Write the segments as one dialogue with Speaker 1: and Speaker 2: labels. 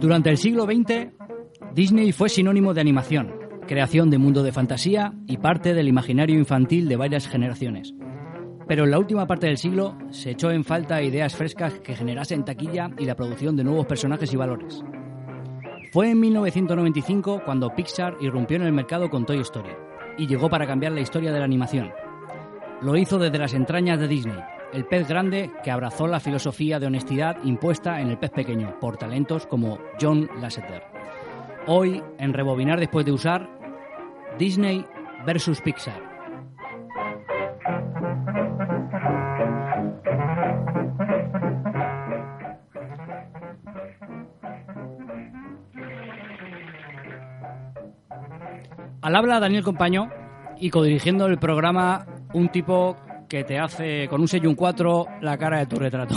Speaker 1: Durante el siglo XX, Disney fue sinónimo de animación, creación de mundo de fantasía y parte del imaginario infantil de varias generaciones. Pero en la última parte del siglo se echó en falta ideas frescas que generasen taquilla y la producción de nuevos personajes y valores. Fue en 1995 cuando Pixar irrumpió en el mercado con Toy Story y llegó para cambiar la historia de la animación. Lo hizo desde las entrañas de Disney, el pez grande que abrazó la filosofía de honestidad impuesta en el pez pequeño por talentos como John Lasseter. Hoy, en Rebobinar después de usar, Disney versus Pixar. Al habla Daniel Compañó y codirigiendo el programa un tipo que te hace con un sello un 4 la cara de tu retrato.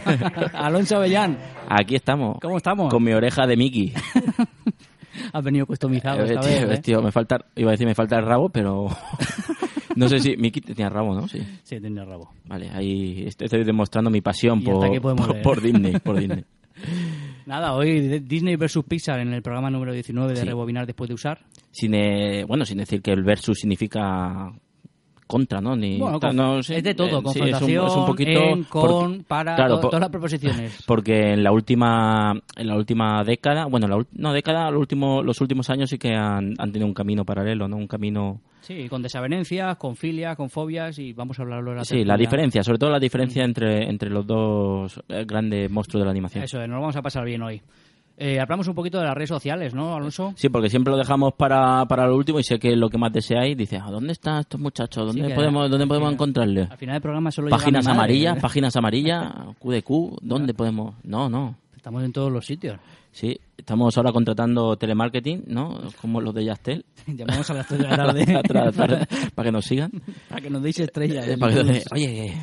Speaker 1: Alonso Avellán,
Speaker 2: Aquí estamos.
Speaker 1: ¿cómo estamos?
Speaker 2: Con mi oreja de Mickey.
Speaker 1: Has venido customizado
Speaker 2: Eh,
Speaker 1: esta
Speaker 2: tío,
Speaker 1: vez. ¿eh?
Speaker 2: tío, me falta, iba a decir me falta el rabo, pero no sé si Mickey tenía rabo, ¿no? Sí.
Speaker 1: Sí, tenía rabo.
Speaker 2: Vale, ahí est- estoy demostrando mi pasión
Speaker 1: Y hasta
Speaker 2: por,
Speaker 1: aquí podemos
Speaker 2: por,
Speaker 1: leer.
Speaker 2: por Disney, por Disney.
Speaker 1: Nada, hoy de- Disney versus Pixar en el programa número 19 de
Speaker 2: Sí.
Speaker 1: Rebobinar después de usar.
Speaker 2: Sin, eh, bueno, sin decir que el versus significa contra, ¿no? Ni,
Speaker 1: Bueno,
Speaker 2: tal,
Speaker 1: con-
Speaker 2: no sé.
Speaker 1: es de todo,
Speaker 2: Eh, sí, es un-
Speaker 1: confrontación,
Speaker 2: es un, poquito
Speaker 1: en, con,
Speaker 2: porque-
Speaker 1: para,
Speaker 2: claro,
Speaker 1: to-
Speaker 2: po-
Speaker 1: todas las preposiciones.
Speaker 2: porque en la última en la última década bueno la ul- no década lo último, los últimos años sí que han, han tenido un camino paralelo no un camino
Speaker 1: Sí, con desavenencias, con filias, con fobias y vamos a hablarlo ahora.
Speaker 2: sí la diferencia sobre todo la
Speaker 1: Mm.
Speaker 2: diferencia entre entre los dos eh, grandes monstruos de la animación
Speaker 1: Eso, es, nos lo vamos a pasar bien hoy. Eh, hablamos un poquito de las redes sociales, ¿no, Alonso?
Speaker 2: sí porque siempre lo dejamos para, para lo último y sé que es lo que más deseáis dices "Ah, dónde están estos muchachos
Speaker 1: Sí,
Speaker 2: dónde
Speaker 1: que
Speaker 2: podemos
Speaker 1: al
Speaker 2: dónde podemos
Speaker 1: final-
Speaker 2: encontrarles
Speaker 1: Al final del programa solo llega mi
Speaker 2: páginas
Speaker 1: madre. ¿eh?
Speaker 2: amarillas páginas amarillas QDQ dónde podemos no no
Speaker 1: Estamos en todos los sitios.
Speaker 2: sí estamos ahora contratando telemarketing no como los de Yastel
Speaker 1: Llamamos a las 3 de la tarde
Speaker 2: Atrás, atrás, atrás, para que nos sigan.
Speaker 1: para que nos deis estrellas.
Speaker 2: Eh, para que nos- Oye, eh,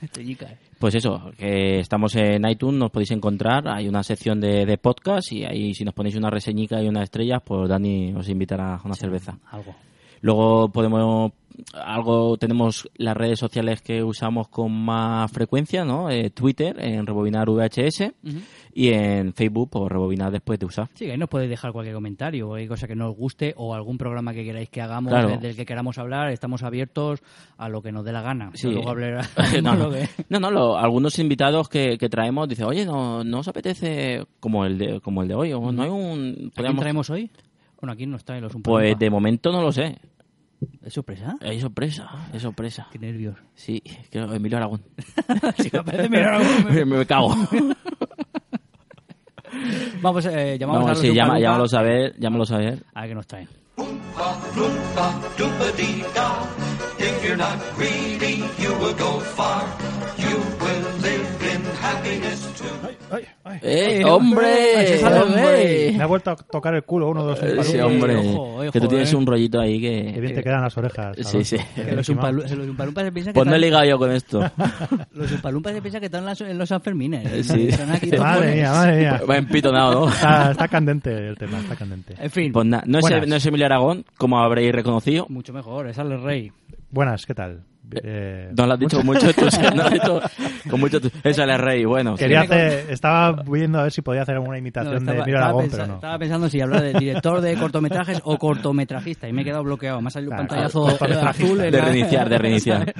Speaker 1: Estrellicas.
Speaker 2: pues eso, que estamos en iTunes, nos podéis encontrar, hay una sección de, de podcast y ahí si nos ponéis una reseñica y unas estrellas, pues Dani os invitará a una cerveza.
Speaker 1: Algo.
Speaker 2: Luego podemos algo tenemos las redes sociales que usamos con más frecuencia, ¿no? Eh, Twitter en rebobinar VHS y en Facebook por rebobinar después de usar.
Speaker 1: Sí, que ahí nos podéis dejar cualquier comentario, cualquier cosa que no os guste o algún programa que queráis que hagamos,
Speaker 2: Claro.
Speaker 1: de- del que queramos hablar. Estamos abiertos a lo que nos dé la gana.
Speaker 2: Sí.
Speaker 1: Luego eh. hablar-
Speaker 2: no,
Speaker 1: lo
Speaker 2: no,
Speaker 1: que-
Speaker 2: no, no, lo- algunos invitados que, que traemos dicen, oye, no, no os apetece como el de, como el de hoy, o no hay un...
Speaker 1: ¿A quién
Speaker 2: podríamos-".
Speaker 1: traemos hoy? Bueno, aquí nos traen los un
Speaker 2: Pues Eh.
Speaker 1: poco.
Speaker 2: de momento no lo sé.
Speaker 1: ¿Es sorpresa?
Speaker 2: Hay sorpresa, hay sorpresa.
Speaker 1: Qué nervios.
Speaker 2: Sí, creo Emilio Aragón.
Speaker 1: Sí, me parece mirar algo.
Speaker 2: me, me cago.
Speaker 1: Vamos, eh, llamamos a
Speaker 2: Vamos,
Speaker 1: los
Speaker 2: sí, llama-
Speaker 1: Umpalupa
Speaker 2: llámalo a saber, llámalo a saber.
Speaker 1: a ver qué nos traen.
Speaker 3: Oompa, loompa, doopa-dee-da. If you're not greedy, you will go far. You will live in happiness too.
Speaker 4: Ay, ay, ay.
Speaker 2: ¡Eh,
Speaker 1: ese
Speaker 2: hombre! Eh,
Speaker 1: es Alan
Speaker 2: ¡Hombre!
Speaker 4: Me ha vuelto a tocar el culo uno de los
Speaker 2: Ese
Speaker 4: Umpalumpas.
Speaker 2: eh, hombre.
Speaker 1: ojo, ojo,
Speaker 2: que tú tienes
Speaker 1: eh.
Speaker 2: un rollito ahí que...
Speaker 4: Que bien te quedan las orejas.
Speaker 2: Sí,
Speaker 4: Alonso.
Speaker 2: sí.
Speaker 4: Que
Speaker 1: Que los
Speaker 4: encima-
Speaker 1: Umpalumpas los Umpalumpas se piensan que
Speaker 2: Pues no he
Speaker 1: están-
Speaker 2: ligado yo con esto.
Speaker 1: los Umpalumpas se piensan que están en las- en los Sanfermines.
Speaker 2: Sí.
Speaker 1: Están aquí todos
Speaker 4: Madre
Speaker 1: ponen-
Speaker 4: mía, madre mía.
Speaker 2: Va empitonado, ¿no?
Speaker 4: Está, está candente el tema, está candente.
Speaker 1: En fin,
Speaker 2: Pues na- no, es,
Speaker 4: Buenas.
Speaker 2: no es Emilio Aragón, como habréis reconocido.
Speaker 1: mucho mejor. Es al rey.
Speaker 4: Buenas, ¿qué tal? Eh,
Speaker 2: No lo has dicho con mucho entusiasmo. no lo has dicho con mucho entusiasmo. Esa es la rey, bueno. sí.
Speaker 4: quería hacer, estaba viendo a ver si podía hacer alguna imitación
Speaker 1: No,
Speaker 4: de Emilio Aragón,
Speaker 1: pensa-
Speaker 4: pero no.
Speaker 1: estaba pensando si hablar de director de cortometrajes o cortometrajista y me he quedado bloqueado. Me ha salido un
Speaker 4: Claro,
Speaker 1: pantallazo
Speaker 4: cortometrajista.
Speaker 1: azul. en
Speaker 2: De
Speaker 1: la-
Speaker 2: reiniciar, de reiniciar.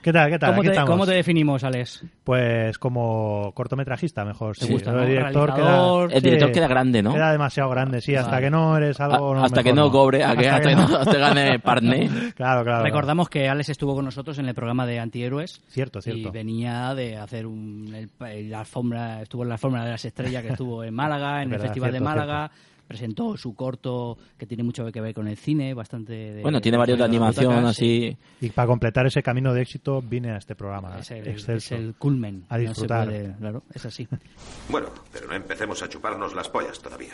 Speaker 4: ¿Qué tal? ¿Qué tal?
Speaker 1: ¿Cómo
Speaker 4: Aquí
Speaker 1: te,
Speaker 4: estamos.
Speaker 1: cómo te definimos, Alex?
Speaker 4: Pues como cortometrajista, mejor.
Speaker 1: ¿Te
Speaker 4: sí.
Speaker 1: gusta,
Speaker 4: Yo
Speaker 1: no?
Speaker 4: El director queda,
Speaker 1: Realizador,
Speaker 2: El director
Speaker 4: sí,
Speaker 2: queda grande, ¿no?
Speaker 4: queda demasiado grande, sí. Hasta
Speaker 1: Vale.
Speaker 4: que no eres algo.
Speaker 2: A- hasta
Speaker 4: mejor
Speaker 2: que no cobre, a que- hasta
Speaker 4: Hasta que
Speaker 2: que
Speaker 4: no.
Speaker 2: no te gane partner.
Speaker 4: Claro, claro.
Speaker 1: Recordamos que Alex estuvo con nosotros en el programa de Antihéroes.
Speaker 4: Cierto,
Speaker 1: Y
Speaker 4: cierto.
Speaker 1: venía de hacer un, el- la alfombra, estuvo en la alfombra de las estrellas que estuvo en Málaga, en
Speaker 4: Es verdad,
Speaker 1: el Festival de
Speaker 4: cierto,
Speaker 1: Málaga. Presentó su corto que tiene mucho que ver con el cine, bastante. de-
Speaker 2: Bueno, tiene varios de animación
Speaker 1: butacas,
Speaker 2: así.
Speaker 4: Y para completar ese camino de éxito vine a este programa.
Speaker 1: Es el, es
Speaker 4: Excelso.
Speaker 1: el culmen.
Speaker 4: A
Speaker 1: no se
Speaker 4: disfrutar.
Speaker 1: puede- claro, es así.
Speaker 5: Bueno, pero no empecemos a chuparnos las pollas todavía.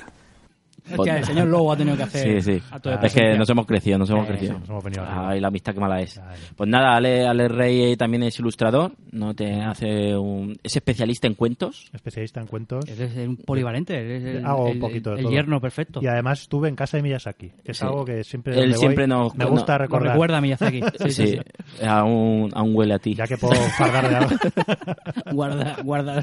Speaker 1: Hostia, el señor Lobo ha tenido que hacer.
Speaker 2: Sí, Pues sí.
Speaker 1: acto de
Speaker 2: es que
Speaker 1: presencia.
Speaker 2: nos hemos crecido, nos hemos
Speaker 1: Eh,
Speaker 2: crecido.
Speaker 4: sí, nos hemos venido arriba.
Speaker 2: Ay, la amistad que mala es.
Speaker 4: Ay.
Speaker 2: Pues nada, Ale, Ale Rey eh, también es ilustrador, no te hace un es especialista en cuentos.
Speaker 4: Especialista en cuentos.
Speaker 1: Eres un polivalente, eres el,
Speaker 4: Hago
Speaker 1: el-
Speaker 4: un poquito de
Speaker 1: el
Speaker 4: todo.
Speaker 1: yerno perfecto.
Speaker 4: Y además estuve en casa de Miyazaki, que es
Speaker 2: Sí.
Speaker 4: algo que siempre
Speaker 2: Él
Speaker 4: donde voy,
Speaker 2: siempre nos-
Speaker 4: me gusta
Speaker 2: no,
Speaker 1: Lo
Speaker 4: recordar.
Speaker 1: recuerda a Miyazaki.
Speaker 2: Sí, Aún, aún huele a ti.
Speaker 4: Ya que puedo fardar de algo.
Speaker 1: Guarda, guarda.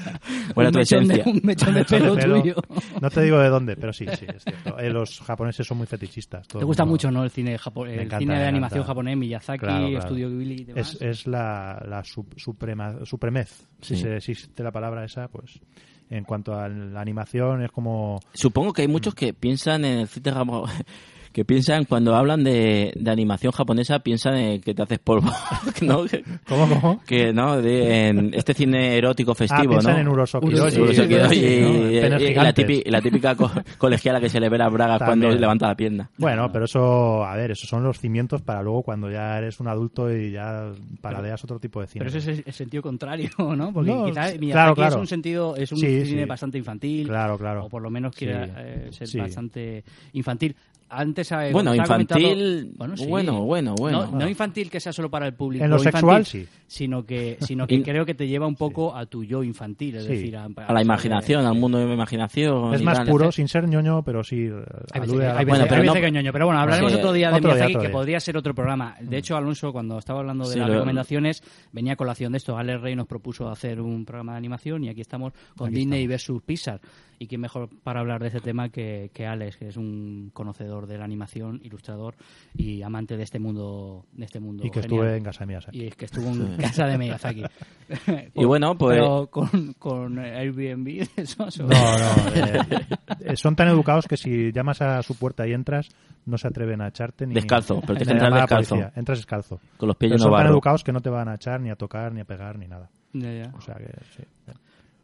Speaker 2: Huele a
Speaker 1: un
Speaker 2: tu
Speaker 1: mechón de-
Speaker 2: esencia.
Speaker 1: un mechón de pelo
Speaker 4: Pero
Speaker 1: tuyo.
Speaker 4: No te digo de dónde, pero sí, sí, es cierto. Eh, los japoneses son muy fetichistas. todo
Speaker 1: Te
Speaker 4: el
Speaker 1: gusta
Speaker 4: mundo-
Speaker 1: mucho, ¿no? El cine, japo- el
Speaker 4: encanta,
Speaker 1: cine
Speaker 4: me
Speaker 1: de animación
Speaker 4: encanta.
Speaker 1: japonés, Miyazaki,
Speaker 4: Claro, claro.
Speaker 1: Estudio Ghibli y demás.
Speaker 4: Es, es la, la sup- suprema- supremez,
Speaker 2: Sí.
Speaker 4: si, se, si existe la palabra esa, pues en cuanto a la animación es como...
Speaker 2: Supongo que hay muchos que piensan en el cine japo- que piensan cuando hablan de, de animación japonesa piensan en que te haces polvo, ¿no? Que,
Speaker 4: ¿Cómo, cómo?
Speaker 2: que, no, de- en este cine erótico
Speaker 4: Ah,
Speaker 2: festivo,
Speaker 4: piensan
Speaker 2: ¿no?
Speaker 4: en Urosoki
Speaker 1: Uro-
Speaker 4: Doji,
Speaker 2: Urosoki
Speaker 4: ¿no?
Speaker 2: Doji y-
Speaker 4: En penes
Speaker 2: y- y la,
Speaker 4: gigantes.
Speaker 2: típica, la típica co- colegiala que se le ve las bragas cuando
Speaker 4: También.
Speaker 2: levanta la pierna.
Speaker 4: Bueno, pero eso, a ver, esos son los cimientos para luego cuando ya eres un adulto y ya paradeas otro tipo de cine.
Speaker 1: Pero ese es el, el sentido contrario, ¿no? Porque
Speaker 4: No,
Speaker 1: quizás
Speaker 4: claro,
Speaker 1: Miyazaki es
Speaker 4: claro.
Speaker 1: un sentido, es un
Speaker 4: Sí,
Speaker 1: cine
Speaker 4: sí.
Speaker 1: bastante infantil.
Speaker 4: Claro, claro.
Speaker 1: O por lo menos quiere
Speaker 4: Sí.
Speaker 1: eh, ser
Speaker 4: Sí.
Speaker 1: bastante infantil. Antes eh,
Speaker 2: Bueno,
Speaker 1: estaba
Speaker 2: infantil,
Speaker 1: comentando- Bueno, sí.
Speaker 2: bueno, bueno, bueno.
Speaker 1: No, no infantil que sea solo para el público.
Speaker 4: En lo
Speaker 1: infantil,
Speaker 4: sexual, sí.
Speaker 1: Sino que, sino que
Speaker 2: In-
Speaker 1: creo que te lleva un poco a tu yo infantil, es
Speaker 4: Sí.
Speaker 1: decir, a,
Speaker 2: A la imaginación, al mundo de la imaginación.
Speaker 4: Es
Speaker 2: y
Speaker 4: más
Speaker 2: tal.
Speaker 4: puro, sin ser ñoño, pero sí eh,
Speaker 1: Hay veces,
Speaker 4: alude
Speaker 1: que-
Speaker 4: a la
Speaker 1: hay
Speaker 2: Bueno,
Speaker 1: veces-
Speaker 2: pero
Speaker 1: hay
Speaker 2: no-
Speaker 1: veces que ñoño, pero bueno, hablaremos
Speaker 2: Sí.
Speaker 1: otro día de
Speaker 4: Otro día,
Speaker 1: Miyazaki,
Speaker 4: otro
Speaker 1: que
Speaker 4: día.
Speaker 1: podría ser otro programa. De hecho, Alonso, cuando estaba hablando de
Speaker 2: Sí,
Speaker 1: las
Speaker 2: lo-
Speaker 1: recomendaciones, venía a colación de esto. Alex Rey nos propuso hacer un programa de animación y aquí estamos con
Speaker 4: Aquí
Speaker 1: Disney versus Pixar. Y quién mejor para hablar de ese tema que, que Alex, que es un conocedor de la animación, ilustrador y amante de este mundo. De este mundo
Speaker 4: y que
Speaker 1: genial.
Speaker 4: estuve en casa mía.
Speaker 1: Y es que estuvo en casa de Miyazaki.
Speaker 2: Y bueno, pues-
Speaker 1: Pero con, con Airbnb, eso. eso-
Speaker 4: No, no. eh, eh, son tan educados que si llamas a su puerta y entras, no se atreven a echarte ni.
Speaker 2: Descalzo, pero tienes
Speaker 4: ni
Speaker 2: que
Speaker 4: a
Speaker 2: entrar
Speaker 4: llamar a la
Speaker 2: descalzo.
Speaker 4: policía. Entras descalzo.
Speaker 2: Con los pies
Speaker 4: Pero
Speaker 2: llenos de
Speaker 4: son tan
Speaker 2: barro.
Speaker 4: educados que no te van a echar, ni a tocar, ni a pegar, ni nada.
Speaker 1: Ya, ya.
Speaker 4: O sea que sí.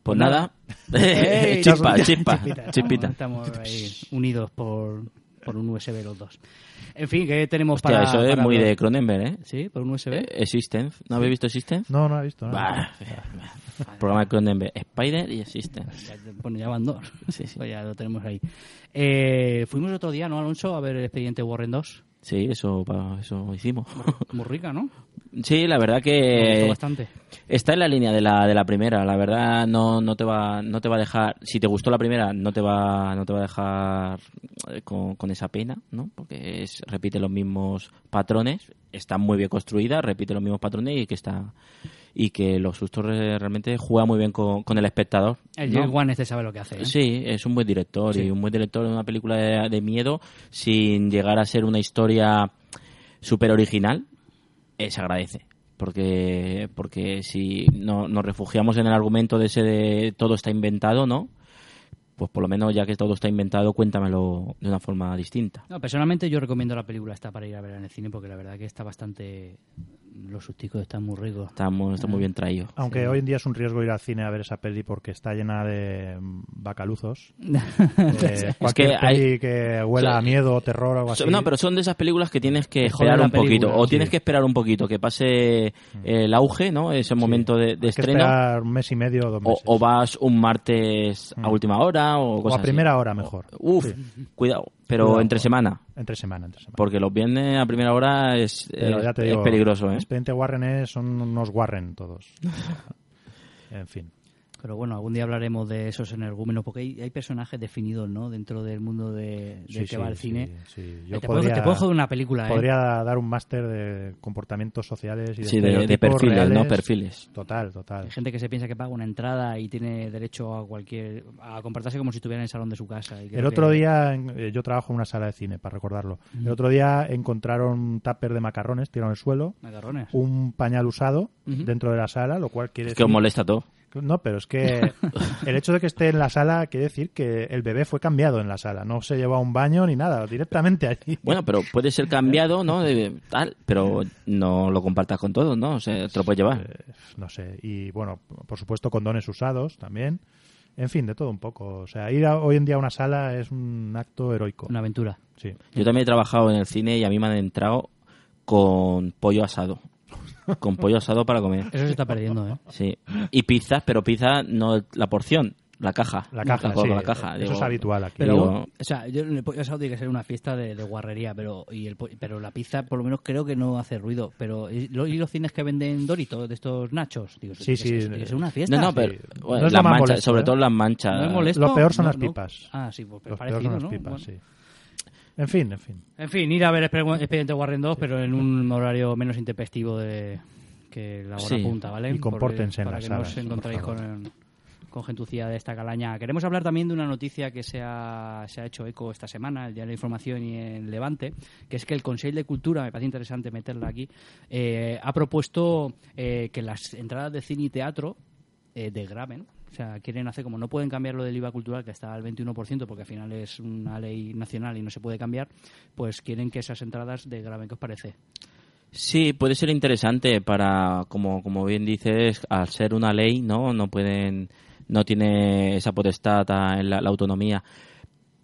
Speaker 2: Pues nada.
Speaker 1: ¡Ey!
Speaker 2: chispa, chispa, chispita.
Speaker 1: Estamos ahí unidos por, por un USB los dos. En fin, ¿qué tenemos
Speaker 2: Hostia,
Speaker 1: para...?
Speaker 2: eso es
Speaker 1: para
Speaker 2: muy
Speaker 1: hablar?
Speaker 2: de Cronenberg, ¿eh?
Speaker 1: ¿Sí? ¿Por un USB?
Speaker 2: Eh, Existence. ¿No habéis visto Existence?
Speaker 4: No, no he visto. no.
Speaker 2: Bah, programa de Cronenberg. Spider y Existence.
Speaker 1: Ya, te- bueno, ya van dos.
Speaker 2: Sí, sí.
Speaker 1: Pues ya lo tenemos ahí. Eh, fuimos otro día, ¿no, Alonso? A ver el expediente Warren 2.
Speaker 2: Sí, eso, pa- eso hicimos.
Speaker 1: Muy rica, ¿no?
Speaker 2: sí, la verdad
Speaker 1: Me gustó
Speaker 2: que
Speaker 1: bastante.
Speaker 2: está en la línea de la, de la primera. La verdad no, no te va no te va a dejar. Si te gustó la primera, no te va no te va a dejar eh, con, con esa pena, ¿no? Porque es, repite los mismos patrones. Está muy bien construida, repite los mismos patrones y que está y que los sustos re- realmente juega muy bien con, con el espectador.
Speaker 1: El
Speaker 2: ¿no?
Speaker 1: James Wan este sabe lo que hace. ¿eh?
Speaker 2: Sí, es un buen director y un buen director de una película de, de miedo sin llegar a ser una historia súper original, eh, se agradece. Porque, porque si no, nos refugiamos en el argumento de ese de todo está inventado, ¿no? Pues por lo menos ya que todo está inventado, cuéntamelo de una forma distinta.
Speaker 1: No, personalmente yo recomiendo la película esta para ir a ver en el cine porque la verdad que está bastante... Los susticos están muy ricos.
Speaker 2: Está muy, está
Speaker 4: Ah.
Speaker 2: muy bien traído.
Speaker 4: Aunque hoy en día es un riesgo ir al cine a ver esa peli porque está llena de mm, bacaluzos. Eh, cualquier
Speaker 2: que hay-
Speaker 4: peli que huela
Speaker 2: so-
Speaker 4: a miedo, terror o algo así.
Speaker 2: So- No, pero son de esas películas que tienes que
Speaker 4: Mejora
Speaker 2: esperar
Speaker 4: la
Speaker 2: un poquito.
Speaker 4: película,
Speaker 2: O
Speaker 4: sí. Mm.
Speaker 2: tienes que esperar un poquito, que pase el auge, ¿no? Ese momento de, de
Speaker 4: Hay que
Speaker 2: estreno.
Speaker 4: esperar un mes y medio o dos
Speaker 2: O,
Speaker 4: meses.
Speaker 2: o vas un martes a última hora o
Speaker 4: Mm. O
Speaker 2: cosas
Speaker 4: a
Speaker 2: así.
Speaker 4: primera hora mejor.
Speaker 2: Uf, cuidado, pero
Speaker 4: Cuidado.
Speaker 2: entre semana,
Speaker 4: Entre semana, entre semana.
Speaker 2: porque los viernes a primera hora es,
Speaker 4: Pero
Speaker 2: es-
Speaker 4: ya te
Speaker 2: Pues, es
Speaker 4: digo,
Speaker 2: peligroso, ¿eh?
Speaker 4: Expediente Warren es, son unos Warren todos. en fin.
Speaker 1: Pero bueno, algún día hablaremos de esos energúmenos, porque hay, hay personajes definidos, ¿no? Dentro del mundo de, del
Speaker 4: Sí,
Speaker 1: que
Speaker 4: sí,
Speaker 1: va al
Speaker 4: sí,
Speaker 1: cine.
Speaker 4: sí.
Speaker 1: Te puedo- te puedo joder una película, ¿eh?
Speaker 4: Podría dar un máster de comportamientos sociales y de,
Speaker 2: Sí, de- de
Speaker 4: estereotipos
Speaker 2: perfiles,
Speaker 4: reales.
Speaker 2: ¿no? Perfiles.
Speaker 4: Total, total.
Speaker 1: Hay gente que se piensa que paga una entrada y tiene derecho a cualquier a comportarse como si estuviera en el salón de su casa. y creo
Speaker 4: El otro
Speaker 1: que-
Speaker 4: día, en- eh, yo trabajo en una sala de cine, para recordarlo. El otro día encontraron un tupper de macarrones tirado en el suelo,
Speaker 1: Macarrones.
Speaker 4: un pañal usado dentro de la sala, lo cual quiere
Speaker 2: Es que os
Speaker 4: decir-
Speaker 2: molesta todo.
Speaker 4: No, pero es que el hecho de que esté en la sala quiere decir que el bebé fue cambiado en la sala, no se llevó a un baño ni nada, directamente allí.
Speaker 2: Bueno, pero puede ser cambiado, ¿no? De- tal, pero no lo compartas con todos, ¿no? O sea, te lo puedes llevar.
Speaker 4: Eh, no sé, y bueno, por supuesto condones usados también. En fin, de todo un poco. O sea, ir a- hoy en día a una sala es un acto heroico.
Speaker 1: Una aventura.
Speaker 4: Sí.
Speaker 2: Yo también he trabajado en el cine y a mí me han entrado con pollo asado. Con pollo asado para comer.
Speaker 1: Eso se está perdiendo, ¿eh?
Speaker 2: Sí. Y pizzas, pero pizza no la porción, la caja.
Speaker 4: La caja,
Speaker 2: Tampoco
Speaker 4: sí.
Speaker 2: la caja.
Speaker 4: Eso
Speaker 2: Digo,
Speaker 4: es habitual aquí.
Speaker 1: Pero,
Speaker 2: Digo-
Speaker 1: o sea, yo, el pollo asado tiene que ser una fiesta de, de guarrería, pero y el, po- pero la pizza por lo menos creo que no hace ruido. Pero ¿y lo- y los cines que venden Doritos, de estos nachos? Digo, eso
Speaker 4: Sí,
Speaker 1: tiene que
Speaker 4: sí.
Speaker 1: ser-
Speaker 4: eh,
Speaker 1: eso tiene que ser una fiesta.
Speaker 2: No, no, pero bueno,
Speaker 4: No es lo
Speaker 2: las
Speaker 4: más
Speaker 2: manchas,
Speaker 4: molesto,
Speaker 2: sobre
Speaker 4: ¿eh?
Speaker 2: todo las manchas.
Speaker 1: ¿No es molesto?
Speaker 4: Lo peor son
Speaker 1: No,
Speaker 4: las
Speaker 1: no.
Speaker 4: pipas.
Speaker 1: Ah, sí, pues
Speaker 4: Los
Speaker 1: parecido,
Speaker 4: peores son las
Speaker 1: ¿no?
Speaker 4: pipas,
Speaker 1: Bueno.
Speaker 4: sí. En fin, en fin.
Speaker 1: En fin, ir a ver Exper- Expediente Warren 2, pero en un horario menos intempestivo de que la hora
Speaker 2: Sí.
Speaker 1: punta, ¿vale?
Speaker 4: Y compórtense en
Speaker 1: para
Speaker 4: las
Speaker 1: que no
Speaker 4: salas,
Speaker 1: os encontréis
Speaker 4: por
Speaker 1: con, con gentucía de esta calaña. Queremos hablar también de una noticia que se ha, se ha hecho eco esta semana, el Diario de Información y en Levante, que es que el Consejo de Cultura, me parece interesante meterla aquí, eh, ha propuesto eh, que las entradas de cine y teatro eh, desgraven. O sea, quieren hacer como no pueden cambiar lo del IVA cultural, que está al 21%, porque al final es una ley nacional y no se puede cambiar, pues quieren que esas entradas desgraven. ¿Qué os parece?
Speaker 2: Sí, puede ser interesante para, como, como bien dices, al ser una ley, ¿no? No pueden, no tiene esa potestad ah, en la, la autonomía.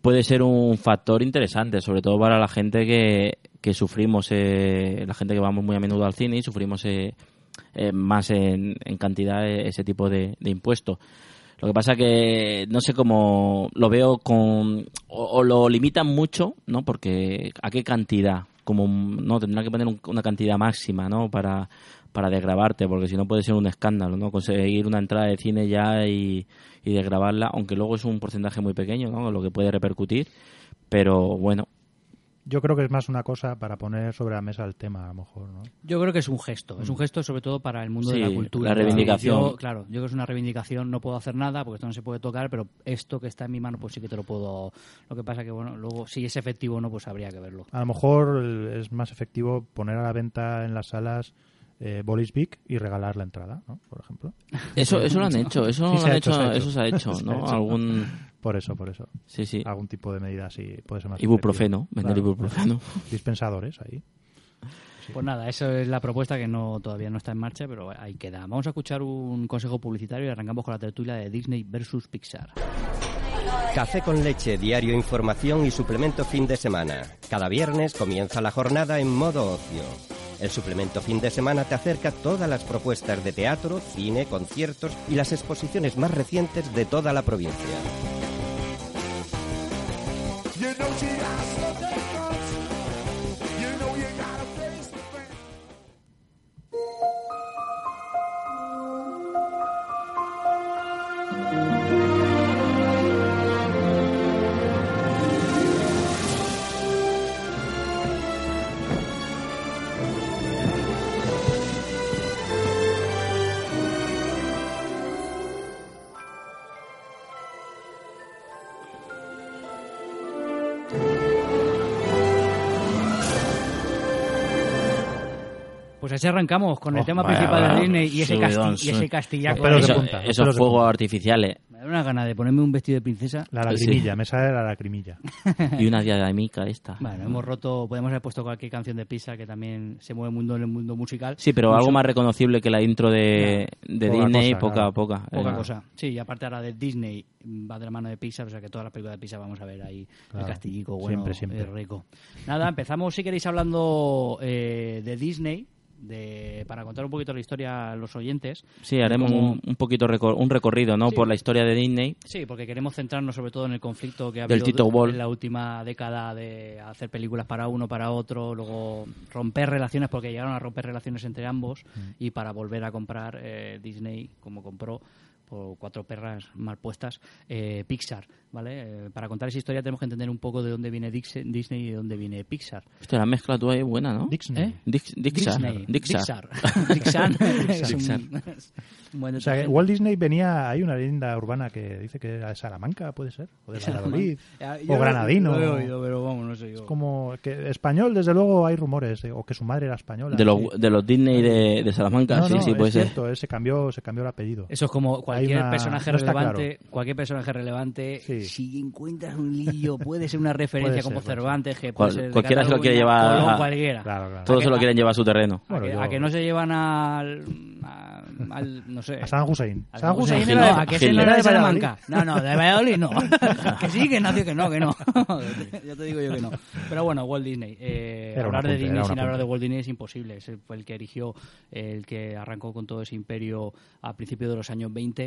Speaker 2: Puede ser un factor interesante, sobre todo para la gente que, que sufrimos, eh, la gente que vamos muy a menudo al cine y sufrimos eh, eh, más en, en cantidad eh, ese tipo de, de impuestos. Lo que pasa que no sé cómo lo veo con o, o lo limitan mucho, ¿no? Porque a qué cantidad, como un- no tendrá que poner un- una cantidad máxima, ¿no? Para para desgrabarte, porque si no puede ser un escándalo, ¿no? Conseguir una entrada de cine ya y, y desgrabarla, aunque luego es un porcentaje muy pequeño, ¿no? Lo que puede repercutir, pero bueno,
Speaker 4: Yo creo que es más una cosa para poner sobre la mesa el tema, a lo mejor, ¿no?
Speaker 1: Yo creo que es un gesto, es un gesto sobre todo para el mundo
Speaker 2: Mm. Sí,
Speaker 1: de la cultura.
Speaker 2: la reivindicación.
Speaker 1: Yo, claro, yo creo que es una reivindicación, no puedo hacer nada porque esto no se puede tocar, pero esto que está en mi mano pues sí que te lo puedo... Lo que pasa que, bueno, luego si es efectivo o no, pues habría que verlo.
Speaker 4: A lo mejor eh, es más efectivo poner a la venta en las salas eh, Bolis Big y regalar la entrada, ¿no? Por ejemplo.
Speaker 2: eso eso lo han hecho, eso
Speaker 4: Sí,
Speaker 2: lo
Speaker 4: se
Speaker 2: han
Speaker 4: ha hecho,
Speaker 2: hecho,
Speaker 4: se ha hecho.
Speaker 2: eso se ha hecho,
Speaker 4: Se ha
Speaker 2: ¿no?
Speaker 4: hecho. Ah,
Speaker 2: Algún
Speaker 4: Por eso, por eso.
Speaker 2: sí, sí.
Speaker 4: Algún tipo de medida así puede ser más.
Speaker 2: Ibuprofeno,
Speaker 4: efectiva.
Speaker 2: vender
Speaker 4: Claro.
Speaker 2: ibuprofeno.
Speaker 4: Dispensadores ahí.
Speaker 1: Pues nada, esa es la propuesta que no todavía no está en marcha, pero ahí queda. Vamos a escuchar un consejo publicitario y arrancamos con la tertulia de Disney versus Pixar.
Speaker 6: Café con leche, diario información y suplemento fin de semana. Cada viernes comienza la jornada en modo ocio. El suplemento fin de semana te acerca todas las propuestas de teatro, cine, conciertos y las exposiciones más recientes de toda la provincia.
Speaker 1: Pues así arrancamos con el
Speaker 4: Oh,
Speaker 1: tema
Speaker 2: vaya,
Speaker 1: principal de
Speaker 2: vaya,
Speaker 1: Disney y ese,
Speaker 2: subidón,
Speaker 1: casti- y ese
Speaker 2: subidón.
Speaker 1: castillaco.
Speaker 4: Los pelos de
Speaker 2: Eso-
Speaker 4: punta, los
Speaker 2: esos
Speaker 4: pelos de
Speaker 2: fuegos artificiales
Speaker 1: Me da una gana de ponerme un vestido de princesa.
Speaker 4: La
Speaker 2: Pues
Speaker 4: lagrimilla, me sale la lagrimilla.
Speaker 2: y una diademica esta.
Speaker 1: Bueno, hemos roto, podemos haber puesto cualquier canción de Pisa que también se mueve el mundo en el mundo musical.
Speaker 2: Sí, pero
Speaker 1: Mucho-
Speaker 2: algo más reconocible que la intro de, de
Speaker 4: Poca
Speaker 2: Disney,
Speaker 4: cosa,
Speaker 2: poca
Speaker 4: claro.
Speaker 2: a poca.
Speaker 1: Poca
Speaker 2: Eh,
Speaker 1: cosa. Sí, y aparte ahora de Disney mm, va de la mano de Pixar, o sea que todas las películas de Pixar vamos a ver ahí el
Speaker 4: Claro.
Speaker 1: castillico bueno
Speaker 4: Siempre, siempre.
Speaker 1: eh, rico. Nada, empezamos si queréis hablando eh, de Disney, de, para contar un poquito la historia a los oyentes.
Speaker 2: Sí, haremos
Speaker 1: Como-
Speaker 2: un, un poquito recor- un recorrido, ¿no?
Speaker 1: Sí.
Speaker 2: Por la historia de Disney.
Speaker 1: Sí, porque queremos centrarnos sobre todo en el conflicto que ha
Speaker 2: Del
Speaker 1: habido
Speaker 2: Tito Wall.
Speaker 1: en la última década de hacer películas para uno, para otro, luego romper relaciones, porque
Speaker 2: Mm.
Speaker 1: llegaron a romper relaciones entre ambos, y para volver a comprar eh, Disney, como compró, pues, o cuatro perras mal puestas, eh, Pixar, ¿vale? Eh, para contar esa historia tenemos que entender un poco de dónde viene Dix- Disney y de dónde viene Pixar.
Speaker 2: Hostia, la mezcla tú ahí es buena, ¿no?
Speaker 4: Dixney.
Speaker 1: ¿Eh?
Speaker 2: Dix- Dixar.
Speaker 1: Disney.
Speaker 2: Dixar.
Speaker 1: Dixar. Dixar. es un-
Speaker 2: Dixar.
Speaker 1: un buen
Speaker 4: O sea, que
Speaker 1: detergente.
Speaker 4: Walt Disney venía, hay una leyenda urbana que dice que era de Salamanca, puede ser, o de Valladolid,
Speaker 1: Ya, Ah, yo
Speaker 4: o
Speaker 1: lo-
Speaker 4: Granadino.
Speaker 1: Lo he oído, pero vamos, no sé yo.
Speaker 4: Es como que español, desde luego hay rumores, eh, o que su madre era española.
Speaker 2: De los,
Speaker 4: sí.
Speaker 2: de los Disney de, de Salamanca,
Speaker 4: No,
Speaker 2: sí,
Speaker 4: no,
Speaker 2: sí,
Speaker 4: es
Speaker 2: puede ser.
Speaker 4: cierto, eh, se cambió, se cambió el apellido.
Speaker 1: Eso es como cualquier
Speaker 4: una-
Speaker 1: personaje
Speaker 4: no está
Speaker 1: relevante, cualquier personaje relevante,
Speaker 4: Sí.
Speaker 1: si encuentras un lillo, puede ser una referencia
Speaker 4: Puede
Speaker 1: como
Speaker 4: ser, puede
Speaker 1: Cervantes, que
Speaker 2: Cual-
Speaker 1: puede ser de
Speaker 2: cualquiera se lo quiere
Speaker 1: Cataluña,
Speaker 2: llevar
Speaker 1: Colón,
Speaker 2: a-
Speaker 1: cualquiera.
Speaker 4: Claro, claro.
Speaker 2: Todos se lo
Speaker 1: a-
Speaker 2: quieren llevar a su terreno.
Speaker 1: A,
Speaker 4: Bueno,
Speaker 1: que,
Speaker 4: yo-
Speaker 1: a que no se llevan al, a- al- no sé.
Speaker 4: A San Hussein.
Speaker 1: al
Speaker 4: San
Speaker 1: Hussein
Speaker 4: Hussein
Speaker 1: era de-
Speaker 4: era-
Speaker 1: a que ese no
Speaker 2: Gil.
Speaker 1: era de
Speaker 4: Era de Valladolid.
Speaker 1: Salamanca. No, no, de Valladolid no. que sí, que nació, que no, que no. ya te digo yo que no. Pero bueno, Walt Disney. Eh,
Speaker 4: Era una
Speaker 1: hablar de
Speaker 4: punta,
Speaker 1: Disney
Speaker 4: era
Speaker 1: sin
Speaker 4: una
Speaker 1: hablar de
Speaker 4: punta.
Speaker 1: Walt Disney es imposible. Es el- fue el que erigió, el que arrancó con todo ese imperio a principios de los años 20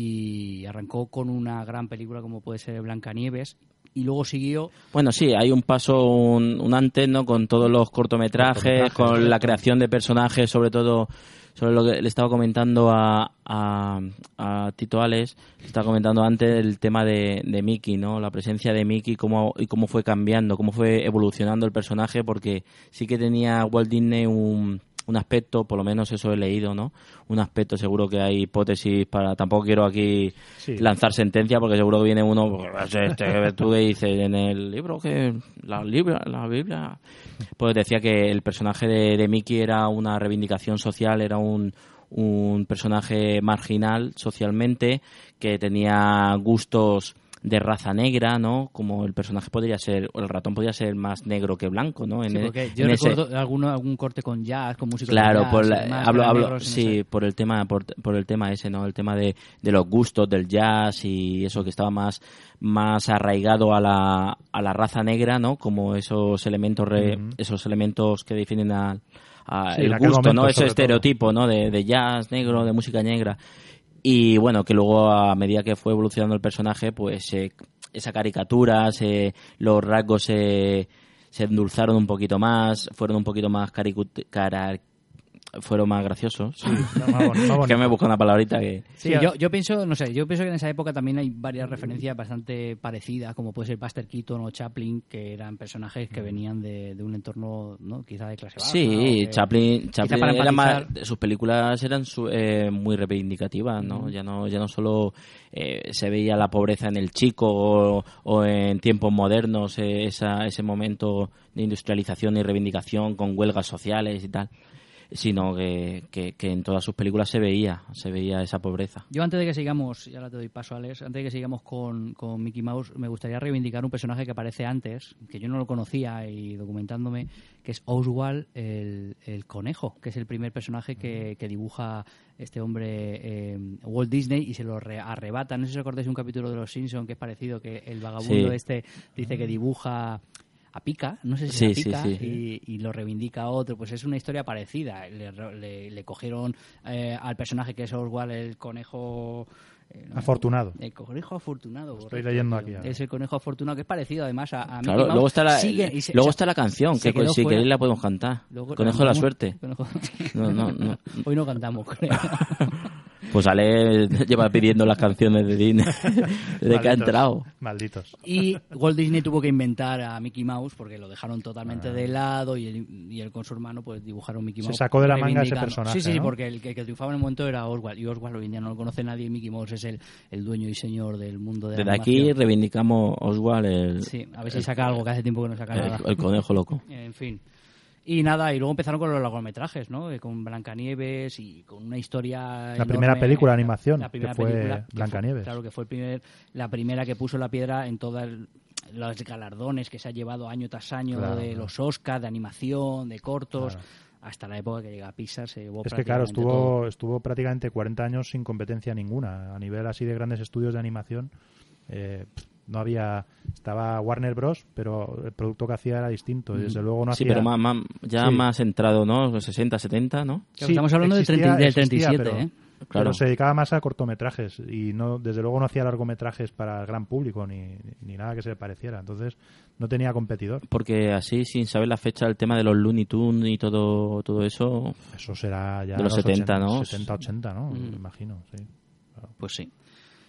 Speaker 1: y arrancó con una gran película como puede ser Blancanieves y luego siguió
Speaker 2: Bueno, sí, hay un paso, un, un antes, ¿no? Con todos los cortometrajes,
Speaker 4: Cortometrajes,
Speaker 2: con la
Speaker 4: correcto.
Speaker 2: creación de personajes, sobre todo, sobre lo que le estaba comentando a, a, a Tito Alex, le estaba comentando antes el tema de, de Mickey, ¿no? La presencia de Mickey cómo, y cómo fue cambiando, cómo fue evolucionando el personaje, porque sí que tenía Walt Disney un un aspecto, por lo menos eso he leído, ¿no? Un aspecto, seguro que hay hipótesis para... Tampoco quiero aquí
Speaker 4: Sí.
Speaker 2: lanzar sentencia porque seguro que viene uno este, que tú que dices en el libro que la Biblia la Biblia pues decía que el personaje de, de Mickey era una reivindicación social era un un personaje marginal socialmente que tenía gustos de raza negra, ¿no? Como el personaje podría ser, o el ratón podría ser más negro que blanco, ¿no? En,
Speaker 1: Sí,
Speaker 2: e-
Speaker 1: porque yo
Speaker 2: en ese-
Speaker 1: recuerdo alguno- algún corte con jazz, con música
Speaker 2: Claro,
Speaker 1: con jazz,
Speaker 2: por
Speaker 1: y
Speaker 2: la-
Speaker 1: demás,
Speaker 2: hablo,
Speaker 1: eran
Speaker 2: hablo-
Speaker 1: negros y no
Speaker 2: sí,
Speaker 1: sé.
Speaker 2: por el tema, por, por el tema ese, ¿no? El tema de, de los gustos del jazz y eso que estaba más, más arraigado a la, a la raza negra, ¿no? Como esos elementos, re- esos elementos que definen al a
Speaker 4: Sí,
Speaker 2: el
Speaker 4: en aquel
Speaker 2: gusto, ¿no?
Speaker 4: momento,
Speaker 2: Ese
Speaker 4: sobre
Speaker 2: estereotipo, ¿no? De, de jazz negro, de música negra. Y bueno, que luego a medida que fue evolucionando el personaje, pues eh, esa caricatura, se- los rasgos se, se endulzaron un poquito más, fueron un poquito más caricu- cara- fueron más graciosos.
Speaker 4: más bon- más
Speaker 2: que
Speaker 4: bonito.
Speaker 2: me busco una palabrita que...
Speaker 1: Sí, yo, yo pienso, no sé, yo pienso que en esa época también hay varias referencias bastante parecidas, como puede ser Buster Keaton o Chaplin, que eran personajes que venían de, de un entorno, ¿no? Quizá de clase baja. ¿no?
Speaker 2: Sí,
Speaker 1: Que-
Speaker 2: Chaplin,
Speaker 1: eh, quizá
Speaker 2: Chaplin
Speaker 1: para
Speaker 2: era más-
Speaker 1: empatizar.
Speaker 2: sus películas eran su- eh, muy reivindicativas, ¿no? Ya no ya no solo eh, se veía la pobreza en el chico o, o en tiempos modernos eh, esa, ese momento de industrialización y reivindicación con huelgas sociales y tal, sino que, que- que en todas sus películas se veía se veía esa pobreza.
Speaker 1: Yo antes de que sigamos, y ahora te doy paso, Alex, antes de que sigamos con, con Mickey Mouse, me gustaría reivindicar un personaje que aparece antes, que yo no lo conocía y documentándome, que es Oswald el, el conejo, que es el primer personaje que, que dibuja este hombre eh, Walt Disney y se lo re- arrebata. No sé si os acordáis de un capítulo de Los Simpsons que es parecido, que el vagabundo
Speaker 2: Sí.
Speaker 1: este dice que dibuja a pica, no sé si
Speaker 2: Sí,
Speaker 1: a pica,
Speaker 2: sí, sí.
Speaker 1: y- y, y lo reivindica a otro. Pues es una historia parecida. Le, ro- le- le cogieron eh, al personaje que es Oswald el conejo. eh, no,
Speaker 4: Afortunado.
Speaker 1: El conejo afortunado. correcto,
Speaker 4: Ah. leyendo
Speaker 1: tío.
Speaker 4: aquí ahora.
Speaker 1: Es el conejo afortunado, que es parecido además a, a Mickey
Speaker 2: Claro,
Speaker 1: Mouse.
Speaker 2: luego está la,
Speaker 1: Sigue y se-
Speaker 2: luego
Speaker 1: o sea,
Speaker 2: está la canción,
Speaker 1: se
Speaker 2: que
Speaker 1: quedó
Speaker 2: si
Speaker 1: fuera.
Speaker 2: queréis la podemos cantar.
Speaker 1: Luego-
Speaker 2: Conejo de la
Speaker 1: ¿cómo?
Speaker 2: suerte.
Speaker 1: Conejo-
Speaker 2: No, no, no.
Speaker 1: Hoy no cantamos, creo.
Speaker 2: Pues Ale lleva pidiendo las canciones de Disney desde que ha
Speaker 4: Malditos.
Speaker 2: entrado.
Speaker 4: Malditos.
Speaker 1: Y Walt Disney tuvo que inventar a Mickey Mouse porque lo dejaron totalmente de lado y él, y él con su hermano pues dibujaron Mickey
Speaker 4: Ah. Se
Speaker 1: Mouse.
Speaker 4: sacó de la manga ese
Speaker 1: reivindicando.
Speaker 4: personaje,
Speaker 1: Sí, sí, sí,
Speaker 4: ¿no?
Speaker 1: porque el que, que triunfaba en el momento era Oswald. Y Oswald hoy en día no lo conoce nadie y Mickey Mouse es el, el dueño y señor del mundo de la
Speaker 2: Desde aquí
Speaker 1: animación.
Speaker 2: reivindicamos Oswald el,
Speaker 1: Sí, a ver si saca algo que hace tiempo que no saca nada.
Speaker 2: el- el conejo loco.
Speaker 1: En fin. Y nada, y luego empezaron con los largometrajes, ¿no? Eh, Con Blancanieves y con una historia. enorme.
Speaker 4: primera película de animación,
Speaker 1: La primera
Speaker 4: que fue
Speaker 1: película. que fue-
Speaker 4: Blancanieves.
Speaker 1: claro, que fue el primer, la primera que puso la piedra en todas los galardones que se ha llevado año tras año
Speaker 4: Claro,
Speaker 1: de
Speaker 4: claro.
Speaker 1: los Oscars, de animación, de cortos. Hasta la época que llega a Pixar se llevó
Speaker 4: Es que claro,
Speaker 1: prácticamente todo.
Speaker 4: estuvo, estuvo prácticamente 40 años sin competencia ninguna. A nivel así de grandes estudios de animación, eh, pff, no había... Estaba Warner Bros., pero el producto que hacía era distinto. Y desde luego no
Speaker 2: Mm. sí,
Speaker 4: hacía...
Speaker 2: pero más, más- ya
Speaker 4: Sí.
Speaker 2: más entrado, ¿no? 60, 70, ¿no?
Speaker 1: Claro, estamos hablando del 30 del 37,
Speaker 4: pero-
Speaker 1: ¿eh?
Speaker 2: Claro.
Speaker 4: Pero se dedicaba más a cortometrajes y no desde luego no hacía largometrajes para el gran público ni, ni nada que se le pareciera. Entonces no tenía competidor.
Speaker 2: Porque así, sin saber la fecha, el tema de los Looney Tunes y todo, todo eso,
Speaker 4: Eso será ya
Speaker 2: De los 70, ¿no? Mm.
Speaker 4: 70, 80, ¿no? Imagino, sí. claro.
Speaker 1: Pues sí.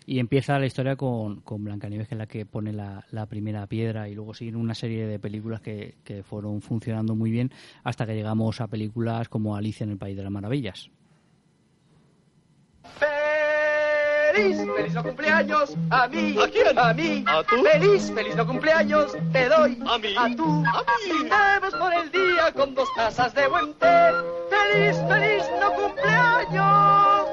Speaker 1: Y empieza la historia con, con Blancanieves, que es la que pone la, la primera piedra, y luego siguen una serie de películas que, que fueron funcionando muy bien hasta que llegamos a películas como Alicia en el País de las Maravillas.
Speaker 7: ¡Feliz! ¡Feliz no cumpleaños! ¡A mí! ¿A quién? ¡A mí! ¿A tú? ¡Feliz! ¡Feliz no cumpleaños! ¡Te doy! ¡A mí! ¡A tú! ¡A mí! Brindemos por el día con dos tazas de buen té. ¡Feliz, feliz no cumpleaños!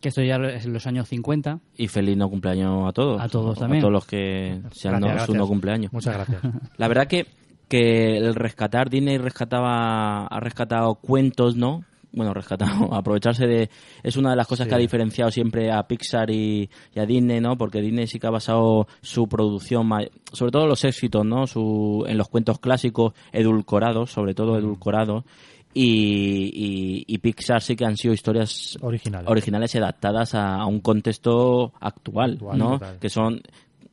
Speaker 1: Que esto ya es en los años 50.
Speaker 2: Y feliz no cumpleaños a todos.
Speaker 1: A todos
Speaker 2: O
Speaker 1: también.
Speaker 2: A todos los que sean
Speaker 4: Gracias,
Speaker 2: no- su
Speaker 4: gracias.
Speaker 2: no cumpleaños.
Speaker 4: Muchas gracias.
Speaker 2: La verdad que, que el rescatar, Disney rescataba, ha rescatado cuentos, ¿no? Bueno, rescatado, aprovecharse de... Es una de las cosas
Speaker 4: Sí.
Speaker 2: que ha diferenciado siempre a Pixar y, y a Disney, ¿no? Porque Disney sí que ha basado su producción, ma- sobre todo los éxitos, ¿no? Su, en los cuentos clásicos, edulcorados, sobre todo
Speaker 4: Mm.
Speaker 2: edulcorados. Y, y- y Pixar sí que han sido historias
Speaker 4: Originales.
Speaker 2: originales y adaptadas a, a un contexto actual,
Speaker 4: Actual,
Speaker 2: ¿no?
Speaker 4: total.
Speaker 2: Que son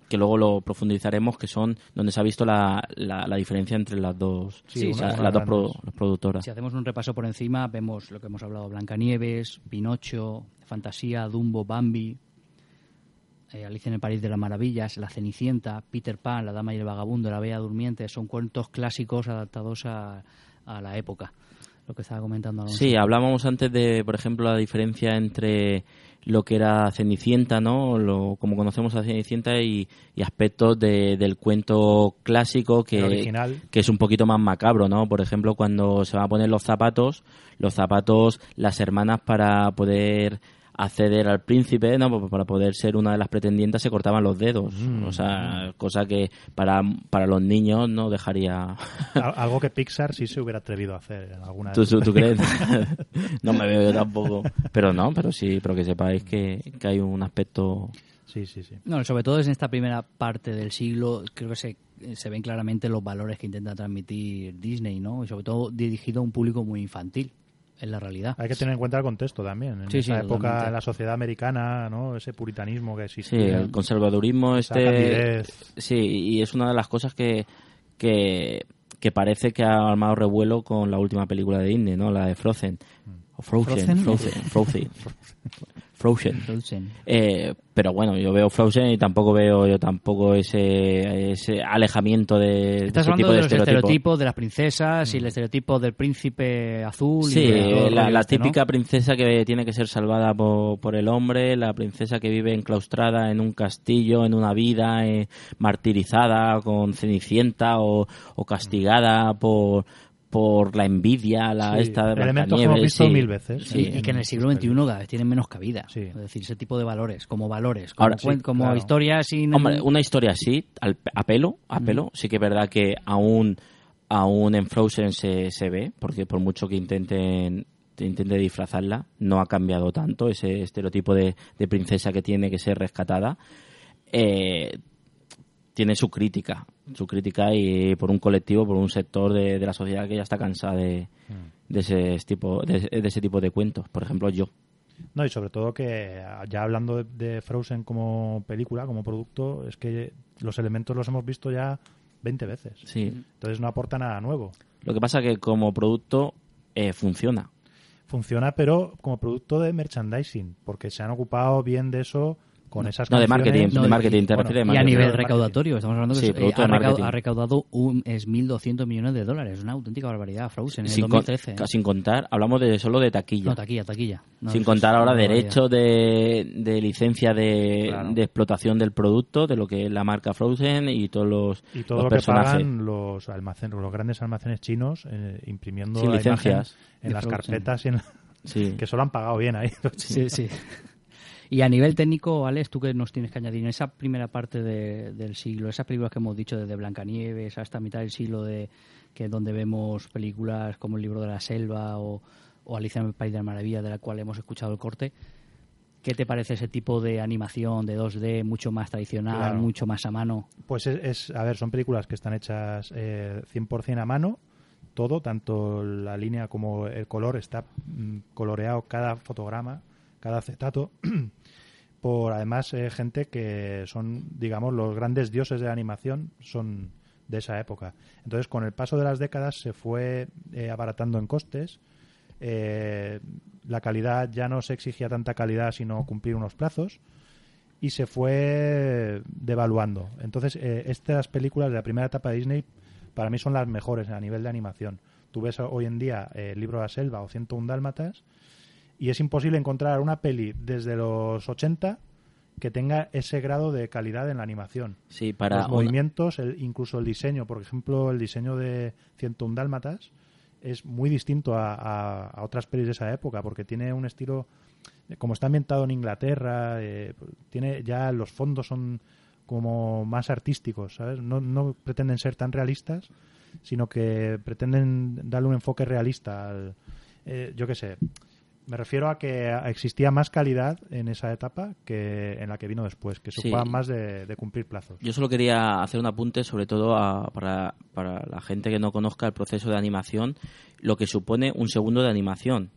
Speaker 2: que luego lo profundizaremos, que son donde se ha visto la, la, la diferencia entre las dos,
Speaker 4: Sí,
Speaker 2: o sea,
Speaker 4: una-
Speaker 2: las dos
Speaker 4: una
Speaker 2: pro-
Speaker 4: grande.
Speaker 2: las productoras.
Speaker 1: Si hacemos un repaso por encima, vemos lo que hemos hablado: Blancanieves, Pinocho, Fantasía, Dumbo, Bambi, eh, Alicia en el País de las Maravillas, La Cenicienta, Peter Pan, La Dama y el Vagabundo, La Bella Durmiente. Son cuentos clásicos adaptados a, a la época. Lo que estaba comentando Alonso.
Speaker 2: Sí, hablábamos antes de, por ejemplo, la diferencia entre lo que era Cenicienta, ¿no? Lo, como conocemos a Cenicienta y, y aspectos de- del cuento clásico que,
Speaker 4: El original.
Speaker 2: que es un poquito más macabro, ¿no? Por ejemplo, cuando se van a poner los zapatos, los zapatos, las hermanas para poder acceder al príncipe, ¿no? Pa- Para poder ser una de las pretendientes se cortaban los dedos,
Speaker 4: Mm.
Speaker 2: o sea, cosa que para, para los niños no dejaría
Speaker 4: Al- Algo que Pixar sí se hubiera atrevido a hacer en alguna de
Speaker 2: ¿Tú,
Speaker 4: sus
Speaker 2: tú- tú crees? no me veo yo tampoco. Pero no, pero sí, pero que sepáis que, que hay un aspecto...
Speaker 4: Sí, sí, sí.
Speaker 1: No, sobre todo en esta primera parte del siglo, creo que se, se ven claramente los valores que intenta transmitir Disney, ¿no? Y sobre todo dirigido a un público muy infantil, en la realidad.
Speaker 4: Hay que tener en cuenta el contexto también. En
Speaker 1: Sí, sí,
Speaker 4: esa época,
Speaker 1: totalmente.
Speaker 4: en la sociedad americana, ¿no? Ese puritanismo que
Speaker 2: Sí,
Speaker 4: existía.
Speaker 2: el conservadurismo
Speaker 4: Esa
Speaker 2: este...
Speaker 4: candidez.
Speaker 2: Sí, y es una de las cosas que, que, que parece que ha armado revuelo con la última película de Disney, ¿no? La de Frozen. O
Speaker 1: ¿Frozen?
Speaker 2: Frozen, Frozen, Frozen. Frozen.
Speaker 1: Frozen.
Speaker 2: Eh, pero bueno, yo veo Frozen y tampoco veo yo tampoco ese, ese alejamiento de, de
Speaker 1: Estás
Speaker 2: ese
Speaker 1: hablando
Speaker 2: tipo
Speaker 1: de,
Speaker 2: de
Speaker 1: los
Speaker 2: estereotipos.
Speaker 1: estereotipos de las princesas y el estereotipo del príncipe azul. y
Speaker 2: Sí,
Speaker 1: de todo el
Speaker 2: la,
Speaker 1: rollo
Speaker 2: la
Speaker 1: este, ¿no?
Speaker 2: típica princesa que tiene que ser salvada po- por, el hombre, la princesa que vive enclaustrada en un castillo, en una vida, eh, martirizada, con cenicienta o, o castigada por por la envidia, la
Speaker 4: Sí,
Speaker 2: esta de
Speaker 4: elementos
Speaker 2: Blancanieves,
Speaker 4: que hemos visto
Speaker 2: sí.
Speaker 4: mil veces.
Speaker 1: Sí, y que en el siglo XXI cada vez tienen menos cabida.
Speaker 4: Sí.
Speaker 1: Es decir, ese tipo de valores, como valores, como,
Speaker 2: Ahora,
Speaker 1: cuen-
Speaker 4: sí,
Speaker 1: como
Speaker 4: claro.
Speaker 1: historias sin...
Speaker 2: Hombre, una historia así, al, a pelo, a pelo, sí que es verdad que aún, aún en Frozen se, se ve, porque por mucho que intenten intente disfrazarla, no ha cambiado tanto ese estereotipo de, de princesa que tiene que ser rescatada. Eh, tiene su crítica, su crítica y por un colectivo, por un sector de, de la sociedad que ya está cansada de, de ese tipo, de, de ese tipo de cuentos. Por ejemplo, yo.
Speaker 4: No, y sobre todo que ah, ya hablando de, de Frozen como película, como producto, es que los elementos los hemos visto ya 20 veces.
Speaker 2: Sí.
Speaker 4: Entonces no aporta nada nuevo.
Speaker 2: Lo que pasa que como producto eh, funciona.
Speaker 4: Funciona, pero como producto de merchandising, porque se han ocupado bien de eso con esas
Speaker 2: No, de
Speaker 4: canciones.
Speaker 2: marketing, de
Speaker 1: No, y-
Speaker 2: marketing, te
Speaker 4: bueno,
Speaker 2: refieres de
Speaker 1: Y a
Speaker 2: marketing.
Speaker 1: nivel
Speaker 4: de
Speaker 1: recaudatorio, estamos hablando que
Speaker 2: Sí,
Speaker 1: es- eh,
Speaker 2: producto
Speaker 1: ha,
Speaker 2: de
Speaker 1: recaudado,
Speaker 2: marketing.
Speaker 1: ha recaudado un, es 1.200 millones de dólares, una auténtica barbaridad, Frozen, en el
Speaker 2: sin, con-
Speaker 1: 2013. ¿eh?
Speaker 2: sin contar, hablamos de solo de taquilla.
Speaker 1: No, taquilla, taquilla. No,
Speaker 2: sin
Speaker 1: es-
Speaker 2: contar
Speaker 1: es
Speaker 2: ahora
Speaker 1: una
Speaker 2: derechos de, de licencia de,
Speaker 4: Claro.
Speaker 2: de explotación del producto, de lo que es la marca Frozen y todos los,
Speaker 4: Y todo
Speaker 2: los
Speaker 4: lo que
Speaker 2: personajes.
Speaker 4: pagan los almacenes, los grandes almacenes chinos eh, imprimiendo
Speaker 2: Sin
Speaker 4: la imagen
Speaker 2: licencias.
Speaker 4: en
Speaker 1: De
Speaker 4: las
Speaker 1: Frozen.
Speaker 4: carpetas y en la-
Speaker 2: Sí.
Speaker 4: que solo han pagado bien ahí. los chinos.
Speaker 1: barbaridad. Sí, sí. Y a nivel técnico, Alex, ¿tú qué nos tienes que añadir? En esa primera parte de- del siglo, esas películas que hemos dicho desde Blancanieves hasta mitad del siglo, de que es donde vemos películas como El libro de la selva o, o Alicia en el País de la Maravilla, de la cual hemos escuchado el corte, ¿qué te parece ese tipo de animación de 2D mucho más tradicional,
Speaker 4: Claro.
Speaker 1: mucho más a mano?
Speaker 4: Pues es, es- a ver, son películas que están hechas eh, 100% a mano, todo, tanto la línea como el color, está mm, coloreado cada fotograma, cada acetato, por además eh, gente que son, digamos, los grandes dioses de la animación, son de esa época. Entonces, con el paso de las décadas se fue eh, abaratando en costes. eh, la calidad ya no se exigía tanta calidad, sino cumplir unos plazos. Y se fue devaluando. Entonces, eh, estas películas de la primera etapa de Disney para mí son las mejores a nivel de animación. Tú ves hoy en día eh, El libro de la selva o 101 dálmatas y es imposible encontrar una peli desde los 80 que tenga ese grado de calidad en la animación
Speaker 2: Sí, para
Speaker 4: los
Speaker 2: una-
Speaker 4: movimientos, el, incluso el diseño. Por ejemplo, el diseño de 101 Dálmatas es muy distinto a, a- a otras pelis de esa época porque tiene un estilo, eh, como está ambientado en Inglaterra, eh, tiene ya los fondos son como más artísticos, ¿sabes? No, no pretenden ser tan realistas, sino que pretenden darle un enfoque realista al... eh, yo qué sé, me refiero a que existía más calidad en esa etapa que en la que vino después, que se
Speaker 2: Sí.
Speaker 4: ocupaban más de, de cumplir plazos.
Speaker 2: Yo solo quería hacer un apunte, sobre todo a- para, para la gente que no conozca el proceso de animación, lo que supone un segundo de animación.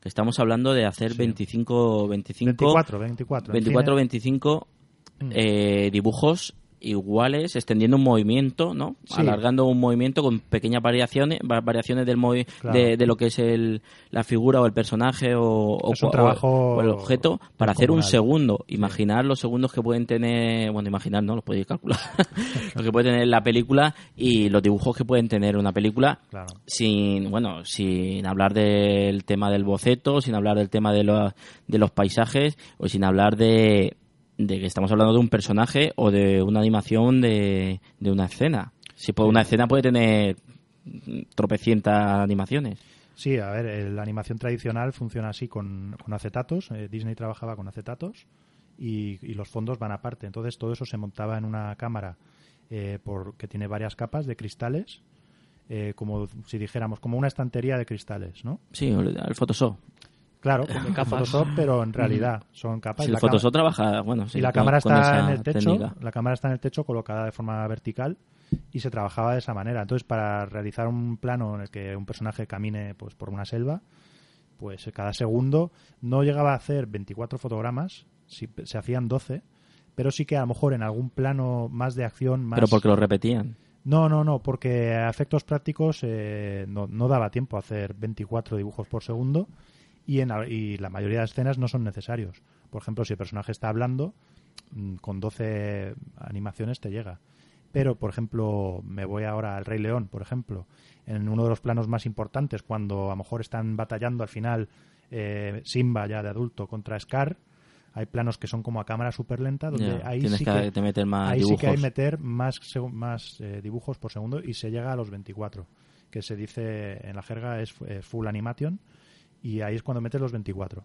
Speaker 2: Que estamos hablando de hacer 25, 25,
Speaker 4: 24, 24. en
Speaker 2: 24,
Speaker 4: cine.
Speaker 2: 25
Speaker 4: Mm.
Speaker 2: eh, dibujos iguales, extendiendo un movimiento, ¿no?
Speaker 4: Sí.
Speaker 2: Alargando un movimiento con pequeñas variaciones, va- variaciones del movi-
Speaker 4: Claro.
Speaker 2: de, de lo que es el, la figura o el personaje o, o
Speaker 4: Es un
Speaker 2: cua- o-
Speaker 4: trabajo
Speaker 2: o el objeto para hacer un
Speaker 4: descomunal.
Speaker 2: segundo. Imaginar los segundos que pueden tener, bueno, imaginar, no, los podéis calcular, lo que puede tener la película y los dibujos que pueden tener una película
Speaker 4: Claro.
Speaker 2: sin bueno sin hablar del tema del boceto sin hablar del tema de los de los paisajes o sin hablar de, de que estamos hablando de un personaje o de una animación de, de una escena si puede, una escena puede tener mm, tropecientas animaciones
Speaker 4: Sí, a ver, eh, la animación tradicional funciona así con, con acetatos. eh, Disney trabajaba con acetatos y, y los fondos van aparte. Entonces todo eso se montaba en una cámara eh, por- que tiene varias capas de cristales, eh, como si dijéramos, como una estantería de cristales, ¿no?
Speaker 2: sí el el Photoshop
Speaker 4: Claro, como
Speaker 1: capas.
Speaker 4: Photoshop, pero en realidad son capas.
Speaker 2: si el
Speaker 4: y la cámara-
Speaker 2: Photoshop trabaja bueno sí,
Speaker 4: y la
Speaker 2: con-
Speaker 4: cámara
Speaker 2: con
Speaker 4: está
Speaker 2: esa
Speaker 4: en el techo,
Speaker 2: técnica.
Speaker 4: la cámara está en el techo colocada de forma vertical y se trabajaba de esa manera. Entonces, para realizar un plano en el que un personaje camine pues por una selva, pues eh, cada segundo no llegaba a hacer 24 fotogramas, si- se hacían 12, pero sí que a lo mejor en algún plano más de acción, más
Speaker 2: pero porque lo repetían
Speaker 4: no, no, no, porque a efectos prácticos eh, no, no daba tiempo a hacer 24 dibujos por segundo y, en, la- y la mayoría de escenas no son necesarios. Por ejemplo, si el personaje está hablando, mm, con 12 animaciones te llega. Pero, por ejemplo, me voy ahora al Rey León, por ejemplo, en uno de los planos más importantes, cuando a lo mejor están batallando al final eh, Simba ya de adulto contra Scar, hay planos que son como a cámara súper lenta, donde
Speaker 2: Ya,
Speaker 4: ahí
Speaker 2: tienes
Speaker 4: sí
Speaker 2: que,
Speaker 4: que
Speaker 2: te meter más
Speaker 4: Ahí
Speaker 2: dibujos
Speaker 4: sí que hay meter más, seg- más eh, dibujos por segundo y se llega a los 24, que se dice en la jerga es eh, full animation y ahí es cuando metes los 24.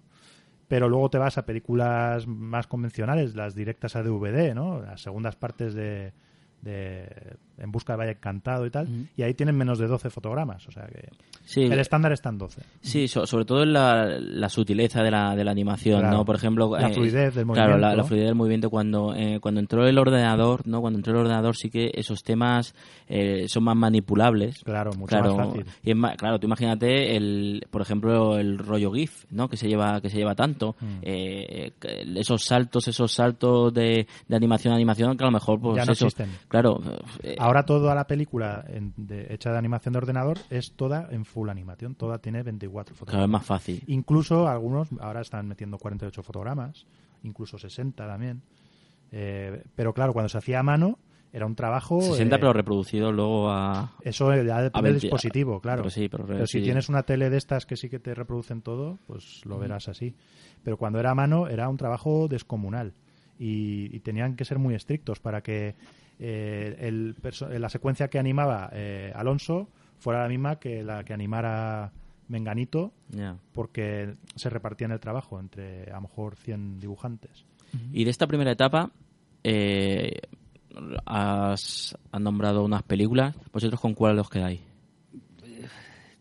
Speaker 4: Pero luego te vas a películas más convencionales, las directas a DVD, ¿no? Las segundas partes de, de En busca del Valle Encantado y tal, y ahí tienen menos de 12 fotogramas, o sea que
Speaker 2: Sí,
Speaker 4: el estándar está en 12.
Speaker 2: Sí, so- sobre todo en la, la sutileza de la, de la animación,
Speaker 4: Claro.
Speaker 2: ¿no? Por ejemplo... eh,
Speaker 4: La fluidez del
Speaker 2: Claro, la,
Speaker 4: movimiento.
Speaker 2: la fluidez del movimiento. Cuando, eh, cuando entró el ordenador, ¿no? Cuando entró el ordenador sí que esos temas eh, son más manipulables.
Speaker 4: Claro, mucho
Speaker 2: Claro,
Speaker 4: más fácil.
Speaker 2: y es más- claro, tú imagínate, el, por ejemplo, el rollo GIF, ¿no? Que se lleva, que se lleva tanto.
Speaker 4: Mm.
Speaker 2: Eh, que esos saltos, esos saltos de, de animación a animación, que a lo mejor, pues
Speaker 4: Ya no
Speaker 2: eso,
Speaker 4: existen. Ah.
Speaker 2: Claro. eh,
Speaker 4: Ahora toda la película en- de- hecha de animación de ordenador es toda en full animación, toda tiene 24 fotogramas.
Speaker 2: claro, es más fácil.
Speaker 4: Incluso algunos ahora están metiendo 48 fotogramas, incluso 60 también. Eh, pero claro, cuando se hacía a mano era un trabajo.
Speaker 2: 60
Speaker 4: eh,
Speaker 2: pero reproducido luego a...
Speaker 4: Eso ya depende del
Speaker 2: 20,
Speaker 4: dispositivo, claro.
Speaker 2: pero sí, pero re-
Speaker 4: si
Speaker 2: sí.
Speaker 4: tienes una tele de estas que sí que te reproducen todo, pues lo verás así. Pero cuando era a mano era un trabajo descomunal y, y tenían que ser muy estrictos para que eh, el perso- la secuencia que animaba eh, Alonso fuera la misma que la que animara Menganito
Speaker 2: ya.
Speaker 4: porque se repartían el trabajo entre a lo mejor 100 dibujantes.
Speaker 2: Y de esta primera etapa, eh, has, has nombrado unas películas. ¿Vosotros con cuál os quedáis?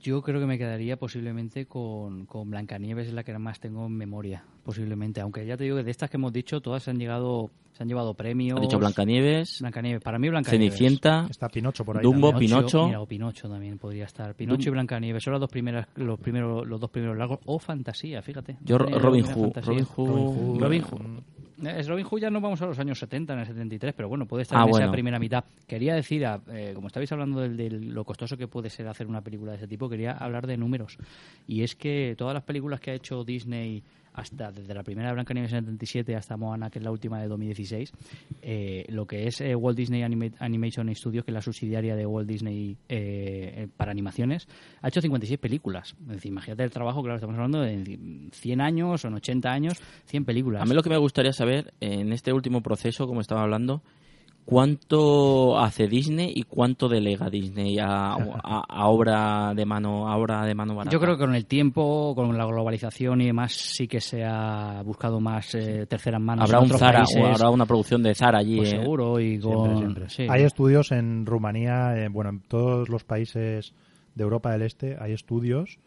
Speaker 1: Yo creo que me quedaría posiblemente con, con Blancanieves, es la que más tengo en memoria, posiblemente. Aunque ya te digo que de estas que hemos dicho, todas se han llegado, se han llevado premios.
Speaker 2: Has dicho Blancanieves,
Speaker 1: Blancanieves. Para mí Blancanieves.
Speaker 2: Cenicienta,
Speaker 4: Está Pinocho por ahí.
Speaker 2: Ah. Dumbo,
Speaker 4: también.
Speaker 2: Pinocho.
Speaker 1: Mira, o Pinocho también podría estar. Pinocho y Blancanieves son las dos primeras, los primeros, los dos primeros largos. O fantasía, fíjate.
Speaker 2: yo
Speaker 1: No tenía
Speaker 2: Robin
Speaker 1: ninguna
Speaker 2: Hood,
Speaker 1: fantasía.
Speaker 2: Robin Hood,
Speaker 1: Robin Hood. Mm, Es Robin Hood ya no vamos a los años 70, en el 73, pero bueno, puede estar
Speaker 2: Ah,
Speaker 1: en esa
Speaker 2: bueno.
Speaker 1: primera mitad. Quería decir, a- eh, como estabais hablando del- de, lo costoso que puede ser hacer una película de ese tipo, quería hablar de números. Y es que todas las películas que ha hecho Disney, hasta desde la primera de Blanca Nieves en el 77 hasta Moana, que es la última de 2016, eh, lo que es eh, Walt Disney Anima- Animation Studios, que es la subsidiaria de Walt Disney eh, eh, para animaciones, ha hecho 56 películas. Es decir, imagínate el trabajo, claro, estamos hablando de 100 años, son 80 años, 100 películas.
Speaker 2: A mí lo que me gustaría saber, en este último proceso, como estaba hablando, ¿cuánto hace Disney y cuánto delega Disney a, a- a obra de mano, a obra de mano barata?
Speaker 1: Yo creo que con el tiempo, con la globalización y demás, sí que se ha buscado más eh, terceras manos.
Speaker 2: habrá
Speaker 1: en
Speaker 2: un
Speaker 1: otros
Speaker 2: Zara,
Speaker 1: países,
Speaker 2: o habrá una producción de Zara allí.
Speaker 1: pues
Speaker 2: eh.
Speaker 1: seguro y con.
Speaker 4: Siempre, siempre.
Speaker 1: sí.
Speaker 4: Hay estudios en Rumanía, eh, bueno, en todos los países de Europa del Este hay estudios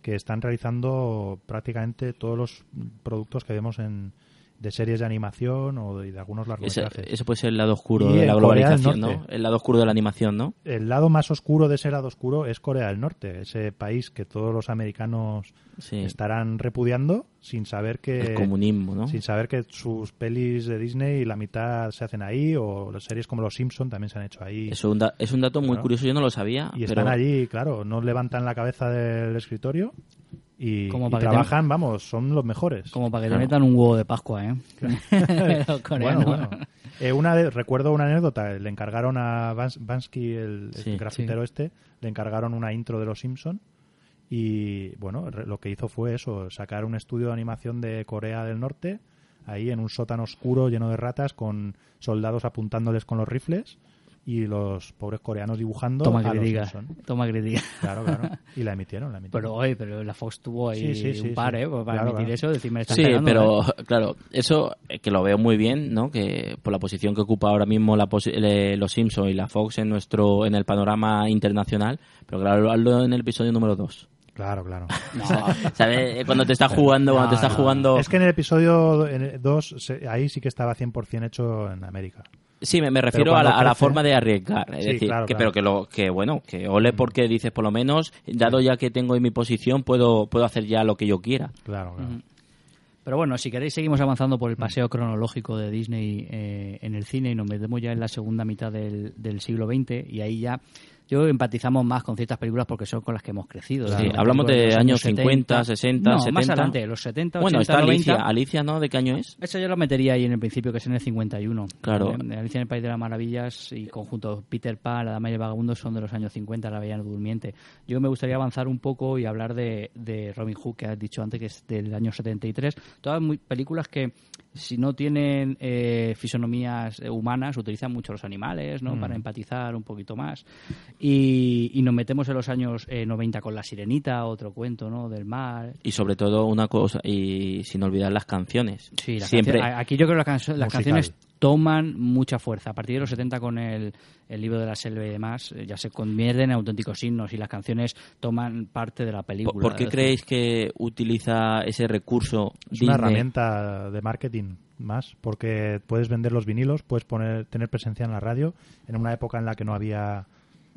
Speaker 4: que están realizando prácticamente todos los productos que vemos en de series de animación o de, de algunos
Speaker 2: Ese,
Speaker 4: largometrajes.
Speaker 2: ese puede ser el lado oscuro
Speaker 4: Y
Speaker 2: de la
Speaker 4: en Corea del
Speaker 2: globalización, ¿no?
Speaker 4: Norte.
Speaker 2: El lado oscuro de la animación, ¿no?
Speaker 4: El lado más oscuro de ese lado oscuro es Corea del Norte, ese país que todos los americanos
Speaker 2: Sí.
Speaker 4: estarán repudiando sin saber que
Speaker 2: el comunismo, ¿no?
Speaker 4: sin saber que sus pelis de Disney la mitad se hacen ahí o las series como Los Simpson también se han hecho ahí.
Speaker 2: Eso es un da- es un dato muy
Speaker 4: Claro.
Speaker 2: curioso, yo no lo sabía.
Speaker 4: y
Speaker 2: pero
Speaker 4: están allí, claro, no levantan la cabeza del escritorio y,
Speaker 1: Como
Speaker 4: y
Speaker 1: para que
Speaker 4: trabajan, vamos, son los mejores.
Speaker 1: Como para que
Speaker 2: Claro.
Speaker 1: te metan un huevo de Pascua, ¿eh? Los coreanos.
Speaker 4: Bueno, bueno. Eh, una de- recuerdo una anécdota, eh, le encargaron a Bans- Bansky, el, el
Speaker 2: Sí,
Speaker 4: grafitero este, le encargaron una intro de Los Simpson y bueno, re- lo que hizo fue eso, sacar un estudio de animación de Corea del Norte, ahí en un sótano oscuro lleno de ratas con soldados apuntándoles con los rifles y los pobres coreanos dibujando
Speaker 1: Toma
Speaker 4: a
Speaker 1: que
Speaker 4: los
Speaker 1: te diga.
Speaker 4: Simpson.
Speaker 1: Toma que te diga.
Speaker 4: Claro, claro. Y la emitieron, la emitieron.
Speaker 1: Pero hoy, pero la Fox tuvo ahí
Speaker 4: Sí, sí, sí,
Speaker 1: un par,
Speaker 4: sí.
Speaker 1: ¿eh? Pues Para
Speaker 4: Claro,
Speaker 1: emitir
Speaker 4: claro.
Speaker 1: eso, decirme está
Speaker 2: Sí,
Speaker 1: pegando,
Speaker 2: pero
Speaker 1: ¿eh?
Speaker 2: claro, eso eh, que lo veo muy bien, ¿no? Que por la posición que ocupa ahora mismo la posi- le- los Simpsons y la Fox en nuestro en el panorama internacional, pero claro, hazlo en el episodio número 2.
Speaker 4: Claro, claro.
Speaker 2: ¿Sabes? Eh, Cuando te estás jugando, cuando te estás jugando...
Speaker 4: Es que en el episodio 2, ahí sí que estaba 100% hecho en América.
Speaker 2: Sí, me, me refiero a
Speaker 4: cuando
Speaker 2: la, a la
Speaker 4: crece-
Speaker 2: forma de arriesgar. Es
Speaker 4: Sí,
Speaker 2: decir,
Speaker 4: claro,
Speaker 2: que, pero
Speaker 4: claro.
Speaker 2: que, lo, que bueno, que
Speaker 1: Mm.
Speaker 2: ole porque dices, por lo menos, dado ya que tengo en mi posición, puedo, puedo hacer ya lo que yo quiera.
Speaker 4: Claro, claro.
Speaker 2: Mm-hmm.
Speaker 1: Pero bueno, si queréis seguimos avanzando por el paseo cronológico de Disney eh, en el cine y nos metemos ya en la segunda mitad del, del siglo XX y ahí ya yo creo que empatizamos más con ciertas películas porque son con las que hemos crecido.
Speaker 2: Sí,
Speaker 1: Las películas
Speaker 2: hablamos de
Speaker 1: los
Speaker 2: años 50, 60,
Speaker 1: no,
Speaker 2: 70.
Speaker 1: más adelante, los 70, 80,
Speaker 2: bueno, está
Speaker 1: 90.
Speaker 2: Alicia. Alicia, ¿no? ¿De qué año es?
Speaker 1: Eso yo lo metería ahí en el principio, que es en el 51.
Speaker 2: Claro.
Speaker 1: Eh, Alicia en el País de las Maravillas y conjunto Peter Pan, La Dama y el Vagabundo son de los años 50, La Bella Durmiente. Yo me gustaría avanzar un poco y hablar de, de Robin Hood, que has dicho antes, que es del año 73. Todas muy, películas que, si no tienen eh, fisonomías eh, humanas, utilizan mucho los animales, ¿no? Para empatizar un poquito más. Y, y nos metemos en los años eh, 90 con La Sirenita, otro cuento, ¿no? Del mar.
Speaker 2: Y sobre todo una cosa, y sin olvidar las canciones.
Speaker 1: Sí, las
Speaker 2: Siempre
Speaker 1: canciones- ah, a- aquí yo creo que las, canso- las
Speaker 4: Musical.
Speaker 1: canciones toman mucha fuerza. A partir de los 70 con el, el libro de la selva y demás, eh, ya se convierten en auténticos himnos y las canciones toman parte de la
Speaker 2: ¿Por,
Speaker 1: película.
Speaker 2: por qué
Speaker 1: Es decir,
Speaker 2: creéis que utiliza ese recurso
Speaker 4: Es una
Speaker 2: Disney?
Speaker 4: herramienta de marketing más, porque puedes vender los vinilos, puedes poner, tener presencia en la radio, en una época en la que no había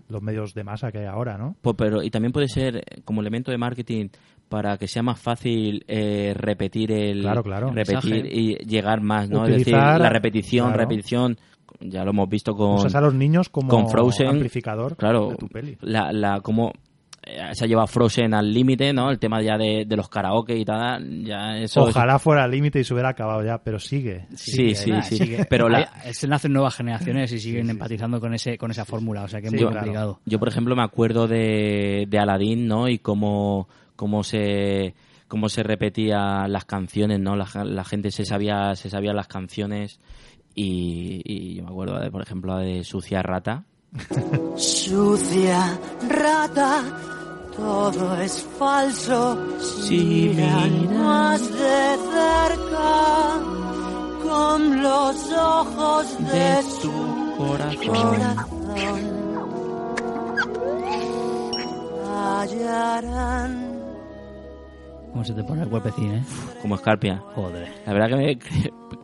Speaker 4: los medios de masa que hay ahora, ¿no?
Speaker 2: Pues, pero, y también puede ser eh, como elemento de marketing para que sea más fácil eh, repetir el
Speaker 4: Claro, claro.
Speaker 2: repetir
Speaker 1: Mensaje.
Speaker 2: y llegar más, ¿no? es
Speaker 4: Utilizar-
Speaker 2: decir, la repetición,
Speaker 4: claro.
Speaker 2: repetición, ya lo hemos visto con
Speaker 4: Usas a los niños como
Speaker 2: con Frozen,
Speaker 4: amplificador
Speaker 2: claro,
Speaker 4: de tu peli.
Speaker 2: La, la como eh, se ha llevado Frozen al límite, ¿no? El tema ya de, de los karaoke y tal, ya eso es-
Speaker 4: Ojalá fuera al límite y se hubiera acabado ya, pero sigue. ¿eh?
Speaker 2: Sí, sí,
Speaker 1: nada,
Speaker 2: sí.
Speaker 1: sigue-
Speaker 2: Pero la,
Speaker 1: Ah, se nacen nuevas generaciones y siguen empatizando con ese con esa fórmula, o sea que es
Speaker 4: Sí,
Speaker 1: muy
Speaker 4: claro.
Speaker 1: complicado.
Speaker 2: Yo, por ejemplo, me acuerdo de, de Aladdin, ¿no? Y cómo, cómo se cómo se repetía las canciones, ¿no? La, la gente se sabía se sabía las canciones y, y yo me acuerdo, de, por ejemplo, de Sucia Rata.
Speaker 8: Sucia, rata, todo es falso.
Speaker 2: Si
Speaker 8: Mira
Speaker 2: miras-
Speaker 8: más de cerca con los ojos de, su corazón. Hallarán
Speaker 1: ¿Cómo se te pone el cuerpecín, eh?
Speaker 2: como escarpia.
Speaker 1: Joder.
Speaker 2: La verdad que me-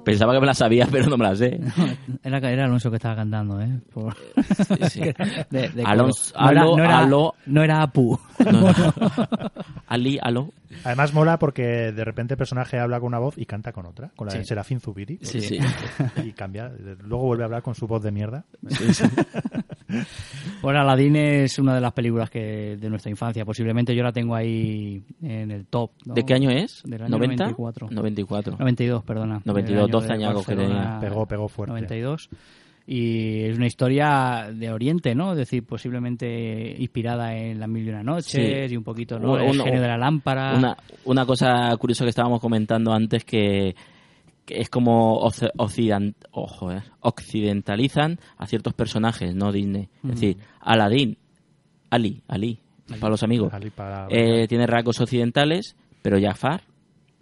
Speaker 2: pensaba que me la sabía, pero no me la sé.
Speaker 1: Era, era Alonso que estaba cantando, ¿eh? Por-
Speaker 2: sí.
Speaker 1: De- de
Speaker 2: Alonso-
Speaker 1: coro. no,
Speaker 2: Aló,
Speaker 1: era, no, era,
Speaker 2: aló.
Speaker 1: no era Apu.
Speaker 2: No, no. Ali, aló.
Speaker 4: Además mola porque de repente el personaje habla con una voz y canta con otra, con la de
Speaker 1: Sí.
Speaker 4: Serafín Zubiri. por
Speaker 2: Sí.
Speaker 4: ejemplo, Y cambia. Luego vuelve a hablar con su voz de mierda.
Speaker 1: Bueno, Pues Aladdin es una de las películas que de nuestra infancia. Posiblemente yo la tengo ahí en el top. ¿no?
Speaker 2: ¿De qué año es?
Speaker 1: Del año
Speaker 2: 90?
Speaker 1: 94.
Speaker 2: 94.
Speaker 1: 92, perdona.
Speaker 2: 92,
Speaker 1: Del año
Speaker 2: 12
Speaker 1: de
Speaker 2: añacos que
Speaker 1: Barcelona,
Speaker 2: tenía.
Speaker 4: Pegó, pegó fuerte.
Speaker 1: 92. Y es una historia de Oriente, ¿no? Es decir, posiblemente inspirada en Las Mil y Una Noches
Speaker 2: Sí.
Speaker 1: y un poquito, ¿no?
Speaker 2: Una-
Speaker 1: el genio de la lámpara.
Speaker 2: Una, una cosa curiosa que estábamos comentando antes que, que es como oce- occidan- oh, joder, occidentalizan a ciertos personajes, ¿no? Disney. Es decir, Aladdin, Ali, Ali, para los amigos,
Speaker 4: Ali para-
Speaker 2: eh, tiene rasgos occidentales, pero Jafar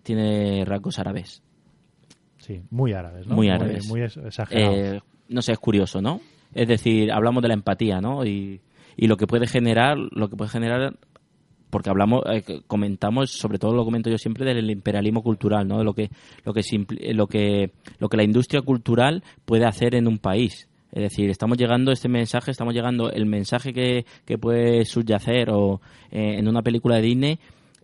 Speaker 2: tiene rasgos árabes.
Speaker 4: Sí, muy árabes, ¿no?
Speaker 2: Muy árabes.
Speaker 4: Muy, es- exagerados.
Speaker 2: Eh, no sé, es curioso, ¿no? Es decir, hablamos de la empatía, ¿no? Y, y lo que puede generar, lo que puede generar, porque hablamos, eh, que comentamos, sobre todo lo comento yo siempre del imperialismo cultural, ¿no? De lo que, lo que, se impl- eh, lo que, lo que la industria cultural puede hacer en un país. Es decir, estamos llegando este mensaje, estamos llegando el mensaje que, que puede subyacer o eh, en una película de Disney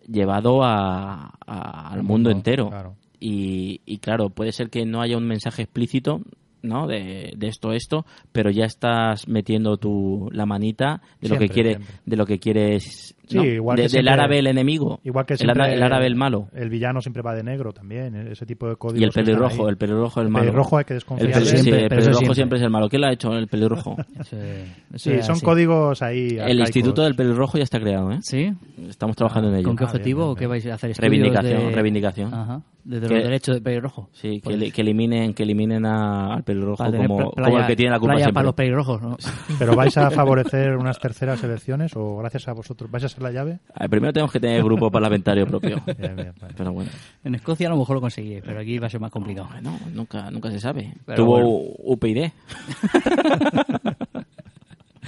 Speaker 2: llevado a- a- al mundo entero
Speaker 4: claro.
Speaker 2: y, y claro, puede ser que no haya un mensaje explícito, ¿no? De, de esto, esto, pero ya estás metiendo tu, la manita de lo
Speaker 4: Siempre,
Speaker 2: que quiere,
Speaker 4: siempre.
Speaker 2: de lo que quieres,
Speaker 4: Sí,
Speaker 2: ¿no?
Speaker 4: igual
Speaker 2: De-
Speaker 4: que
Speaker 2: del
Speaker 4: siempre-
Speaker 2: árabe el enemigo,
Speaker 4: Igual que
Speaker 2: el, árabe,
Speaker 4: siempre eh,
Speaker 2: el árabe el malo
Speaker 4: El villano siempre va de negro también, eh, ese tipo de códigos.
Speaker 2: y el
Speaker 4: que están
Speaker 2: pelirrojo,
Speaker 4: ahí.
Speaker 2: el pelirrojo el
Speaker 4: El
Speaker 2: malo.
Speaker 4: pelirrojo hay que
Speaker 2: El
Speaker 4: desconfiar
Speaker 2: peli-
Speaker 4: de
Speaker 2: sí,
Speaker 4: él.
Speaker 1: siempre,
Speaker 2: el
Speaker 1: pero eso
Speaker 2: pelirrojo
Speaker 1: siempre.
Speaker 2: siempre es el malo. ¿Quién lo ha hecho? El pelirrojo.
Speaker 1: Eso- eso
Speaker 4: Sí,
Speaker 1: era
Speaker 4: son
Speaker 1: así.
Speaker 4: códigos ahí.
Speaker 2: El instituto del pelirrojo ya está creado, ¿eh?
Speaker 1: ¿Sí?
Speaker 2: Estamos trabajando en ello.
Speaker 1: ¿Con qué
Speaker 4: Ah, bien,
Speaker 1: objetivo?
Speaker 4: bien,
Speaker 1: ¿O ¿Qué
Speaker 4: bien.
Speaker 1: vais a hacer? ¿Estudios
Speaker 2: Reivindicación,
Speaker 1: de-
Speaker 2: reivindicación.
Speaker 1: Ajá. Desde
Speaker 2: Que-
Speaker 1: los derechos de pelirrojo.
Speaker 2: Sí, que,
Speaker 1: Pues,
Speaker 2: li- que eliminen, que eliminen a- al pelirrojo
Speaker 1: para tener
Speaker 2: como,
Speaker 1: pla-
Speaker 2: como el
Speaker 1: playa-
Speaker 2: que tiene la culpa
Speaker 1: playa
Speaker 2: siempre.
Speaker 1: para los pelirrojos, ¿no?
Speaker 4: Pero vais a favorecer unas terceras elecciones o gracias a vosotros vais a ser la llave.
Speaker 2: Eh, Primero tenemos que tener grupo parlamentario propio.
Speaker 4: Bien, bien, vale.
Speaker 2: Pero bueno.
Speaker 1: En Escocia a lo mejor lo conseguí, pero aquí va a ser más complicado.
Speaker 2: Bueno, nunca, nunca se sabe.
Speaker 1: Pero
Speaker 2: Tuvo
Speaker 1: bueno.
Speaker 2: UPyD.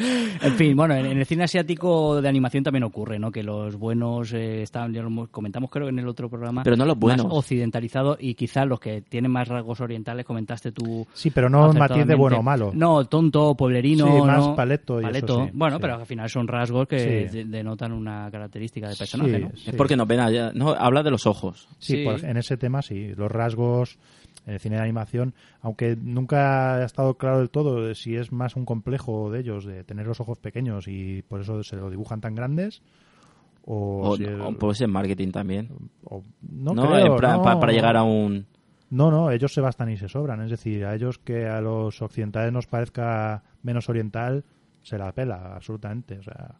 Speaker 1: En fin, bueno, en, en el cine asiático de animación también ocurre, ¿no? Que los buenos eh, están, ya lo hemos- comentamos creo que en el otro programa,
Speaker 2: Pero no los buenos.
Speaker 1: Ah, más occidentalizados y quizás los que tienen más rasgos orientales, comentaste tú.
Speaker 4: Sí, pero no un matiz de
Speaker 1: acertadamente.
Speaker 4: bueno o malo.
Speaker 1: No, tonto, pueblerino.
Speaker 4: Sí, más
Speaker 1: ¿no?
Speaker 4: paleto y eso sí,
Speaker 1: bueno,
Speaker 4: sí.
Speaker 1: pero al final son rasgos que
Speaker 4: Sí.
Speaker 1: de- denotan una característica de personaje,
Speaker 4: Sí,
Speaker 1: ¿no?
Speaker 4: sí.
Speaker 2: Es porque nos ven allá. No, habla de los ojos.
Speaker 4: Sí,
Speaker 1: Sí.
Speaker 4: por- en ese tema sí. Los rasgos en el cine de animación, aunque nunca ha estado claro del todo de si es más un complejo de ellos, de tener los ojos pequeños y por eso se lo dibujan tan grandes,
Speaker 2: O,
Speaker 4: o, Pues si-
Speaker 2: o puede ser marketing también.
Speaker 4: o- no,
Speaker 2: ¿No?
Speaker 4: creo,
Speaker 2: En plan,
Speaker 4: no.
Speaker 2: pa- para llegar a un.
Speaker 4: No, no, ellos se bastan y se sobran. Es decir, a ellos que a los occidentales nos parezca menos oriental, se la pela, absolutamente. O sea,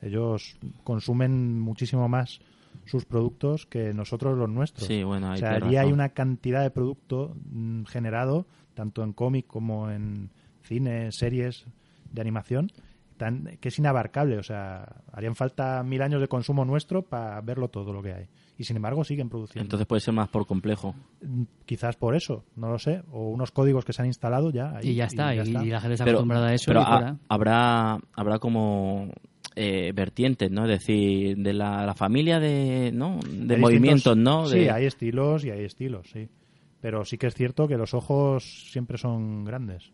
Speaker 4: ellos consumen muchísimo más sus productos que nosotros los nuestros.
Speaker 2: Sí, bueno, ahí
Speaker 4: o sea,
Speaker 2: tienes
Speaker 4: allí hay
Speaker 2: razón.
Speaker 4: una cantidad de producto mm, generado, tanto en cómic como en cine, series de animación, tan, que es inabarcable. O sea, harían falta mil años de consumo nuestro para verlo todo lo que hay. Y sin embargo siguen produciendo.
Speaker 2: Entonces puede ser más por complejo.
Speaker 4: Mm, quizás por eso, no lo sé, o unos códigos que se han instalado ya. ahí,
Speaker 1: Y ya está, y, y la gente está
Speaker 2: Pero,
Speaker 1: acostumbrada a eso. ¿eh,
Speaker 2: pero
Speaker 1: y
Speaker 2: ha-
Speaker 1: fuera.
Speaker 2: habrá, habrá como. eh, vertientes, ¿no? Es decir, de la, la familia de, ¿no? De
Speaker 4: Hay
Speaker 2: movimientos,
Speaker 4: distintos-
Speaker 2: ¿no?
Speaker 4: Sí,
Speaker 2: De-
Speaker 4: hay estilos y hay estilos, sí. Pero sí que es cierto que los ojos siempre son grandes.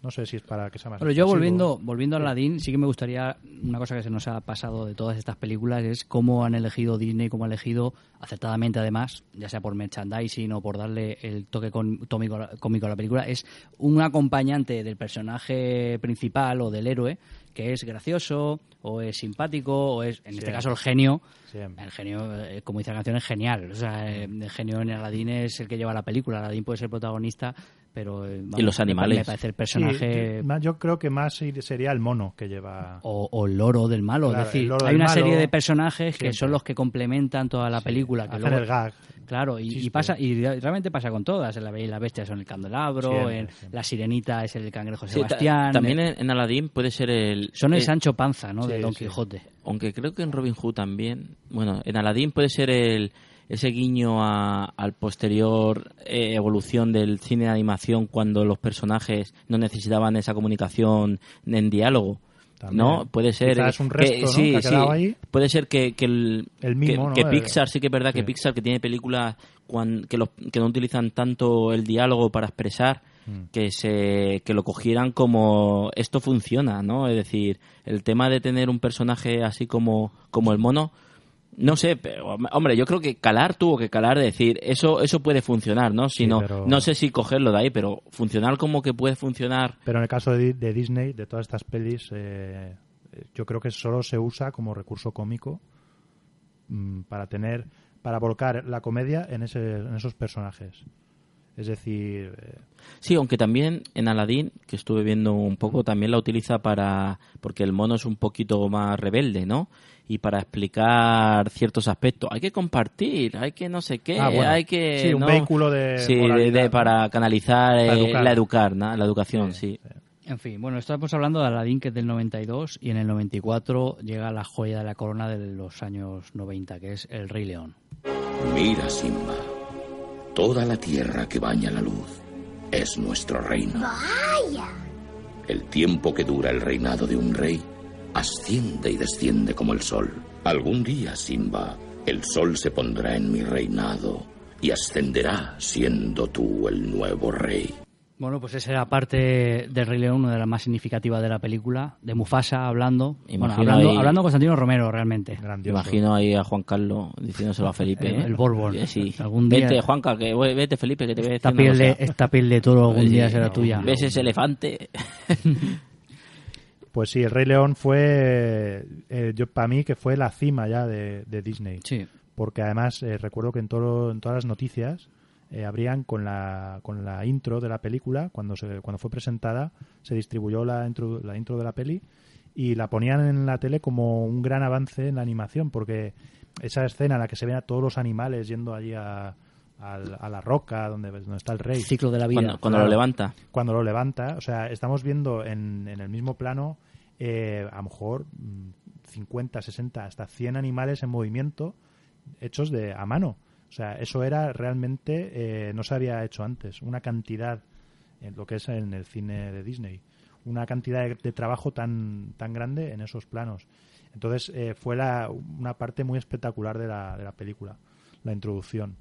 Speaker 4: No sé si es para que sea más.
Speaker 1: Pero yo
Speaker 4: expresivo.
Speaker 1: volviendo, volviendo a Aladdin, sí que me gustaría, una cosa que se nos ha pasado de todas estas películas es cómo han elegido Disney, cómo ha elegido acertadamente además, ya sea por merchandising o por darle el toque con- tómico a la- cómico a la película, es un acompañante del personaje principal o del héroe que es gracioso o es simpático o es, en este caso, el genio.
Speaker 4: Siempre.
Speaker 1: El genio, eh, como dice la canción, es genial. O sea, eh, el genio en Aladdin es el que lleva la película. Aladdin puede ser protagonista, pero... eh, vamos,
Speaker 2: los animales.
Speaker 1: Me parece el
Speaker 4: Sí,
Speaker 1: personaje
Speaker 4: que- más- yo creo que más ir- sería el mono que lleva.
Speaker 1: o, o el loro del malo.
Speaker 4: Claro,
Speaker 1: es decir,
Speaker 4: el loro
Speaker 1: hay
Speaker 4: del
Speaker 1: una
Speaker 4: malo,
Speaker 1: serie de personajes que
Speaker 4: siempre.
Speaker 1: son los que complementan toda la película. Que
Speaker 4: hacen
Speaker 1: luego-
Speaker 4: el gag.
Speaker 1: Claro, y, y
Speaker 4: chiste.
Speaker 1: pasa y re- realmente pasa con todas. En La Bella y la Bestia son el candelabro,
Speaker 4: Siempre,
Speaker 1: en
Speaker 4: siempre.
Speaker 1: La Sirenita es el cangrejo
Speaker 2: Sí, ta-
Speaker 1: Sebastián.
Speaker 2: también
Speaker 1: eh,
Speaker 2: en, en Aladdin puede ser el.
Speaker 1: son el
Speaker 2: eh,
Speaker 1: Sancho Panza, ¿no? de
Speaker 4: sí,
Speaker 1: Don
Speaker 4: sí.
Speaker 1: Quijote.
Speaker 2: aunque creo que en Robin Hood también. Bueno, en Aladdin puede ser el, ese guiño a, al posterior eh, evolución del cine de animación cuando los personajes no necesitaban esa comunicación en diálogo.
Speaker 4: También.
Speaker 2: No, puede ser.
Speaker 4: Quizás es un resto,
Speaker 2: que-
Speaker 4: ¿no?
Speaker 2: sí,
Speaker 4: que ha
Speaker 2: sí.
Speaker 4: quedado ahí.
Speaker 2: Puede ser que, que el,
Speaker 4: El mimo,
Speaker 2: que,
Speaker 4: ¿no? Eh,
Speaker 2: que Pixar, sí que es verdad que
Speaker 4: Sí.
Speaker 2: Pixar, que tiene películas cuan- que, los- que no utilizan tanto el diálogo para expresar,
Speaker 4: Mm.
Speaker 2: que, se, que lo cogieran como esto funciona, ¿no? Es decir, el tema de tener un personaje así como, como el mono. No sé, pero, hombre, yo creo que calar tuvo que calar, de decir, eso eso puede funcionar, ¿no? Si
Speaker 4: Sí,
Speaker 2: no,
Speaker 4: pero-
Speaker 2: no sé si cogerlo de ahí, pero funcionar como que puede funcionar
Speaker 4: Pero en el caso de, Di- de Disney, de todas estas pelis, eh, eh, yo creo que solo se usa como recurso cómico mm, para tener, para volcar la comedia en, ese, en esos personajes. Es decir, eh,
Speaker 2: Sí, aunque también en Aladdin, que estuve viendo un poco, también la utiliza para. porque el mono es un poquito más rebelde, ¿no? Y para explicar ciertos aspectos. Hay que compartir, hay que no sé qué,
Speaker 4: Ah, bueno.
Speaker 2: hay que.
Speaker 4: Sí, un
Speaker 2: ¿no?
Speaker 4: vehículo de
Speaker 2: Sí,
Speaker 4: moralidad, ¿no?
Speaker 2: para canalizar
Speaker 4: Para
Speaker 2: eh,
Speaker 4: educar.
Speaker 2: la educar, ¿no? la educación, sí.
Speaker 1: En fin, bueno, estamos hablando de Aladdin, que es del 92, y en el 94 llega la joya de la corona de los años 90, que es El Rey León.
Speaker 9: Mira, Simba. Toda la tierra que baña la luz es nuestro reino. El tiempo que dura el reinado de un rey asciende y desciende como el sol. Algún día, Simba, el sol se pondrá en mi reinado y ascenderá siendo tú el nuevo rey.
Speaker 1: Bueno, pues esa era parte del Rey León, una de las más significativas de la película, de Mufasa hablando,
Speaker 2: Imagino
Speaker 1: bueno, hablando,
Speaker 2: ahí-
Speaker 1: hablando Constantino Romero realmente.
Speaker 4: grandioso.
Speaker 2: Imagino ahí a Juan Carlos diciéndoselo a Felipe.
Speaker 1: El-
Speaker 2: ¿eh?
Speaker 1: el Borbón.
Speaker 2: Eh, Sí.
Speaker 1: Algún día-
Speaker 2: Vete, Juanca, que vete, Felipe, que te voy a decir.
Speaker 1: Esta
Speaker 2: una
Speaker 1: piel, de,
Speaker 2: cosa.
Speaker 1: esta piel de toro algún
Speaker 2: Sí,
Speaker 1: día será
Speaker 2: no,
Speaker 1: tuya.
Speaker 2: ¿Ves ese elefante?
Speaker 4: Pues sí, el Rey León fue, eh, yo para mí que fue la cima ya de, de Disney.
Speaker 1: Sí.
Speaker 4: Porque además eh, recuerdo que en, todo, en todas las noticias eh, abrían con la, con la intro de la película, cuando, se, cuando fue presentada, se distribuyó la intro, la intro de la peli y la ponían en la tele como un gran avance en la animación, porque esa escena en la que se ven a todos los animales yendo allí a, al- a la roca donde, donde está el rey
Speaker 1: El ciclo de la vida.
Speaker 2: cuando cuando
Speaker 4: claro.
Speaker 2: lo levanta.
Speaker 4: cuando lo levanta, o sea, estamos viendo en, en el mismo plano eh, a lo mejor mm, 50, 60, hasta 100 animales en movimiento hechos de a mano. O sea, eso era realmente, eh, no se había hecho antes, una cantidad, en lo que es en el cine de Disney, una cantidad de, de trabajo tan, tan grande en esos planos. Entonces eh, fue la, una parte muy espectacular de la, de la película, la introducción.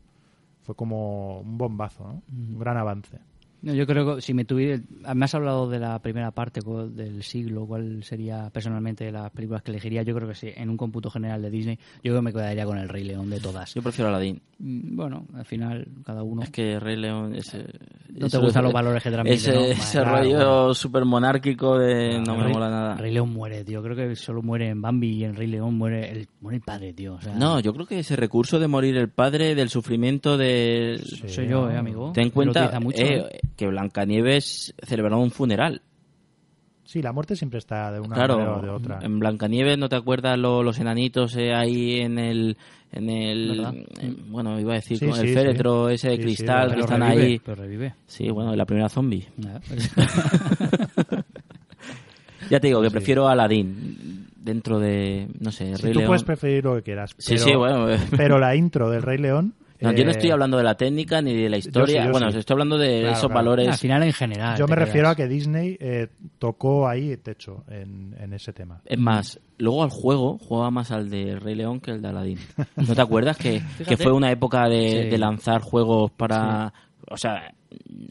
Speaker 4: Fue como un bombazo, ¿no? un gran avance.
Speaker 1: No, yo creo que si me tuviera... Me has hablado de la primera parte cu- del siglo, cuál sería personalmente las películas que elegiría. Yo creo que sí, en un cómputo general de Disney, yo creo que me quedaría con El Rey León de todas.
Speaker 2: Yo prefiero Aladdin.
Speaker 1: Mm, Bueno, al final, cada uno...
Speaker 2: Es que Rey León ese,
Speaker 1: No te gustan los valores que transmite,
Speaker 2: Ese,
Speaker 1: ¿no?
Speaker 2: ese
Speaker 1: Claro,
Speaker 2: rollo
Speaker 1: bueno. Ah,
Speaker 2: súper monárquico de no, me
Speaker 1: Rey-
Speaker 2: mola nada.
Speaker 1: Rey León muere, tío. Creo que solo muere en Bambi y en Rey León muere el, muere el padre, tío. O sea,
Speaker 2: No, yo creo que ese recurso de morir el padre, del sufrimiento de...
Speaker 1: soy yo, eh, amigo.
Speaker 2: Ten en
Speaker 1: Lo utiliza
Speaker 2: cuenta
Speaker 1: mucho,
Speaker 2: eh, que Blancanieves celebraba un funeral.
Speaker 4: Sí, la muerte siempre está de una manera o
Speaker 2: claro,
Speaker 4: de otra.
Speaker 2: en Blancanieves no te acuerdas lo- los enanitos eh, ahí en el... En
Speaker 1: ¿Verdad?
Speaker 2: el en- bueno, iba a decir,
Speaker 4: Sí,
Speaker 2: con
Speaker 4: sí,
Speaker 2: el féretro
Speaker 4: sí.
Speaker 2: ese de
Speaker 4: Sí, sí,
Speaker 2: cristal
Speaker 4: lo-
Speaker 2: que
Speaker 4: lo
Speaker 2: están
Speaker 4: revive.
Speaker 2: ahí.
Speaker 1: Pero revive.
Speaker 2: Sí, bueno, la primera zombie.
Speaker 1: Nada.
Speaker 2: Ya te digo que prefiero Aladdin dentro de, no sé,
Speaker 4: Sí,
Speaker 2: Rey
Speaker 4: tú
Speaker 2: León.
Speaker 4: puedes preferir lo que quieras.
Speaker 2: Sí,
Speaker 4: pero,
Speaker 2: sí, bueno. eh,
Speaker 4: Pero la intro del Rey León.
Speaker 2: No, yo no
Speaker 4: eh,
Speaker 2: estoy hablando de la técnica ni de la historia.
Speaker 4: yo
Speaker 2: bueno,
Speaker 4: sí.
Speaker 2: estoy hablando de
Speaker 4: Claro,
Speaker 2: esos
Speaker 4: claro.
Speaker 2: valores.
Speaker 1: al final en general.
Speaker 4: Yo
Speaker 1: te
Speaker 4: me refiero
Speaker 1: quedas.
Speaker 4: a que Disney eh, tocó ahí techo en, en ese tema.
Speaker 2: Es más, luego al juego jugaba más al de Rey León que el de Aladdin. ¿No te acuerdas que, que fue una época de,
Speaker 1: Sí.
Speaker 2: de lanzar juegos para... O sea,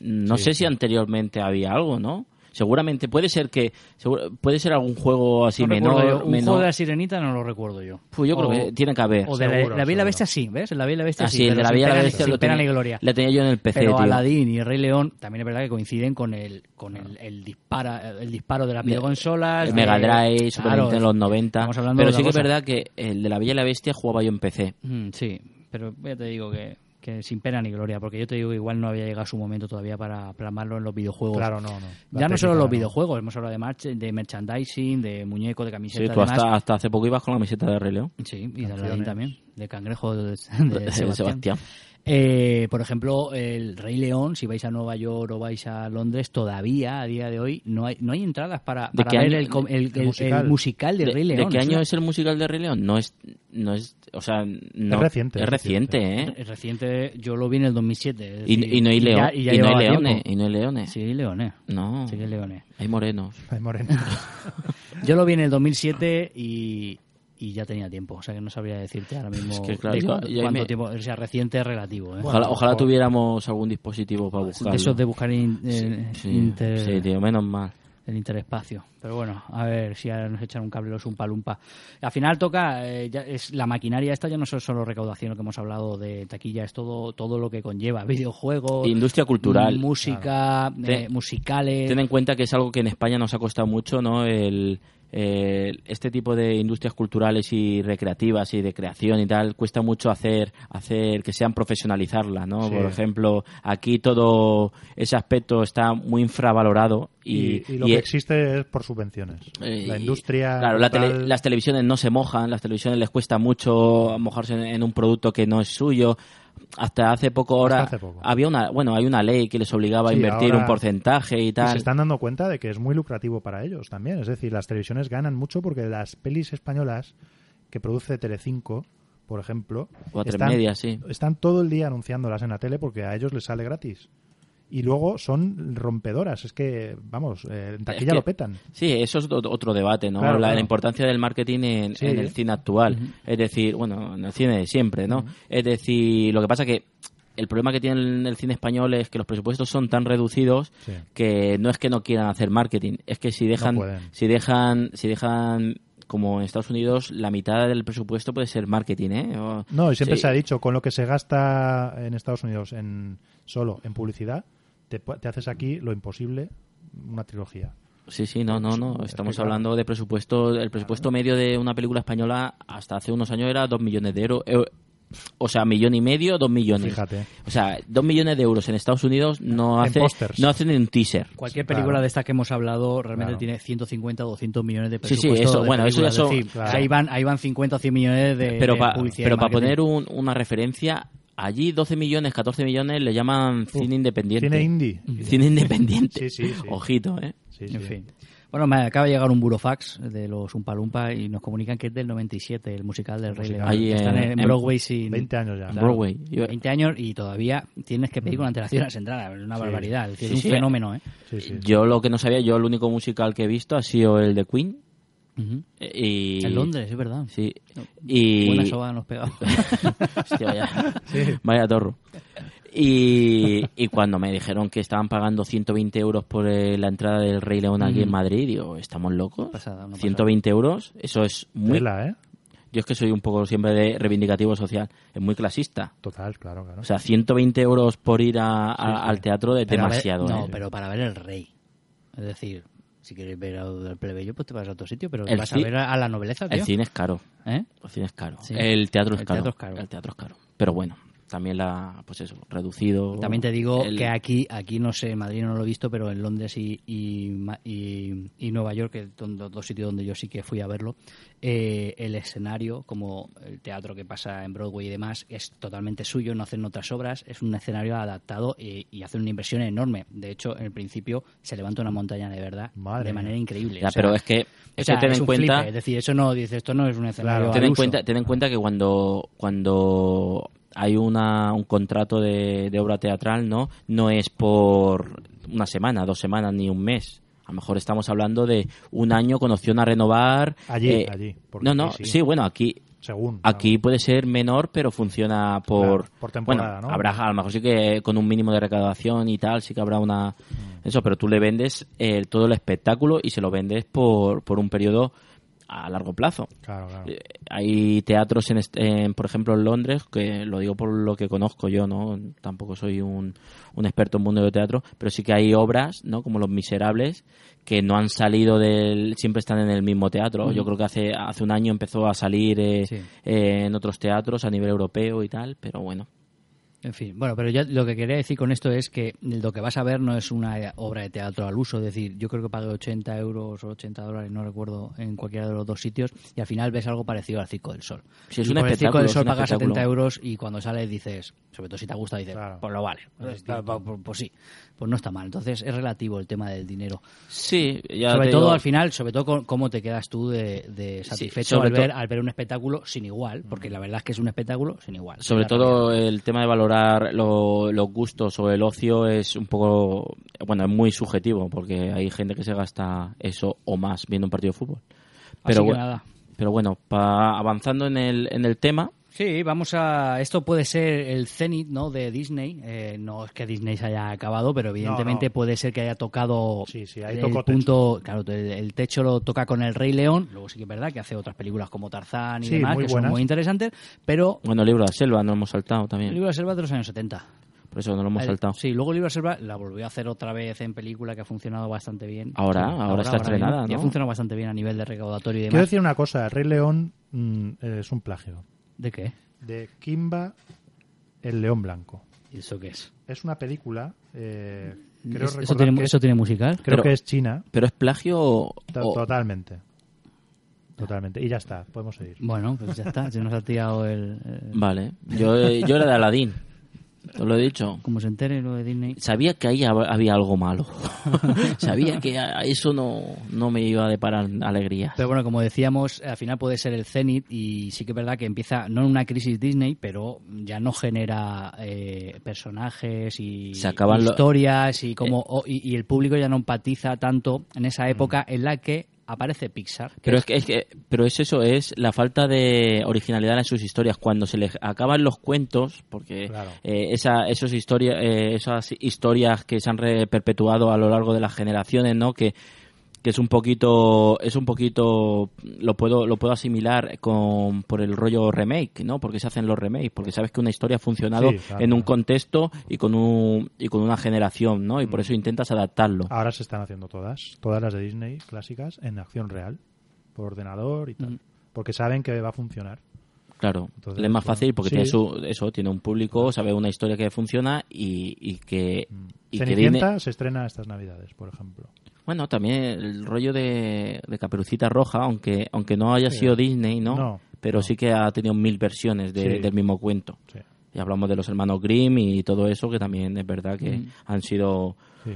Speaker 2: no sé si anteriormente había algo, ¿no? Seguramente puede ser que seguro- puede ser algún juego así
Speaker 1: No recuerdo
Speaker 2: menor,
Speaker 1: yo. Un
Speaker 2: menor.
Speaker 1: juego de la sirenita no lo recuerdo yo.
Speaker 2: Pues yo creo
Speaker 1: O-
Speaker 2: que tiene que haber.
Speaker 1: O de la, la Bella y
Speaker 4: Seguro,
Speaker 1: la
Speaker 4: seguro.
Speaker 1: Bestia sí, ¿ves? La Bella y la Bestia
Speaker 2: Así,
Speaker 1: sí.
Speaker 2: el de
Speaker 1: pero
Speaker 2: la
Speaker 1: sin
Speaker 2: Bella y
Speaker 1: pena
Speaker 2: la
Speaker 1: ni-
Speaker 2: Bestia
Speaker 1: sin
Speaker 2: lo
Speaker 1: pena
Speaker 2: tenía-
Speaker 1: ni gloria.
Speaker 2: la tenía yo en el PC,
Speaker 1: Pero
Speaker 2: tío.
Speaker 1: Aladdin y Rey León también es verdad que coinciden con el con el, el dispara, el disparo de las
Speaker 2: De-
Speaker 1: videoconsolas. de-
Speaker 2: El Mega Drive, Super
Speaker 1: Claro,
Speaker 2: Nintendo en los 90.
Speaker 1: estamos hablando
Speaker 2: Pero
Speaker 1: de
Speaker 2: sí que
Speaker 1: otra
Speaker 2: es
Speaker 1: cosa.
Speaker 2: verdad que el de la Bella y la Bestia jugaba yo en PC.
Speaker 1: Mm, sí, pero ya te digo que, que sin pena ni gloria, porque yo te digo que igual no había llegado su momento todavía para plasmarlo en los videojuegos.
Speaker 4: Claro, no, no. La
Speaker 1: ya no solo
Speaker 4: técnica,
Speaker 1: los
Speaker 4: no.
Speaker 1: videojuegos, hemos hablado de, march- de merchandising, de muñeco, de camiseta,
Speaker 2: Sí, tú
Speaker 1: de
Speaker 2: hasta,
Speaker 1: más.
Speaker 2: hasta hace poco ibas con la camiseta de Rey León.
Speaker 1: Sí, y de Aladdin
Speaker 4: Canciones.
Speaker 1: también, de cangrejo de, de
Speaker 2: De
Speaker 1: Sebastián.
Speaker 2: Sebastián.
Speaker 1: Eh, por ejemplo, el Rey León, si vais a Nueva York o vais a Londres, todavía a día de hoy no hay, no hay entradas para,
Speaker 2: ¿De
Speaker 1: para
Speaker 2: qué
Speaker 1: ver
Speaker 2: año?
Speaker 1: el, com- el-
Speaker 4: El
Speaker 1: el-
Speaker 4: musical.
Speaker 1: el musical del
Speaker 2: ¿De,
Speaker 1: Rey
Speaker 2: de
Speaker 1: León.
Speaker 2: qué año
Speaker 1: una-
Speaker 2: es el musical de Rey León? No es, no es, o sea, no-
Speaker 4: Es reciente,
Speaker 2: Es
Speaker 4: es
Speaker 2: reciente, ¿eh?
Speaker 1: Es reciente, yo lo vi en el 2007. es decir,
Speaker 2: Y, y no hay
Speaker 1: ya-
Speaker 2: león, eh,
Speaker 1: y
Speaker 2: y,
Speaker 1: ya
Speaker 2: no hay
Speaker 1: llevaba
Speaker 2: leones,
Speaker 1: tiempo.
Speaker 2: y no hay leones.
Speaker 1: Sí, hay leones.
Speaker 2: No,
Speaker 1: Sí que hay leones.
Speaker 2: hay morenos.
Speaker 4: Ay, Morena.
Speaker 2: Mm.
Speaker 1: Yo lo vi en el 2007 y, y ya tenía tiempo. O sea que no sabría decirte ahora mismo
Speaker 2: Es que, claro,
Speaker 1: de
Speaker 2: yo-
Speaker 1: cuánto,
Speaker 2: yo ahí
Speaker 1: cuánto
Speaker 2: me-
Speaker 1: tiempo. O sea, reciente es relativo. ¿eh?
Speaker 2: Ojalá, ojalá
Speaker 4: por-
Speaker 2: tuviéramos algún dispositivo para buscarlo.
Speaker 1: de esos de buscar in- eh,
Speaker 2: Sí,
Speaker 1: inter-
Speaker 2: sí, tío, menos mal.
Speaker 1: el interespacio. Pero bueno, a ver si ahora nos echan un cable los palumpa Al final toca, eh, ya es la maquinaria esta ya no es solo recaudación lo que hemos hablado de taquilla, es todo, todo lo que conlleva, videojuegos,
Speaker 2: Industria cultural.
Speaker 1: música, eh,
Speaker 2: Ten-
Speaker 1: musicales.
Speaker 2: Ten en cuenta que es algo que en España nos ha costado mucho, ¿no? El, el- este tipo de industrias culturales y recreativas y de creación y tal, cuesta mucho hacer, hacer que sean profesionalizarlas, ¿no?
Speaker 4: Sí.
Speaker 2: Por ejemplo, aquí todo ese aspecto está muy infravalorado y,
Speaker 4: Y, y lo
Speaker 2: y- e-
Speaker 4: que existe es por subvenciones.
Speaker 2: eh,
Speaker 4: la
Speaker 2: y-
Speaker 4: industria.
Speaker 2: Claro, la tele-
Speaker 4: tal,
Speaker 2: las televisiones no se mojan, las televisiones les cuesta mucho mojarse en, en un producto que no es suyo. Hasta hace poco ahora
Speaker 4: hace poco.
Speaker 2: había una, bueno, hay una ley que les obligaba a
Speaker 4: Sí,
Speaker 2: invertir
Speaker 4: ahora- pues
Speaker 2: un porcentaje y
Speaker 4: Y
Speaker 2: tal.
Speaker 4: se están dando cuenta de que es muy lucrativo para ellos también. Es decir, las televisiones ganan mucho porque las pelis españolas que produce Telecinco, por ejemplo,
Speaker 2: O a tres
Speaker 4: están,
Speaker 2: medias, sí.
Speaker 4: están todo el día anunciándolas en la tele porque a ellos les sale gratis. Y luego son rompedoras. Es que, vamos, eh, en taquilla
Speaker 2: que-
Speaker 4: lo petan.
Speaker 2: Sí, eso es ot- otro debate, ¿no?
Speaker 4: Claro,
Speaker 2: la, la
Speaker 4: claro.
Speaker 2: importancia del marketing en,
Speaker 4: Sí.
Speaker 2: en el cine actual. Es decir, bueno, en el cine de siempre, ¿no? Es decir, lo que pasa que el problema que tiene el, el cine español es que los presupuestos son tan reducidos
Speaker 4: Sí.
Speaker 2: que no es que no quieran hacer marketing, es que si dejan,
Speaker 4: pueden.
Speaker 2: si dejan, si dejan como en Estados Unidos, la mitad del presupuesto puede ser marketing, ¿eh? O-
Speaker 4: No, y siempre
Speaker 2: sí.
Speaker 4: se ha dicho, con lo que se gasta en Estados Unidos en solo en publicidad, te, pu- te haces aquí lo imposible, una trilogía.
Speaker 2: Sí, sí, no, no, no. Estamos
Speaker 4: claro.
Speaker 2: hablando de presupuesto. El presupuesto medio de una película española hasta hace unos años era dos millones de euros. eh, o sea, millón y medio, dos millones.
Speaker 4: Fíjate.
Speaker 2: O sea, dos millones de euros en Estados Unidos no
Speaker 4: En
Speaker 2: hace,
Speaker 4: pósters.
Speaker 2: no hacen ni un teaser.
Speaker 1: Cualquier
Speaker 4: Claro.
Speaker 1: película de estas que hemos hablado realmente
Speaker 4: Claro.
Speaker 1: tiene 150 o 200 millones de
Speaker 2: Sí, sí,
Speaker 1: presupuesto.
Speaker 2: eso,
Speaker 1: de
Speaker 2: bueno, eso
Speaker 1: película,
Speaker 2: ya
Speaker 1: es
Speaker 2: son-
Speaker 1: decir,
Speaker 4: claro.
Speaker 1: ahí, van, ahí van 50 o 100 millones
Speaker 4: Eh,
Speaker 1: de,
Speaker 2: Pero
Speaker 1: de
Speaker 2: para
Speaker 1: publicidad.
Speaker 2: pero
Speaker 1: y
Speaker 2: para
Speaker 1: marketing.
Speaker 2: poner un- una referencia, allí 12 millones, 14 millones le llaman cine independiente.
Speaker 4: Cine indie.
Speaker 2: Cine independiente.
Speaker 4: Sí, sí, sí.
Speaker 2: Ojito, ¿eh?
Speaker 4: Sí,
Speaker 1: En
Speaker 4: sí.
Speaker 1: fin. Bueno, me acaba de llegar un burofax de los Umpalumpa y nos comunican que es del 97, el musical del Rey León.
Speaker 4: musical.
Speaker 2: Ahí
Speaker 1: Que Están
Speaker 2: en-
Speaker 1: en,
Speaker 2: en
Speaker 1: Broadway sin
Speaker 4: 20 años ya.
Speaker 2: En Broadway. Yo-
Speaker 1: 20 años y todavía tienes que pedir con antelación las entradas. Es una barbaridad. Es, decir,
Speaker 2: Sí,
Speaker 1: es un
Speaker 2: sí.
Speaker 1: fenómeno, ¿eh?
Speaker 4: Sí, sí.
Speaker 2: Yo lo que no sabía, yo el único musical que he visto ha sido el de Queen.
Speaker 1: Ujú.
Speaker 2: Y...
Speaker 1: En Londres, es verdad.
Speaker 2: Sí. Y...
Speaker 1: Buena soga nos pegamos.
Speaker 2: Hostia, vaya, vaya torro. Y, y cuando me dijeron que estaban pagando 120 euros por eh, la entrada del Rey León aquí
Speaker 1: Mm.
Speaker 2: en Madrid, digo, ¿estamos locos?
Speaker 1: Pasada, una pasada.
Speaker 2: 120 euros, eso es muy...
Speaker 4: Tela, ¿eh?
Speaker 2: Yo es que soy un poco siempre de reivindicativo social, es muy clasista.
Speaker 4: Total, claro, claro.
Speaker 2: O sea, 120 euros por ir a- a- al teatro es
Speaker 1: Pero a ver-
Speaker 2: demasiado.
Speaker 1: no,
Speaker 2: ¿eh?
Speaker 1: pero para ver el rey. Es decir, si quieres ver al plebeyo, pues te vas a otro sitio, pero
Speaker 2: El
Speaker 1: vas a
Speaker 2: ci-
Speaker 1: ver a, a la nobleza, tío.
Speaker 2: El cine es caro.
Speaker 1: ¿Eh?
Speaker 2: El cine es caro.
Speaker 1: Sí.
Speaker 2: El teatro es
Speaker 1: El
Speaker 2: caro.
Speaker 1: teatro es caro.
Speaker 2: El teatro es caro. Pero bueno, también la, pues eso, reducido.
Speaker 1: También te digo
Speaker 2: el-
Speaker 1: que aquí, aquí no sé, en Madrid no lo he visto, pero en Londres y, y, Ma- y- y Nueva York, que son dos, dos sitios donde yo sí que fui a verlo, eh, el escenario, como el teatro que pasa en Broadway y demás, es totalmente suyo, no hacen otras obras, es un escenario adaptado y, y hacen una inversión enorme. De hecho, en el principio se levanta una montaña de verdad
Speaker 4: Madre
Speaker 1: de
Speaker 4: mía.
Speaker 1: manera increíble.
Speaker 2: Ya,
Speaker 1: O sea,
Speaker 2: pero es que, es
Speaker 1: o
Speaker 2: que
Speaker 1: sea,
Speaker 2: ten
Speaker 1: es
Speaker 2: en
Speaker 1: un
Speaker 2: cuenta,
Speaker 1: flipe, es decir, eso no, dice, esto no es un escenario.
Speaker 4: Claro.
Speaker 2: ten
Speaker 1: al
Speaker 2: en
Speaker 1: uso.
Speaker 2: cuenta, ten en cuenta que cuando, cuando hay una, un contrato de, de obra teatral, ¿no? No es por una semana, dos semanas, ni un mes. A lo mejor estamos hablando de un año con opción a renovar. eh,
Speaker 4: Allí, allí, porque
Speaker 2: No, no,
Speaker 4: aquí sí.
Speaker 2: sí, bueno, aquí,
Speaker 4: Según.
Speaker 2: Aquí
Speaker 4: vamos.
Speaker 2: puede ser menor, pero funciona por,
Speaker 4: Claro, por temporada,
Speaker 2: bueno,
Speaker 4: ¿no?
Speaker 2: Habrá, a lo mejor sí que con un mínimo de recaudación y tal, sí que habrá una.
Speaker 4: Mm.
Speaker 2: Eso, pero tú le vendes eh, todo el espectáculo y se lo vendes por, por un periodo a largo plazo.
Speaker 4: Claro, claro.
Speaker 2: Eh, Hay teatros, en, est- en, por ejemplo, en Londres, que lo digo por lo que conozco yo, ¿no? Tampoco soy un, un experto en mundo de teatro, pero sí que hay obras, ¿no? Como Los Miserables, que no han salido del... siempre están en el mismo teatro. Yo creo que hace, hace un año empezó a salir eh,
Speaker 1: Sí.
Speaker 2: eh, en otros teatros a nivel europeo y tal, pero bueno.
Speaker 1: En fin, bueno, pero ya lo que quería decir con esto es que lo que vas a ver no es una obra de teatro al uso. Es decir, yo creo que pagué 80 euros o 80 dólares, no recuerdo, en cualquiera de los dos sitios, y al final ves algo parecido al Circo del Sol.
Speaker 2: Sí, es
Speaker 1: Y
Speaker 2: un
Speaker 1: por el Circo
Speaker 2: espectáculo,
Speaker 1: del
Speaker 2: es
Speaker 1: Sol
Speaker 2: un
Speaker 1: pagas
Speaker 2: espectáculo.
Speaker 1: 70 euros y cuando sales dices, sobre todo si te gusta, dices, pues lo vale. Pues, pues- pues- pues sí, pues no está mal. Entonces es relativo el tema del dinero.
Speaker 2: Sí, ya
Speaker 1: sobre
Speaker 2: te
Speaker 1: todo
Speaker 2: digo-
Speaker 1: al final, sobre todo con- cómo te quedas tú de, de satisfecho
Speaker 2: sobre
Speaker 1: al, ver,
Speaker 2: todo-
Speaker 1: al ver un espectáculo sin igual, porque la verdad es que es un espectáculo sin igual.
Speaker 2: Sobre
Speaker 1: La
Speaker 2: todo el tema de valorar lo- los gustos o el ocio es un poco, bueno, es muy subjetivo porque hay gente que se gasta eso o más viendo un partido de fútbol. Pero,
Speaker 1: que
Speaker 2: bu-
Speaker 1: nada.
Speaker 2: pero bueno, pa- avanzando en el, en el tema,
Speaker 1: Sí, vamos a. Esto puede ser el cenit, ¿no? De Disney. Eh, no es que Disney se haya acabado, pero evidentemente
Speaker 4: no.
Speaker 1: puede ser que haya tocado
Speaker 4: Sí, sí, ahí
Speaker 1: el
Speaker 4: tocó
Speaker 1: punto. Claro, el, el techo lo toca con el Rey León. Luego sí que es verdad que hace otras películas como Tarzán y
Speaker 4: Sí,
Speaker 1: demás
Speaker 4: muy
Speaker 1: que son
Speaker 4: buenas.
Speaker 1: muy interesantes, pero
Speaker 2: bueno, el libro de la selva no lo hemos saltado
Speaker 1: el
Speaker 2: también,
Speaker 1: libro de la selva es de los años 70.
Speaker 2: por eso no lo hemos
Speaker 1: El-
Speaker 2: saltado.
Speaker 1: Sí, luego el libro de la selva la volvió a hacer otra vez en película que ha funcionado bastante bien.
Speaker 2: Ahora,
Speaker 1: Sí,
Speaker 2: ahora está estrenada,
Speaker 1: mismo. Y ha
Speaker 2: ¿no?
Speaker 1: funcionado bastante bien a nivel de recaudatorio y
Speaker 4: Quiero
Speaker 1: demás.
Speaker 4: decir una cosa, el Rey León mm, es un plagio.
Speaker 1: ¿De qué?
Speaker 4: De Kimba, el León Blanco.
Speaker 1: ¿Y ¿Eso qué es?
Speaker 4: Es una película, eh, creo,
Speaker 1: Es- ¿Eso
Speaker 4: recordar
Speaker 1: tiene,
Speaker 4: que, es-
Speaker 1: ¿Eso tiene musical?
Speaker 4: creo
Speaker 2: Pero-
Speaker 4: que es China,
Speaker 2: Pero es plagio o-
Speaker 4: to-
Speaker 2: o-
Speaker 4: totalmente. Totalmente. Y ya está, podemos seguir.
Speaker 1: Bueno, pues ya está, se nos ha tirado el... eh, el-
Speaker 2: Vale, yo, yo era de Aladín, os lo he dicho.
Speaker 1: como se entere lo de Disney.
Speaker 2: Sabía que ahí hab- había algo malo. Sabía que a- eso no, no me iba a deparar alegrías.
Speaker 1: Pero bueno, como decíamos, al final puede ser el cenit y sí que es verdad que empieza, no en una crisis Disney, pero ya no genera eh, personajes y
Speaker 2: Se acaban lo- Eh.
Speaker 1: historias y como o- y, y el público ya no empatiza tanto en esa época en la que aparece Pixar. que
Speaker 2: Pero
Speaker 1: es-
Speaker 2: es, que, es que- pero es eso, es la falta de originalidad en sus historias. Cuando se les acaban los cuentos, porque
Speaker 4: Claro.
Speaker 2: eh, esa, esos historia, eh, esas historias que se han re- perpetuado a lo largo de las generaciones, ¿no? Que, que es un poquito, es un poquito, lo puedo, lo puedo asimilar con, por el rollo remake, ¿no? Porque se hacen los remakes, porque sabes que una historia ha funcionado
Speaker 4: Sí, claro.
Speaker 2: en un contexto y con un, y con una generación, ¿no?
Speaker 4: Mm.
Speaker 2: Y por eso intentas adaptarlo.
Speaker 4: Ahora se están haciendo todas, todas las de Disney clásicas en acción real, por ordenador y tal.
Speaker 2: Mm.
Speaker 4: Porque saben que va a funcionar.
Speaker 2: Claro,
Speaker 4: Entonces,
Speaker 2: le es más
Speaker 4: bueno,
Speaker 2: fácil porque
Speaker 4: sí.
Speaker 2: tiene su, eso, tiene un público, sabe una historia que funciona y, y que... Y que
Speaker 4: Cenicienta
Speaker 2: viene-
Speaker 4: se estrena estas navidades, por ejemplo.
Speaker 2: Bueno, también el rollo de, de Caperucita Roja, aunque aunque no haya sido Disney, ¿no?
Speaker 4: No,
Speaker 2: Pero
Speaker 4: no.
Speaker 2: sí que ha tenido mil versiones de-
Speaker 4: Sí.
Speaker 2: del mismo cuento.
Speaker 4: Sí,
Speaker 2: Y hablamos de los hermanos Grimm y todo eso, que también es verdad que
Speaker 4: Mm.
Speaker 2: han sido...
Speaker 4: sí.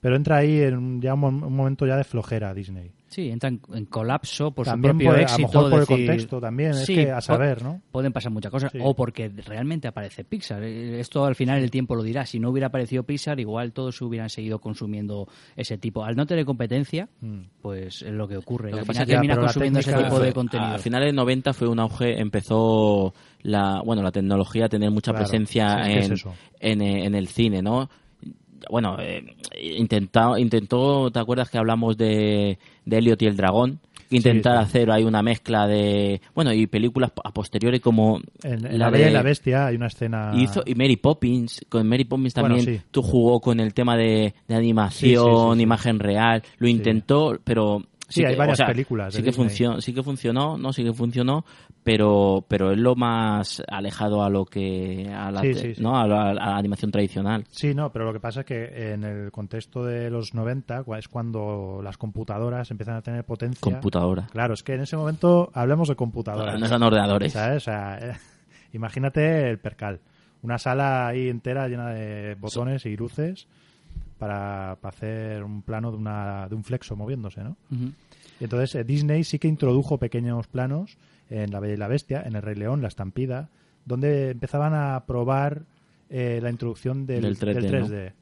Speaker 4: Pero entra ahí en un- ya un, mom- un momento ya de flojera Disney.
Speaker 1: Sí, entran en colapso por
Speaker 4: También
Speaker 1: su propio
Speaker 4: por- a lo
Speaker 1: éxito.
Speaker 4: mejor por el
Speaker 1: decir-
Speaker 4: contexto también, es que a
Speaker 1: po-
Speaker 4: saber, ¿no?
Speaker 1: Pueden pasar muchas cosas.
Speaker 4: Sí.
Speaker 1: O porque realmente aparece Pixar. Eh, Esto al final el tiempo lo dirá. Si no hubiera aparecido Pixar, igual todos se hubieran seguido consumiendo ese tipo. Al no tener competencia,
Speaker 4: Mm.
Speaker 1: pues es lo que ocurre. que
Speaker 2: Lo que
Speaker 1: al
Speaker 2: pasa
Speaker 1: final
Speaker 2: es que-
Speaker 1: terminas
Speaker 4: pero la
Speaker 1: consumiendo ese
Speaker 4: técnica-
Speaker 1: tipo de
Speaker 4: fue-
Speaker 1: contenido.
Speaker 2: A finales de 90 fue un auge, empezó la, bueno, la tecnología a tener mucha
Speaker 4: Claro,
Speaker 2: presencia
Speaker 4: sí, ¿qué es
Speaker 2: en,
Speaker 4: eso?
Speaker 2: en, eh, en el cine, ¿no? Bueno, eh, intenta- intentó, ¿te acuerdas que hablamos de, de Elliot y el dragón? Intentar
Speaker 4: sí.
Speaker 2: hacer ahí una mezcla de, bueno, y películas a posteriori como
Speaker 4: En, en La Bella y la Bestia hay una escena...
Speaker 2: Hizo, y Mary Poppins, con Mary Poppins
Speaker 4: Ah. Bueno,
Speaker 2: también
Speaker 4: sí.
Speaker 2: tú jugó con el tema de, de animación,
Speaker 4: Sí, sí, sí, sí.
Speaker 2: imagen real, lo intentó, pero...
Speaker 4: Sí, hay
Speaker 2: que-
Speaker 4: varias películas de
Speaker 2: Sí que,
Speaker 4: Disney.
Speaker 2: funcionó, sí que funcionó, no, sí que funcionó, pero pero es lo más alejado a lo que a la,
Speaker 4: Sí,
Speaker 2: te-
Speaker 4: sí, sí.
Speaker 2: ¿no? A la- a la animación tradicional.
Speaker 4: Sí, no, pero lo que pasa es que en el contexto de los 90 cua- es cuando las computadoras empiezan a tener potencia.
Speaker 2: Computadora.
Speaker 4: Claro, es que en ese momento hablamos de computadoras.
Speaker 2: No eran ordenadores.
Speaker 4: ¿sabes? O sea, eh, imagínate el percal. Una sala ahí entera llena de botones y luces para, para hacer un plano de, una, de un flexo moviéndose, ¿no?
Speaker 1: Ujú.
Speaker 4: Y entonces eh, Disney sí que introdujo pequeños planos en La Bella y la Bestia, en El Rey León, La Estampida, donde empezaban a probar eh, la introducción del,
Speaker 2: Del 3D,
Speaker 4: del
Speaker 2: ¿no?
Speaker 4: 3D.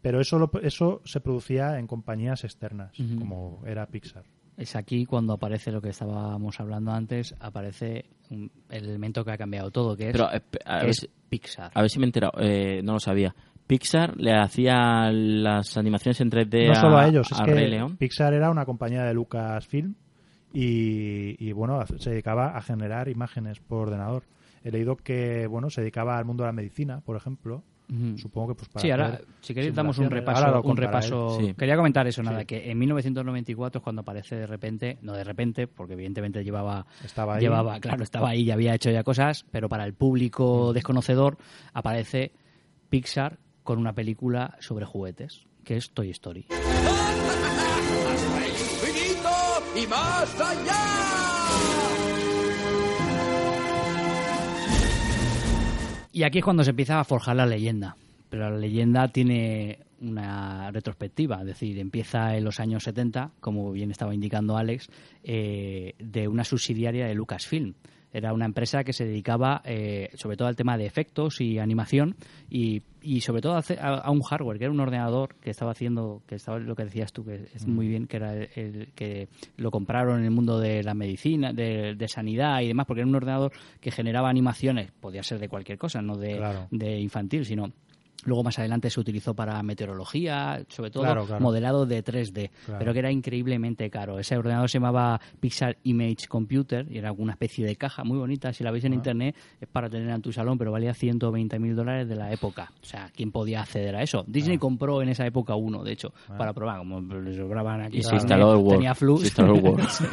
Speaker 4: Pero eso, lo- eso se producía en compañías externas,
Speaker 1: Ujú.
Speaker 4: como era Pixar.
Speaker 1: Es aquí cuando aparece lo que estábamos hablando antes, aparece un- el elemento que ha cambiado todo, que es,
Speaker 2: Pero, eh, pe- a
Speaker 1: que
Speaker 2: ver
Speaker 1: es
Speaker 2: si-
Speaker 1: Pixar.
Speaker 2: A ver si me he enterado, eh, no lo sabía. Pixar le hacía las animaciones en
Speaker 1: Eh,
Speaker 2: 3D
Speaker 4: no
Speaker 2: a,
Speaker 4: solo a ellos, es
Speaker 2: a
Speaker 4: que
Speaker 2: Rey León.
Speaker 4: Pixar era una compañía de Lucasfilm y, y, bueno, se dedicaba a generar imágenes por ordenador. He leído que bueno, se dedicaba al mundo de la medicina, por ejemplo,
Speaker 1: Ujú.
Speaker 4: Supongo que pues para
Speaker 1: Sí, ahora,
Speaker 4: hacer
Speaker 1: si queréis, damos un
Speaker 4: simulaciones.
Speaker 1: repaso.
Speaker 4: Ahora lo
Speaker 1: un
Speaker 4: contará
Speaker 1: repaso.
Speaker 4: él.
Speaker 1: Quería comentar eso, nada,
Speaker 4: Sí.
Speaker 1: que en 1994 es cuando aparece de repente, no de repente, porque evidentemente llevaba,
Speaker 4: Estaba ahí.
Speaker 1: llevaba claro, estaba ahí y había hecho ya cosas, pero para el
Speaker 4: Mm.
Speaker 1: público desconocedor aparece Pixar con una película sobre juguetes, que es Toy Story.
Speaker 3: infinito y más allá.
Speaker 1: Y aquí es cuando se empieza a forjar la leyenda. Pero la leyenda tiene una retrospectiva, es decir, empieza en los años 70, como bien estaba indicando Alex, eh, de una subsidiaria de Lucasfilm. Era una empresa que se dedicaba eh, sobre todo al tema de efectos y animación y, y sobre todo a, hacer- a- a un hardware, que era un ordenador que estaba haciendo, que estaba lo que decías tú, que es muy bien, que era el, el que lo compraron en el mundo de la medicina, de, de sanidad y demás, porque era un ordenador que generaba animaciones, podía ser de cualquier cosa, no de,
Speaker 4: Claro.
Speaker 1: de infantil, sino luego más adelante se utilizó para meteorología, sobre todo
Speaker 4: Claro, claro.
Speaker 1: modelado de 3D,
Speaker 4: Claro.
Speaker 1: pero que era increíblemente caro. Ese ordenador se llamaba Pixar Image Computer y era una especie de caja muy bonita, si la
Speaker 4: Ah.
Speaker 1: veis en internet es para tenerla en tu salón, pero valía 120 mil dólares de la época. O sea, ¿quién podía acceder a eso?
Speaker 4: Ah.
Speaker 1: Disney compró en esa época uno, de hecho, para probar, como le sobraban aquí.
Speaker 2: Y se
Speaker 1: tenía-
Speaker 2: instaló el Word.
Speaker 1: Tenía flux.
Speaker 2: Se instaló el Word.
Speaker 1: Sí.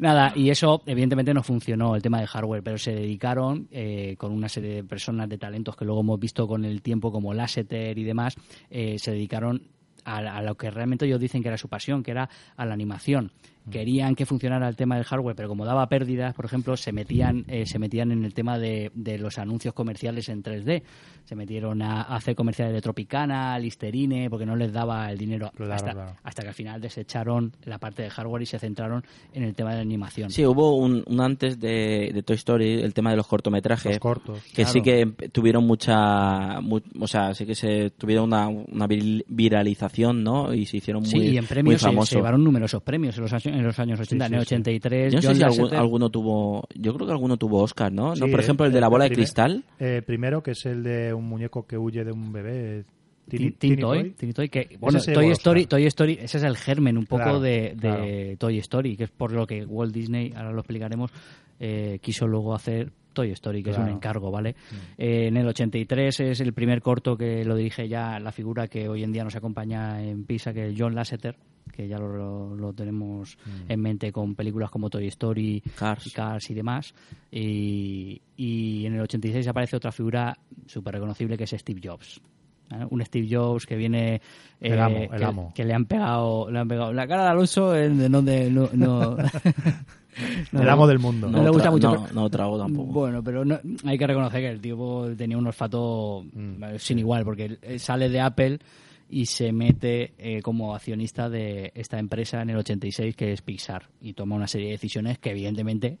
Speaker 1: Nada, y eso evidentemente no funcionó, el tema del hardware, pero se dedicaron eh, con una serie de personas, de talentos que luego hemos visto con el tiempo, como Lasseter y demás, eh, se dedicaron a, a lo que realmente ellos dicen que era su pasión, que era a la animación.
Speaker 4: Mm.
Speaker 1: Querían que funcionara el tema del hardware, pero como daba pérdidas, por ejemplo, se metían, eh, se metían en el tema de, de los anuncios comerciales en 3D. Se metieron a, a hacer comerciales de Tropicana, Listerine, porque no les daba el dinero.
Speaker 4: Claro,
Speaker 1: hasta,
Speaker 4: claro.
Speaker 1: hasta que al final desecharon la parte de hardware y se centraron en el tema de la animación.
Speaker 2: Sí, hubo un, un antes de, de Toy Story, el tema de los cortometrajes.
Speaker 4: Los cortos,
Speaker 2: Que sí
Speaker 4: claro.
Speaker 2: que empe- tuvieron mucha. mu- o sea, sí que se tuvieron una, una viril- viralización, ¿no? Y se hicieron muy,
Speaker 1: Sí, y en
Speaker 2: muy
Speaker 1: premios se,
Speaker 2: famosos.
Speaker 1: se llevaron numerosos premios en los, año- en los años 80,
Speaker 4: Sí,
Speaker 1: en el
Speaker 4: sí, sí.
Speaker 1: 83.
Speaker 2: Yo no sé
Speaker 1: John
Speaker 2: si algún-
Speaker 1: Lasseter-
Speaker 2: alguno tuvo. Yo creo que alguno tuvo Oscar, ¿no? ¿No?
Speaker 4: Sí,
Speaker 2: Por
Speaker 4: eh,
Speaker 2: ejemplo, el de la
Speaker 4: eh,
Speaker 2: bola de
Speaker 4: primer-
Speaker 2: cristal.
Speaker 4: eh, primero, que es el de un muñeco que huye de un bebé. eh, Tini-
Speaker 1: Tin- Tin Toy, Tin Toy, que bueno,
Speaker 4: se
Speaker 1: Toy
Speaker 4: llevó
Speaker 1: Story,
Speaker 4: Oscar.
Speaker 1: Toy Story, ese es el germen un poco
Speaker 4: Claro,
Speaker 1: de, de
Speaker 4: claro.
Speaker 1: Toy Story, que es por lo que Walt Disney, ahora lo explicaremos, eh, quiso luego hacer Toy Story, que es
Speaker 4: Claro. Mm.
Speaker 1: un encargo, ¿vale? Eh, en el 83 es el primer corto que lo dirige ya la figura que hoy en día nos acompaña en Pisa, que es John Lasseter, que ya lo, lo- lo tenemos
Speaker 4: Mm.
Speaker 1: en mente con películas como Toy Story,
Speaker 2: Cars.
Speaker 1: y demás. Y, y en el 86 aparece otra figura súper reconocible que es Steve Jobs. ¿eh? Un Steve Jobs que viene. eh,
Speaker 4: El amo, el
Speaker 1: que,
Speaker 4: amo.
Speaker 1: que le han pegado, le han pegado la cara de Alonso en, en donde no, no- no-
Speaker 4: El amo del mundo.
Speaker 1: No, le gusta
Speaker 2: tra-
Speaker 1: mucho.
Speaker 2: No,
Speaker 1: pero-
Speaker 2: no trago tampoco.
Speaker 1: Bueno, pero no- hay que reconocer que el tipo tenía un olfato
Speaker 4: Mm,
Speaker 1: eh, sin igual, porque eh, sale de Apple y se mete eh, como accionista de esta empresa en el 86 que es Pixar y toma una serie de decisiones que evidentemente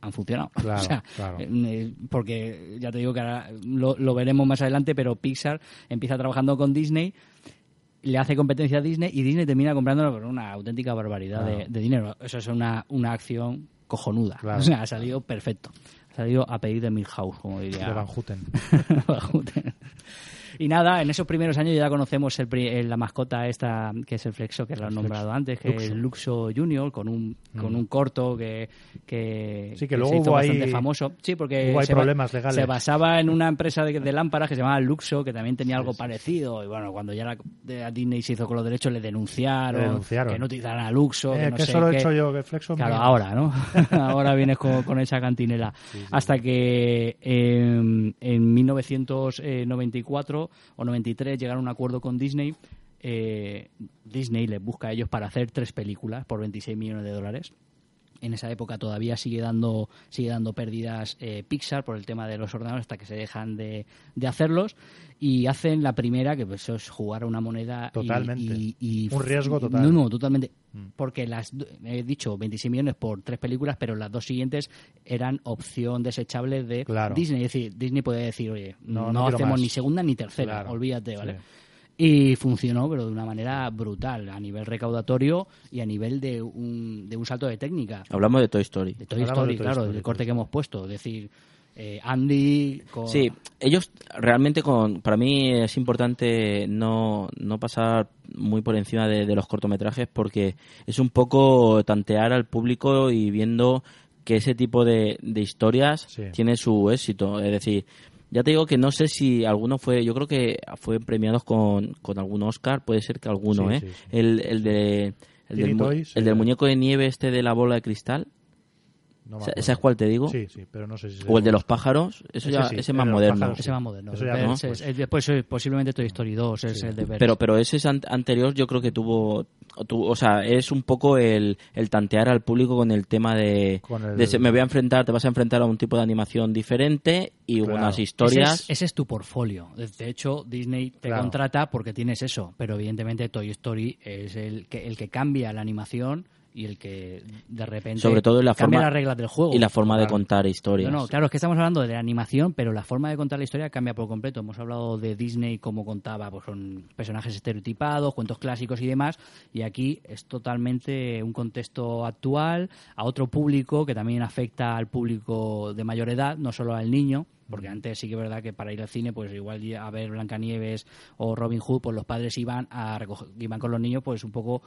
Speaker 1: han funcionado.
Speaker 4: Claro,
Speaker 1: O sea,
Speaker 4: claro.
Speaker 1: eh, Porque ya te digo que ahora lo, lo veremos más adelante, pero Pixar empieza trabajando con Disney, le hace competencia a Disney y Disney termina comprándolo por una auténtica barbaridad de, de dinero. Eso es una, una acción cojonuda.
Speaker 4: Claro.
Speaker 1: O sea, ha salido perfecto. Ha salido a pedir de Milhouse, como diría.
Speaker 4: De Van Houten.
Speaker 1: Van Houten. Y nada, en esos primeros años ya conocemos el pri- eh, la mascota esta, que es el Flexo, que lo han nombrado antes, que es Luxo Junior, con un, con un corto que, que,
Speaker 4: Mm. Sí, que luego
Speaker 1: se hizo
Speaker 4: hubo
Speaker 1: bastante
Speaker 4: ahí-
Speaker 1: famoso. Sí, porque
Speaker 4: hubo ahí
Speaker 1: se ba-
Speaker 4: problemas legales.
Speaker 1: se basaba en una empresa de, de lámparas que se llamaba Luxo, que también tenía algo parecido. Y bueno, cuando ya la, de- a Disney se hizo con los derechos, le denunciaron,
Speaker 4: Le denunciaron.
Speaker 1: que no utilizaran a Luxo.
Speaker 4: Eh,
Speaker 1: que no
Speaker 4: que
Speaker 1: sé
Speaker 4: eso lo he
Speaker 1: qué.
Speaker 4: hecho yo, que Flexo
Speaker 1: Claro,
Speaker 4: mío.
Speaker 1: ahora, ¿no? ahora vienes con, con esa cantinela. Hasta que eh, en 1994 o 93 llegaron a un acuerdo con Disney. Eh, Disney les busca a ellos para hacer tres películas por 26 millones de dólares. En esa época todavía sigue dando, sigue dando pérdidas eh, Pixar por el tema de los ordenadores hasta que se dejan de, de hacerlos y hacen la primera, que pues, eso es jugar a una moneda y-
Speaker 4: Totalmente.
Speaker 1: y- y-
Speaker 4: Un riesgo total.
Speaker 1: No, no, no, totalmente.
Speaker 4: Mm.
Speaker 1: Porque las do- he dicho 26 millones por tres películas, pero las dos siguientes eran opción desechable de
Speaker 4: Claro.
Speaker 1: Disney. Es decir, Disney podía decir, oye, no,
Speaker 4: No, no quiero
Speaker 1: hacemos
Speaker 4: más.
Speaker 1: ni segunda ni tercera,
Speaker 4: Claro.
Speaker 1: olvídate, ¿vale?
Speaker 4: Sí.
Speaker 1: Y funcionó, pero de una manera brutal, a nivel recaudatorio y a nivel de un, de un salto de técnica.
Speaker 2: Hablamos de Toy Story.
Speaker 1: De Toy
Speaker 4: Hablamos
Speaker 1: Story,
Speaker 4: de Toy
Speaker 1: claro,
Speaker 4: Story,
Speaker 1: del
Speaker 4: Toy
Speaker 1: corte que
Speaker 4: Story.
Speaker 1: hemos puesto. Es decir, eh, Andy con...
Speaker 2: Sí, ellos realmente con, para mí es importante no, no pasar muy por encima de, de los cortometrajes porque es un poco tantear al público y viendo que ese tipo de, de historias
Speaker 4: Sí.
Speaker 2: tiene su éxito. Es decir, Ya te digo que no sé si alguno fue, yo creo que fue premiados con, con algún Oscar, puede ser que alguno,
Speaker 4: Sí,
Speaker 2: ¿eh?
Speaker 4: sí, sí.
Speaker 2: El, el de... El
Speaker 4: Tiny
Speaker 2: del, mu-
Speaker 4: Toys,
Speaker 2: el
Speaker 4: eh.
Speaker 2: del muñeco de nieve este de la bola de cristal.
Speaker 4: No me
Speaker 2: Sa-
Speaker 4: acuerdo.
Speaker 2: ¿Sabes cuál te digo?
Speaker 4: Sí, sí, pero no sé si... se
Speaker 2: O el de
Speaker 4: llama.
Speaker 2: los pájaros. Eso
Speaker 4: Ese
Speaker 2: ya,
Speaker 4: sí,
Speaker 2: ese es
Speaker 4: el
Speaker 2: más
Speaker 4: de los
Speaker 2: moderno.
Speaker 4: pájaros.
Speaker 1: Ese más moderno.
Speaker 4: Eso ya
Speaker 1: Pero
Speaker 4: no,
Speaker 1: ese es-
Speaker 4: pues.
Speaker 1: el- después eh, posiblemente Toy Story 2 es el de Bear.
Speaker 2: Pero, pero ese es an- anterior, yo creo que tuvo, tu- o sea, es un poco el, el tantear al público con el tema de,
Speaker 4: Con el-
Speaker 2: de se- me voy a enfrentar, te vas a enfrentar a un tipo de animación diferente y
Speaker 4: Claro.
Speaker 2: unas
Speaker 4: Ese es-
Speaker 2: historias.
Speaker 1: Ese es, ese es tu portfolio. De hecho, Disney te
Speaker 4: Claro.
Speaker 1: contrata porque tienes eso. Pero evidentemente Toy Story es el que, el que cambia la animación y el que de repente
Speaker 2: Sobre todo en la
Speaker 1: cambia
Speaker 2: forma-
Speaker 1: las reglas del juego.
Speaker 2: y la forma de
Speaker 1: Claro.
Speaker 2: contar historias.
Speaker 1: No, no, claro, es que estamos hablando de la animación, pero la forma de contar la historia cambia por completo. Hemos hablado de Disney, cómo contaba, pues son personajes estereotipados, cuentos clásicos y demás, y aquí es totalmente un contexto actual, a otro público que también afecta al público de mayor edad, no solo al niño. Porque antes sí que es verdad que para ir al cine, pues igual ya a ver Blancanieves o Robin Hood, pues los padres iban a recoger- iban con los niños, pues un poco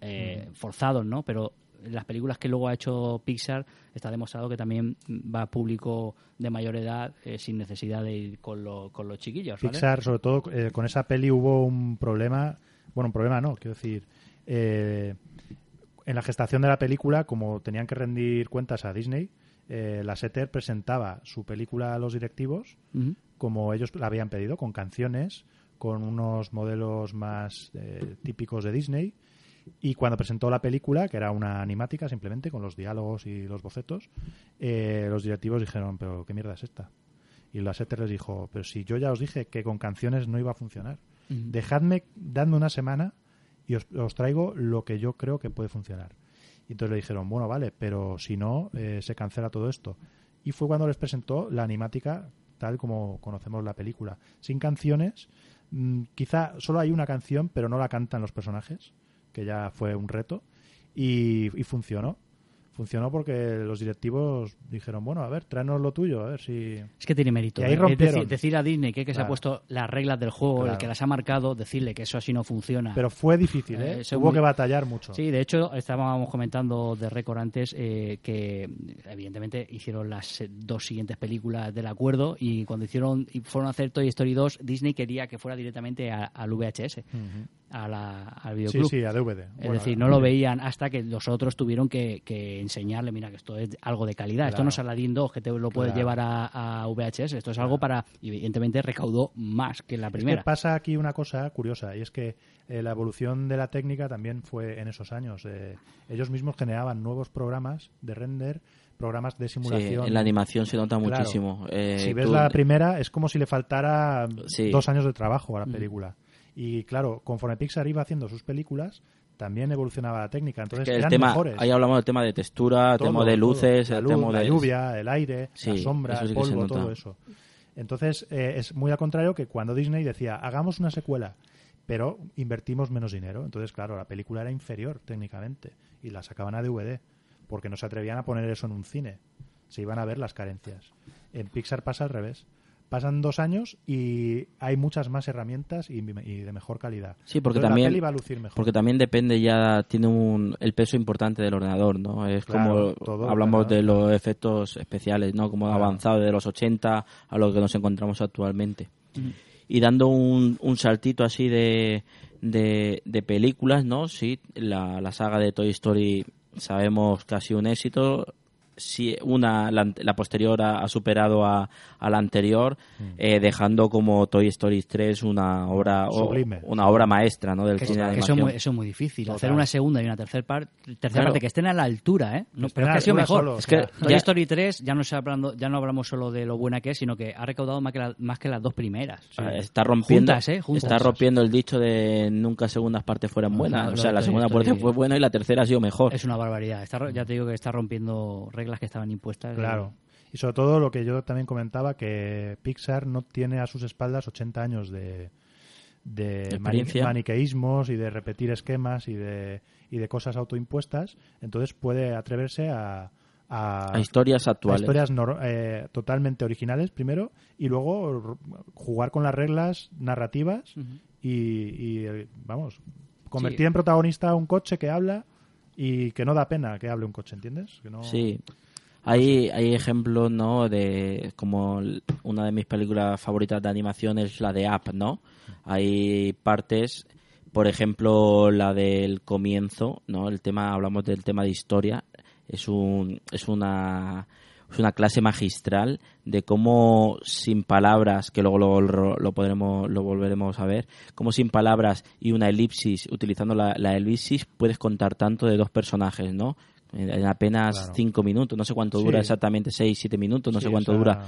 Speaker 1: eh, forzados, ¿no? Pero las películas que luego ha hecho Pixar está demostrado que también va a público de mayor edad eh, sin necesidad de ir con, lo- con los chiquillos, ¿vale?
Speaker 4: Pixar, sobre todo eh, con esa peli hubo un problema, bueno, un problema no, quiero decir, eh, en la gestación de la película, como tenían que rendir cuentas a Disney, eh, la SETER presentaba su película a los directivos
Speaker 1: Ujú.
Speaker 4: como ellos la habían pedido, con canciones, con unos modelos más eh, típicos de Disney. Y cuando presentó la película, que era una animática simplemente, con los diálogos y los bocetos, eh, los directivos dijeron, pero ¿qué mierda es esta? Y la SETER les dijo, pero si yo ya os dije que con canciones no iba a funcionar, dejadme, dadme una semana y os, os traigo lo que yo creo que puede funcionar. Y entonces le dijeron, bueno, vale, pero si no, eh, se cancela todo esto. Y fue cuando les presentó la animática tal como conocemos la película, sin canciones. mm, quizá solo hay una canción, pero no la cantan los personajes, que ya fue un reto, y, y funcionó. Funcionó porque los directivos dijeron, bueno, a ver, tráenos lo tuyo, a ver si...
Speaker 1: Es que tiene mérito.
Speaker 4: Y ahí
Speaker 1: ¿eh? Es
Speaker 4: rompieron.
Speaker 1: decir, decir a Disney que, que se ha
Speaker 4: Claro.
Speaker 1: puesto las reglas del juego, el
Speaker 4: Claro.
Speaker 1: que las ha marcado, decirle que eso así no funciona.
Speaker 4: Pero fue difícil, ¿eh?
Speaker 1: Ah. Eh, eso
Speaker 4: Hubo
Speaker 1: muy-
Speaker 4: que batallar mucho.
Speaker 1: Sí, de hecho, estábamos comentando de récord antes eh, que, evidentemente, hicieron las eh, dos siguientes películas del acuerdo y cuando hicieron y fueron a hacer Toy Story 2, Disney quería que fuera directamente a- al VHS,
Speaker 4: Ujú.
Speaker 1: a la- al
Speaker 4: Sí,
Speaker 1: videoclub.
Speaker 4: sí, a DVD.
Speaker 1: Es
Speaker 4: Bueno, eh,
Speaker 1: decir,
Speaker 4: a-
Speaker 1: no lo veían hasta que los otros tuvieron que, que enseñarle, mira, que esto es algo de calidad. Esto
Speaker 4: Claro.
Speaker 1: no es Aladdin 2, que te lo puedes
Speaker 4: Claro.
Speaker 1: llevar a, a VHS. Esto es algo para... y Evidentemente recaudó más que la
Speaker 4: Es que
Speaker 1: primera.
Speaker 4: pasa aquí una cosa curiosa y es que eh, la evolución de la técnica también fue en esos años. Eh, ellos mismos generaban nuevos programas de render, programas de
Speaker 2: Sí,
Speaker 4: simulación.
Speaker 2: en la animación se nota
Speaker 4: Claro.
Speaker 2: muchísimo. Eh,
Speaker 4: si ves
Speaker 2: tú-
Speaker 4: la primera, es como si le faltara
Speaker 2: Sí. Mm.
Speaker 4: dos años de trabajo a la película. Y claro, conforme Pixar iba haciendo sus películas, también evolucionaba la técnica. Entonces
Speaker 2: que el
Speaker 4: pues eran
Speaker 2: tema,
Speaker 4: mejores.
Speaker 2: ahí hablamos del tema de textura,
Speaker 4: Todo,
Speaker 2: tema de
Speaker 4: todo.
Speaker 2: luces,
Speaker 4: la
Speaker 2: el
Speaker 4: luz,
Speaker 2: tema
Speaker 4: la
Speaker 2: de
Speaker 4: lluvia, el aire, la
Speaker 2: Sí,
Speaker 4: sombra,
Speaker 2: eso sí
Speaker 4: el
Speaker 2: que se
Speaker 4: polvo,
Speaker 2: nota.
Speaker 4: todo eso. Entonces, eh, es muy al contrario que cuando Disney decía, hagamos una secuela, pero invertimos menos dinero. Entonces, claro, la película era inferior técnicamente y la sacaban a DVD porque no se atrevían a poner eso en un cine. Se iban a ver las carencias. En Pixar pasa al revés. Pasan dos años y hay muchas más herramientas y, y de mejor calidad.
Speaker 2: Sí, porque
Speaker 4: Entonces,
Speaker 2: también-
Speaker 4: la peli va a lucir mejor.
Speaker 2: Porque también depende ya, tiene un, el peso importante del ordenador, ¿no? Es como
Speaker 4: Claro, todo
Speaker 2: hablamos
Speaker 4: ordenador,
Speaker 2: de los efectos especiales, ¿no? Como ha
Speaker 4: Claro.
Speaker 2: avanzado de los 80 a lo que nos encontramos actualmente. Y dando un, un saltito así de, de, de películas, ¿no? Sí, la, la saga de Toy Story sabemos que ha sido un éxito. Sí, una, la, ante- la posterior ha, ha superado a, a la anterior, eh, dejando como Toy Story 3 una obra, o-
Speaker 4: Sublime.
Speaker 2: una obra maestra, ¿no? Del
Speaker 1: Que-
Speaker 2: cine de
Speaker 1: que eso,
Speaker 2: animación.
Speaker 1: es muy, eso es muy difícil. Hacer
Speaker 4: Total.
Speaker 1: una segunda y una tercera parte, tercera
Speaker 2: Claro.
Speaker 1: parte que estén a la altura, ¿eh? No, pero
Speaker 4: estén
Speaker 1: es
Speaker 4: a
Speaker 1: que
Speaker 4: la
Speaker 1: ha sido
Speaker 4: altura
Speaker 1: mejor.
Speaker 4: solo,
Speaker 2: Es que
Speaker 4: o sea,
Speaker 1: Toy
Speaker 2: ya-
Speaker 1: Story 3 ya no, se hablando, ya no hablamos solo de lo buena que es, sino que ha recaudado más que, la- más que las dos primeras.
Speaker 2: Ah, Está rompiendo,
Speaker 1: Juntas, ¿eh? Juntas.
Speaker 2: está rompiendo el dicho de nunca segundas partes fueran
Speaker 1: No,
Speaker 2: buenas.
Speaker 1: no,
Speaker 2: o
Speaker 1: lo
Speaker 2: sea,
Speaker 1: de
Speaker 2: la
Speaker 1: Toy
Speaker 2: segunda
Speaker 1: Story.
Speaker 2: parte fue buena y la tercera ha sido mejor.
Speaker 1: Es una barbaridad. Está, ro- ya te digo que está rompiendo reglas que estaban
Speaker 2: Eh,
Speaker 1: impuestas. de-
Speaker 4: Claro. Y sobre todo lo que yo también comentaba, que Pixar no tiene a sus espaldas 80 años de, de mani-
Speaker 2: Experiencia.
Speaker 4: maniqueísmos y de repetir esquemas y de, y de cosas autoimpuestas. Entonces puede atreverse a, a-
Speaker 2: A historias
Speaker 4: a
Speaker 2: actuales.
Speaker 4: historias nor- eh, totalmente originales primero y luego r- jugar con las reglas narrativas y, y, eh, vamos, convertir
Speaker 1: Sí.
Speaker 4: en protagonista a un coche que habla y que no da pena que hable un coche, ¿entiendes? Que no...
Speaker 2: Sí. Hay, hay ejemplos, ¿no? De como l- una de mis películas favoritas de animación es la de Up, ¿no? Hay partes, por ejemplo, la del comienzo, ¿no? El tema, hablamos del tema de historia, es un, es una, es una clase magistral de cómo sin palabras, que luego lo, lo, lo podremos, lo volveremos a ver, cómo sin palabras y una elipsis, utilizando la, la elipsis, puedes contar tanto de dos personajes, ¿no? En, en apenas
Speaker 4: Claro.
Speaker 2: cinco minutos, no sé cuánto dura
Speaker 4: Sí.
Speaker 2: exactamente, seis, siete minutos, no
Speaker 4: Sí,
Speaker 2: sé cuánto
Speaker 4: o sea,
Speaker 2: dura.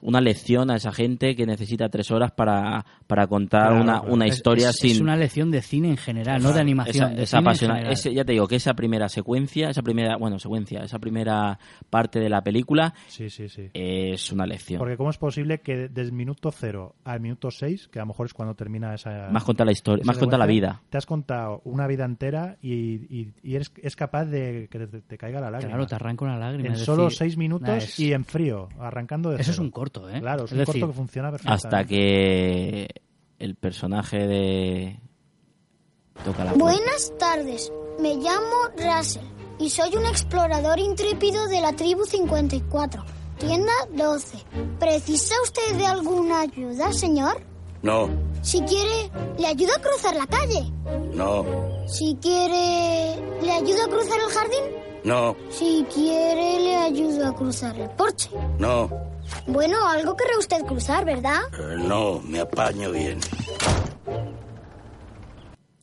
Speaker 2: Una lección a esa gente que necesita tres horas para, para contar
Speaker 4: Claro,
Speaker 2: una,
Speaker 4: claro.
Speaker 2: una
Speaker 1: Es-
Speaker 2: historia
Speaker 1: es,
Speaker 2: sin...
Speaker 1: es una lección de cine en general, no de animación.
Speaker 2: Esa,
Speaker 1: de cine
Speaker 2: esa
Speaker 1: en
Speaker 2: apasiona-
Speaker 1: general.
Speaker 2: ese- ya te digo que esa primera secuencia, esa primera, bueno, secuencia, esa primera parte de la película
Speaker 4: Sí, sí, sí.
Speaker 2: Eh, es una lección.
Speaker 4: Porque cómo es posible que desde el minuto 0 al minuto 6, que a lo mejor es cuando termina esa...
Speaker 2: más contar la historia,
Speaker 4: esa
Speaker 2: más contar la
Speaker 4: secuencia,
Speaker 2: vida.
Speaker 4: Te has contado una vida entera y, y- y eres, es capaz de que te, te caiga la lágrima.
Speaker 1: Claro, te arranca una lágrima.
Speaker 4: en
Speaker 1: es
Speaker 4: solo
Speaker 1: decir,
Speaker 4: 6 minutos
Speaker 1: nada, es-
Speaker 4: y en frío, arrancando de
Speaker 1: Eso es
Speaker 4: cero.
Speaker 1: un corto, ¿eh?
Speaker 4: Claro, es,
Speaker 1: Es
Speaker 4: un
Speaker 1: decir,
Speaker 4: corto que funciona perfectamente.
Speaker 2: Hasta que el personaje de toca la puerta.
Speaker 10: Buenas tardes, me llamo Russell y soy un explorador intrépido de la tribu 54, tienda 12. ¿Precisa usted de alguna ayuda, señor?
Speaker 5: No,
Speaker 10: Si quiere, le ayudo a cruzar la calle.
Speaker 5: no,
Speaker 10: Si quiere, le ayudo a cruzar el jardín.
Speaker 5: no,
Speaker 10: Si quiere, le ayudo a cruzar el porche.
Speaker 5: no,
Speaker 10: Bueno, algo querrá usted cruzar, ¿verdad?
Speaker 5: eh, no, me apaño bien.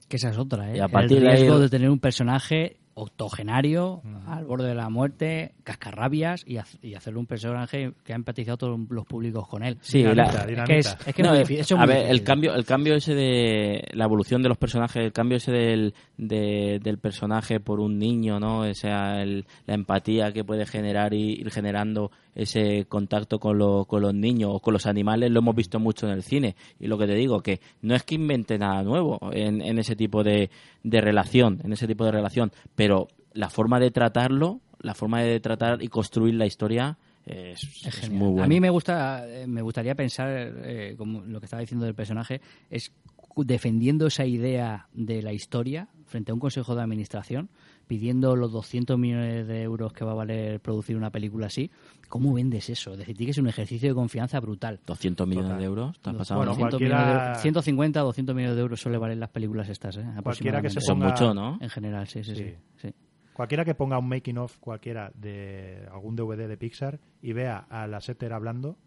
Speaker 1: Que esa es otra, ¿eh?
Speaker 2: Y a partir
Speaker 1: el
Speaker 2: de ahí-
Speaker 1: riesgo de tener un personaje octogenario, al borde de la muerte, cascarrabias, y, haz- y hacerlo un personaje que ha empatizado todos los públicos con él.
Speaker 2: Sí, la-
Speaker 4: Dinamita,
Speaker 1: Es
Speaker 4: dinamita.
Speaker 1: que es, es que es
Speaker 2: No,
Speaker 1: muy
Speaker 2: eh,
Speaker 1: difícil, eso es
Speaker 2: a
Speaker 1: muy
Speaker 2: ver, el
Speaker 1: difícil.
Speaker 2: cambio, el cambio ese de la evolución de los personajes, el cambio ese del, de- del personaje por un niño, ¿no? O sea, el- la empatía que puede generar y ir generando ese contacto con, lo- con los niños o con los animales, lo hemos visto mucho en el cine. Y lo que te digo, que no es que invente nada nuevo en, en ese tipo de, de relación, en ese tipo de relación, pero la forma de tratarlo, la forma de tratar y construir la historia es, es
Speaker 1: genial.
Speaker 2: muy buena.
Speaker 1: A mí me gusta, eh, me gustaría pensar, eh, como lo que estaba diciendo del personaje, es cu- defendiendo esa idea de la historia frente a un consejo de administración, pidiendo los 200 millones de euros que va a valer producir una película así. ¿Cómo vendes eso? Es decir, tiene que ser un ejercicio de confianza brutal.
Speaker 2: 200 millones de euros, ¿te has pasado?
Speaker 4: Bueno,
Speaker 2: ¿no?
Speaker 1: 200
Speaker 4: cualquiera-
Speaker 1: millones de euros- 150 o 200 millones de euros suele valer las películas estas, ¿eh?
Speaker 4: Cualquiera que se
Speaker 1: aproximadamente.
Speaker 2: Son
Speaker 4: ponga-
Speaker 2: mucho, ¿no?
Speaker 1: En general, sí, sí, sí.
Speaker 4: Sí.
Speaker 1: sí.
Speaker 4: Cualquiera que ponga un making of cualquiera de algún DVD de Pixar y vea a la Setter hablando,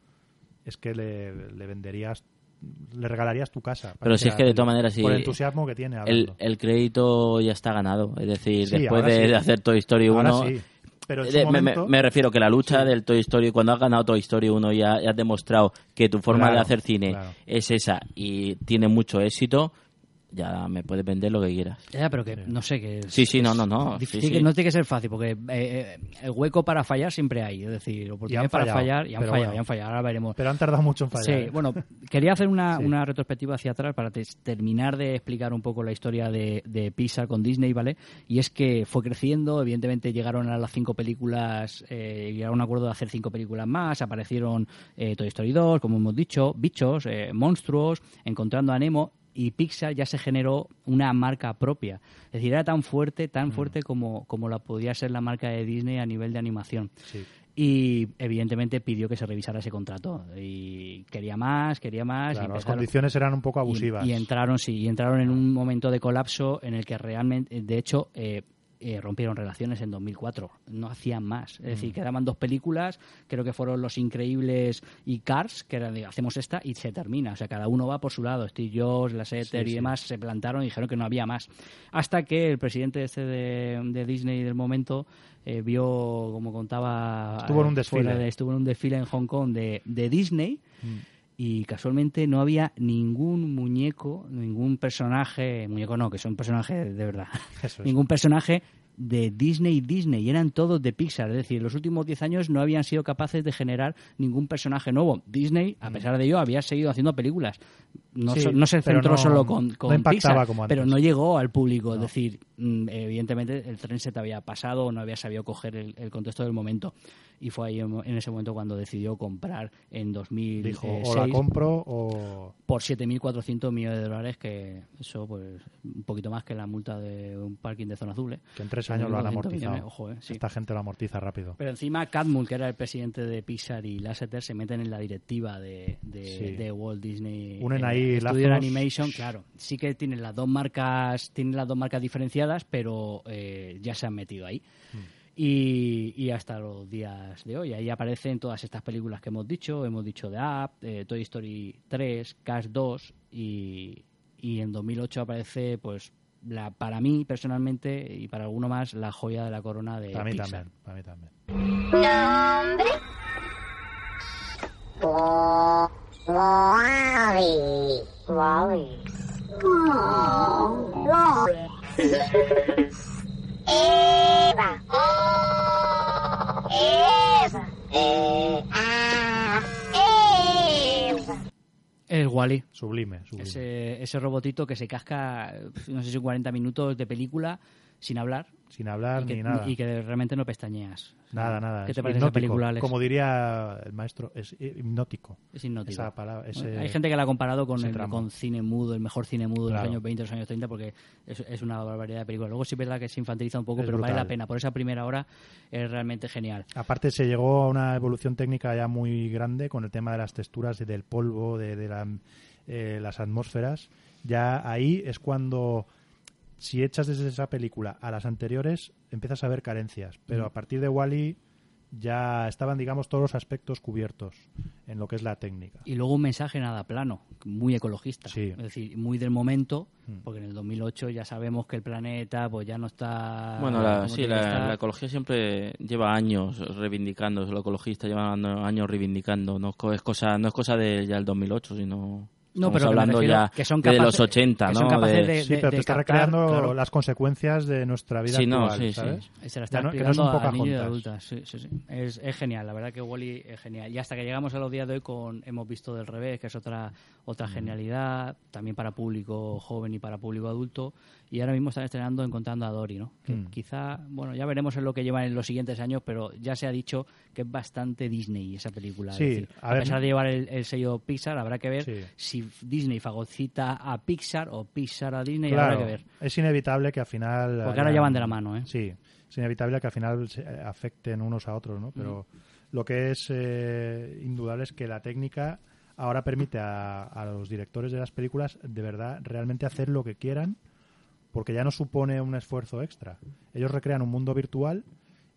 Speaker 4: es que le, le venderías, le regalarías tu casa.
Speaker 2: Pero si es que de
Speaker 4: el-
Speaker 2: todas maneras, sí,
Speaker 4: Por el entusiasmo que tiene
Speaker 2: El,
Speaker 4: hablando.
Speaker 2: el crédito ya está ganado. Es decir,
Speaker 4: Sí,
Speaker 2: después
Speaker 4: ahora
Speaker 2: de,
Speaker 4: sí.
Speaker 2: de hacer Toy Story 1...
Speaker 4: Ahora sí, pero en su
Speaker 1: eh,
Speaker 2: de- me- me,
Speaker 4: momento...
Speaker 2: me refiero que la lucha del Toy Story, cuando has ganado Toy Story 1 y ha- y has, demostrado que tu forma de
Speaker 4: Claro,
Speaker 2: hacer cine
Speaker 4: claro.
Speaker 2: es esa y tiene mucho éxito, ya me puedes vender lo que quieras.
Speaker 1: Ya, pero que no sé que. es-
Speaker 2: Sí, sí, no,
Speaker 1: es
Speaker 2: no, no,
Speaker 1: difícil,
Speaker 2: sí, sí.
Speaker 1: que No tiene que ser fácil, porque eh, eh, el hueco para fallar siempre hay. Es decir, oportunidades para
Speaker 4: fallado,
Speaker 1: fallar y han
Speaker 4: pero
Speaker 1: fallado,
Speaker 4: bueno.
Speaker 1: y han fallado. Ahora veremos.
Speaker 4: Pero han tardado mucho en fallar.
Speaker 1: Sí,
Speaker 4: ¿eh?
Speaker 1: bueno, quería hacer una,
Speaker 4: Sí.
Speaker 1: una retrospectiva hacia atrás para tes- terminar de explicar un poco la historia de, de Pixar con Disney, ¿vale? Y es que fue creciendo, evidentemente llegaron a las cinco películas, eh, llegaron a un acuerdo de hacer cinco películas más, aparecieron eh, Toy Story 2, como hemos dicho, bichos, eh, monstruos, encontrando a Nemo. Y Pixar ya se generó una marca propia. Es decir, era tan fuerte,
Speaker 4: Mm.
Speaker 1: tan fuerte como, como la podía ser la marca de Disney a nivel de animación.
Speaker 4: Sí.
Speaker 1: Y evidentemente pidió que se revisara ese contrato. Y quería más, quería más. y
Speaker 4: Claro, las
Speaker 1: empezaron-
Speaker 4: condiciones eran un poco
Speaker 1: y-
Speaker 4: abusivas.
Speaker 1: Y, entraron, sí, y entraron en un momento de colapso en el que realmente, de hecho, eh, eh, rompieron relaciones en 2004. No hacían más. Es
Speaker 4: Mm.
Speaker 1: decir, quedaban dos películas, creo que fueron Los Increíbles y Cars, que era de hacemos esta y se termina. O sea, cada uno va por su lado. Steve Jobs, la Setter y demás se plantaron y dijeron que no había más. Hasta que el presidente este de, de Disney del momento eh, vio, como contaba...
Speaker 4: Estuvo en un
Speaker 1: eh, fuera
Speaker 4: desfile.
Speaker 1: de- estuvo en un desfile en Hong Kong de, de Disney y casualmente no había ningún muñeco, ningún personaje, muñeco no, que son personajes de verdad,
Speaker 4: Eso es.
Speaker 1: ningún personaje de Disney Disney, y eran todos de Pixar, es decir, los últimos 10 años no habían sido capaces de generar ningún personaje nuevo. Disney, a pesar de ello, había seguido haciendo películas. No,
Speaker 4: Mm. Sí,
Speaker 1: so- no se
Speaker 4: pero
Speaker 1: centró
Speaker 4: no-
Speaker 1: solo con,
Speaker 4: no
Speaker 1: con
Speaker 4: impactaba
Speaker 1: Pixar,
Speaker 4: como antes.
Speaker 1: pero no llegó al público, es decir, mm, evidentemente el tren se te había pasado, no había sabido coger el, el contexto del momento. Y fue ahí en en ese momento cuando decidió comprar en 2006
Speaker 4: Dijo, o la compro o...
Speaker 1: por 7.400 millones de dólares, que eso pues un poquito más que la multa de un parking de zona azul. ¿eh?
Speaker 4: Que en tres tres años lo han
Speaker 1: 1.200
Speaker 4: amortizado.
Speaker 1: millones, ojo, eh, sí.
Speaker 4: Esta gente lo amortiza rápido.
Speaker 1: Pero encima Catmull, que era el presidente de Pixar y Lasseter, se meten en la directiva de, de-
Speaker 4: Sí.
Speaker 1: de Walt Disney.
Speaker 4: Unen
Speaker 1: eh,
Speaker 4: ahí
Speaker 1: Studio
Speaker 4: lazos.
Speaker 1: Animation, claro. Sí que tienen las dos marcas, tienen las dos marcas diferenciadas, pero eh, ya se han metido ahí.
Speaker 4: Hmm.
Speaker 1: Y, y hasta los días de hoy. Ahí aparecen todas estas películas que hemos dicho. Hemos dicho The App, eh, Toy Story 3, Cars 2 y, y en 2008 aparece, pues, la, para mí personalmente y para alguno más, la joya de la corona de
Speaker 4: Para mí
Speaker 1: eh, Pixar.
Speaker 4: también, para mí también.
Speaker 11: Nombre. Wally. Wally. Eva. Eva. Eva.
Speaker 1: El Wally.
Speaker 4: Sublime, sublime.
Speaker 1: Ese, ese robotito que se casca, pf, no sé si 40 minutos de película sin hablar.
Speaker 4: Sin hablar
Speaker 1: y que,
Speaker 4: ni nada.
Speaker 1: Y que realmente no pestañeas.
Speaker 4: Nada, nada.
Speaker 1: ¿Qué
Speaker 4: es
Speaker 1: te parece esa
Speaker 4: hipnótico.
Speaker 1: película, Alex?
Speaker 4: Como diría el maestro, es eh, hipnótico.
Speaker 1: Es hipnótico.
Speaker 4: Esa palabra, ese-
Speaker 1: Hay gente que la ha comparado con,
Speaker 4: ese
Speaker 1: el,
Speaker 4: tramo.
Speaker 1: con cine mudo, el mejor cine mudo de
Speaker 4: Claro.
Speaker 1: los años 20, de los años 30, porque es, es una barbaridad de película. Luego sí es verdad que se infantiliza un poco,
Speaker 4: Es
Speaker 1: pero vale
Speaker 4: brutal.
Speaker 1: la pena. Por esa primera hora es realmente genial.
Speaker 4: Aparte se llegó a una evolución técnica ya muy grande con el tema de las texturas y del polvo, de, de la- eh, las atmósferas. Ya ahí es cuando, si echas desde esa película a las anteriores, empiezas a ver carencias. Pero
Speaker 1: Mm.
Speaker 4: a partir de Wally ya estaban, digamos, todos los aspectos cubiertos en lo que es la técnica.
Speaker 1: Y luego un mensaje nada plano, muy ecologista. Es decir, muy del momento, porque en el 2008 ya sabemos que el planeta pues ya no está...
Speaker 2: Bueno, la,
Speaker 1: como
Speaker 2: sí,
Speaker 1: tiene que
Speaker 2: la,
Speaker 1: estar.
Speaker 2: la ecología siempre lleva años reivindicando, los ecologistas llevan años reivindicando, no es co- es cosa, no es cosa de ya el 2008, sino
Speaker 1: No, pero
Speaker 2: estamos
Speaker 1: que me
Speaker 2: hablando
Speaker 1: refiero
Speaker 2: ya
Speaker 1: que son
Speaker 2: de
Speaker 1: capaces-
Speaker 2: los 80,
Speaker 1: que
Speaker 2: ¿no?
Speaker 1: son capaces de-
Speaker 4: sí, pero te está
Speaker 1: captar,
Speaker 4: recreando
Speaker 1: claro.
Speaker 4: las consecuencias de nuestra vida
Speaker 2: Sí, no,
Speaker 4: actual,
Speaker 2: sí, sí.
Speaker 4: ¿sabes?
Speaker 1: Se la está
Speaker 4: Ya no- que no
Speaker 1: explicando
Speaker 4: son
Speaker 1: a niños y
Speaker 4: Pocahontas.
Speaker 1: adultas. Sí, sí, sí. Es, es genial, la verdad que Wally es genial. Y hasta que llegamos a los días de hoy con Hemos visto del revés, que es otra
Speaker 4: Mm.
Speaker 1: otra genialidad, también para público joven y para público adulto. Y ahora mismo están estrenando Encontrando a Dory, ¿no? Que
Speaker 4: Mm.
Speaker 1: quizá, bueno, ya veremos en lo que llevan en los siguientes años, pero ya se ha dicho que es bastante Disney esa película. es
Speaker 4: Sí,
Speaker 1: decir,
Speaker 4: a
Speaker 1: a,
Speaker 4: ver-
Speaker 1: pesar de llevar el, el sello Pixar, habrá que ver
Speaker 4: Sí.
Speaker 1: si Disney fagocita a Pixar o Pixar a Disney,
Speaker 4: Claro,
Speaker 1: habrá que ver.
Speaker 4: es inevitable que al final...
Speaker 1: Porque ahora
Speaker 4: hayan-
Speaker 1: ya van de la mano, ¿eh?
Speaker 4: Sí, es inevitable que al final se eh, afecten unos a otros, ¿no? Pero
Speaker 1: Mm.
Speaker 4: lo que es eh, indudable es que la técnica ahora permite a, a los directores de las películas de verdad realmente hacer lo que quieran porque ya no supone un esfuerzo extra. Ellos recrean un mundo virtual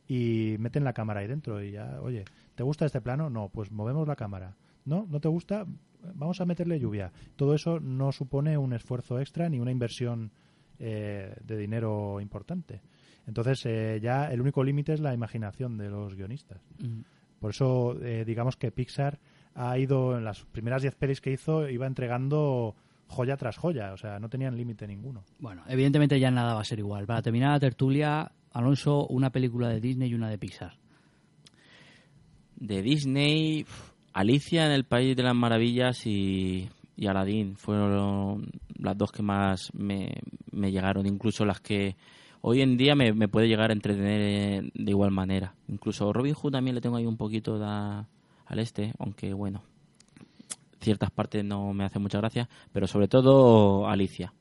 Speaker 4: y meten la cámara ahí dentro y ya, oye, ¿te gusta este plano? No, pues movemos la cámara. ¿No? ¿No te gusta? Vamos a meterle lluvia. Todo eso no supone un esfuerzo extra ni una inversión eh, de dinero importante. Entonces eh, ya el único límite es la imaginación de los guionistas.
Speaker 1: Mm.
Speaker 4: Por eso eh, digamos que Pixar ha ido en las primeras 10 pelis que hizo iba entregando joya tras joya, o sea, no tenían límite ninguno.
Speaker 1: Bueno, evidentemente ya nada va a ser igual. Para terminar la tertulia, Alonso, una película de Disney y una de Pixar.
Speaker 2: de Disney, pf, Alicia en el País de las Maravillas y, y Aladdin fueron las dos que más me, me llegaron, incluso las que hoy en día me, me puede llegar a entretener eh, de igual manera. Incluso Robin Hood también le tengo ahí un poquito da- al este, aunque bueno, ciertas partes no me hacen mucha gracia, pero sobre todo Alicia.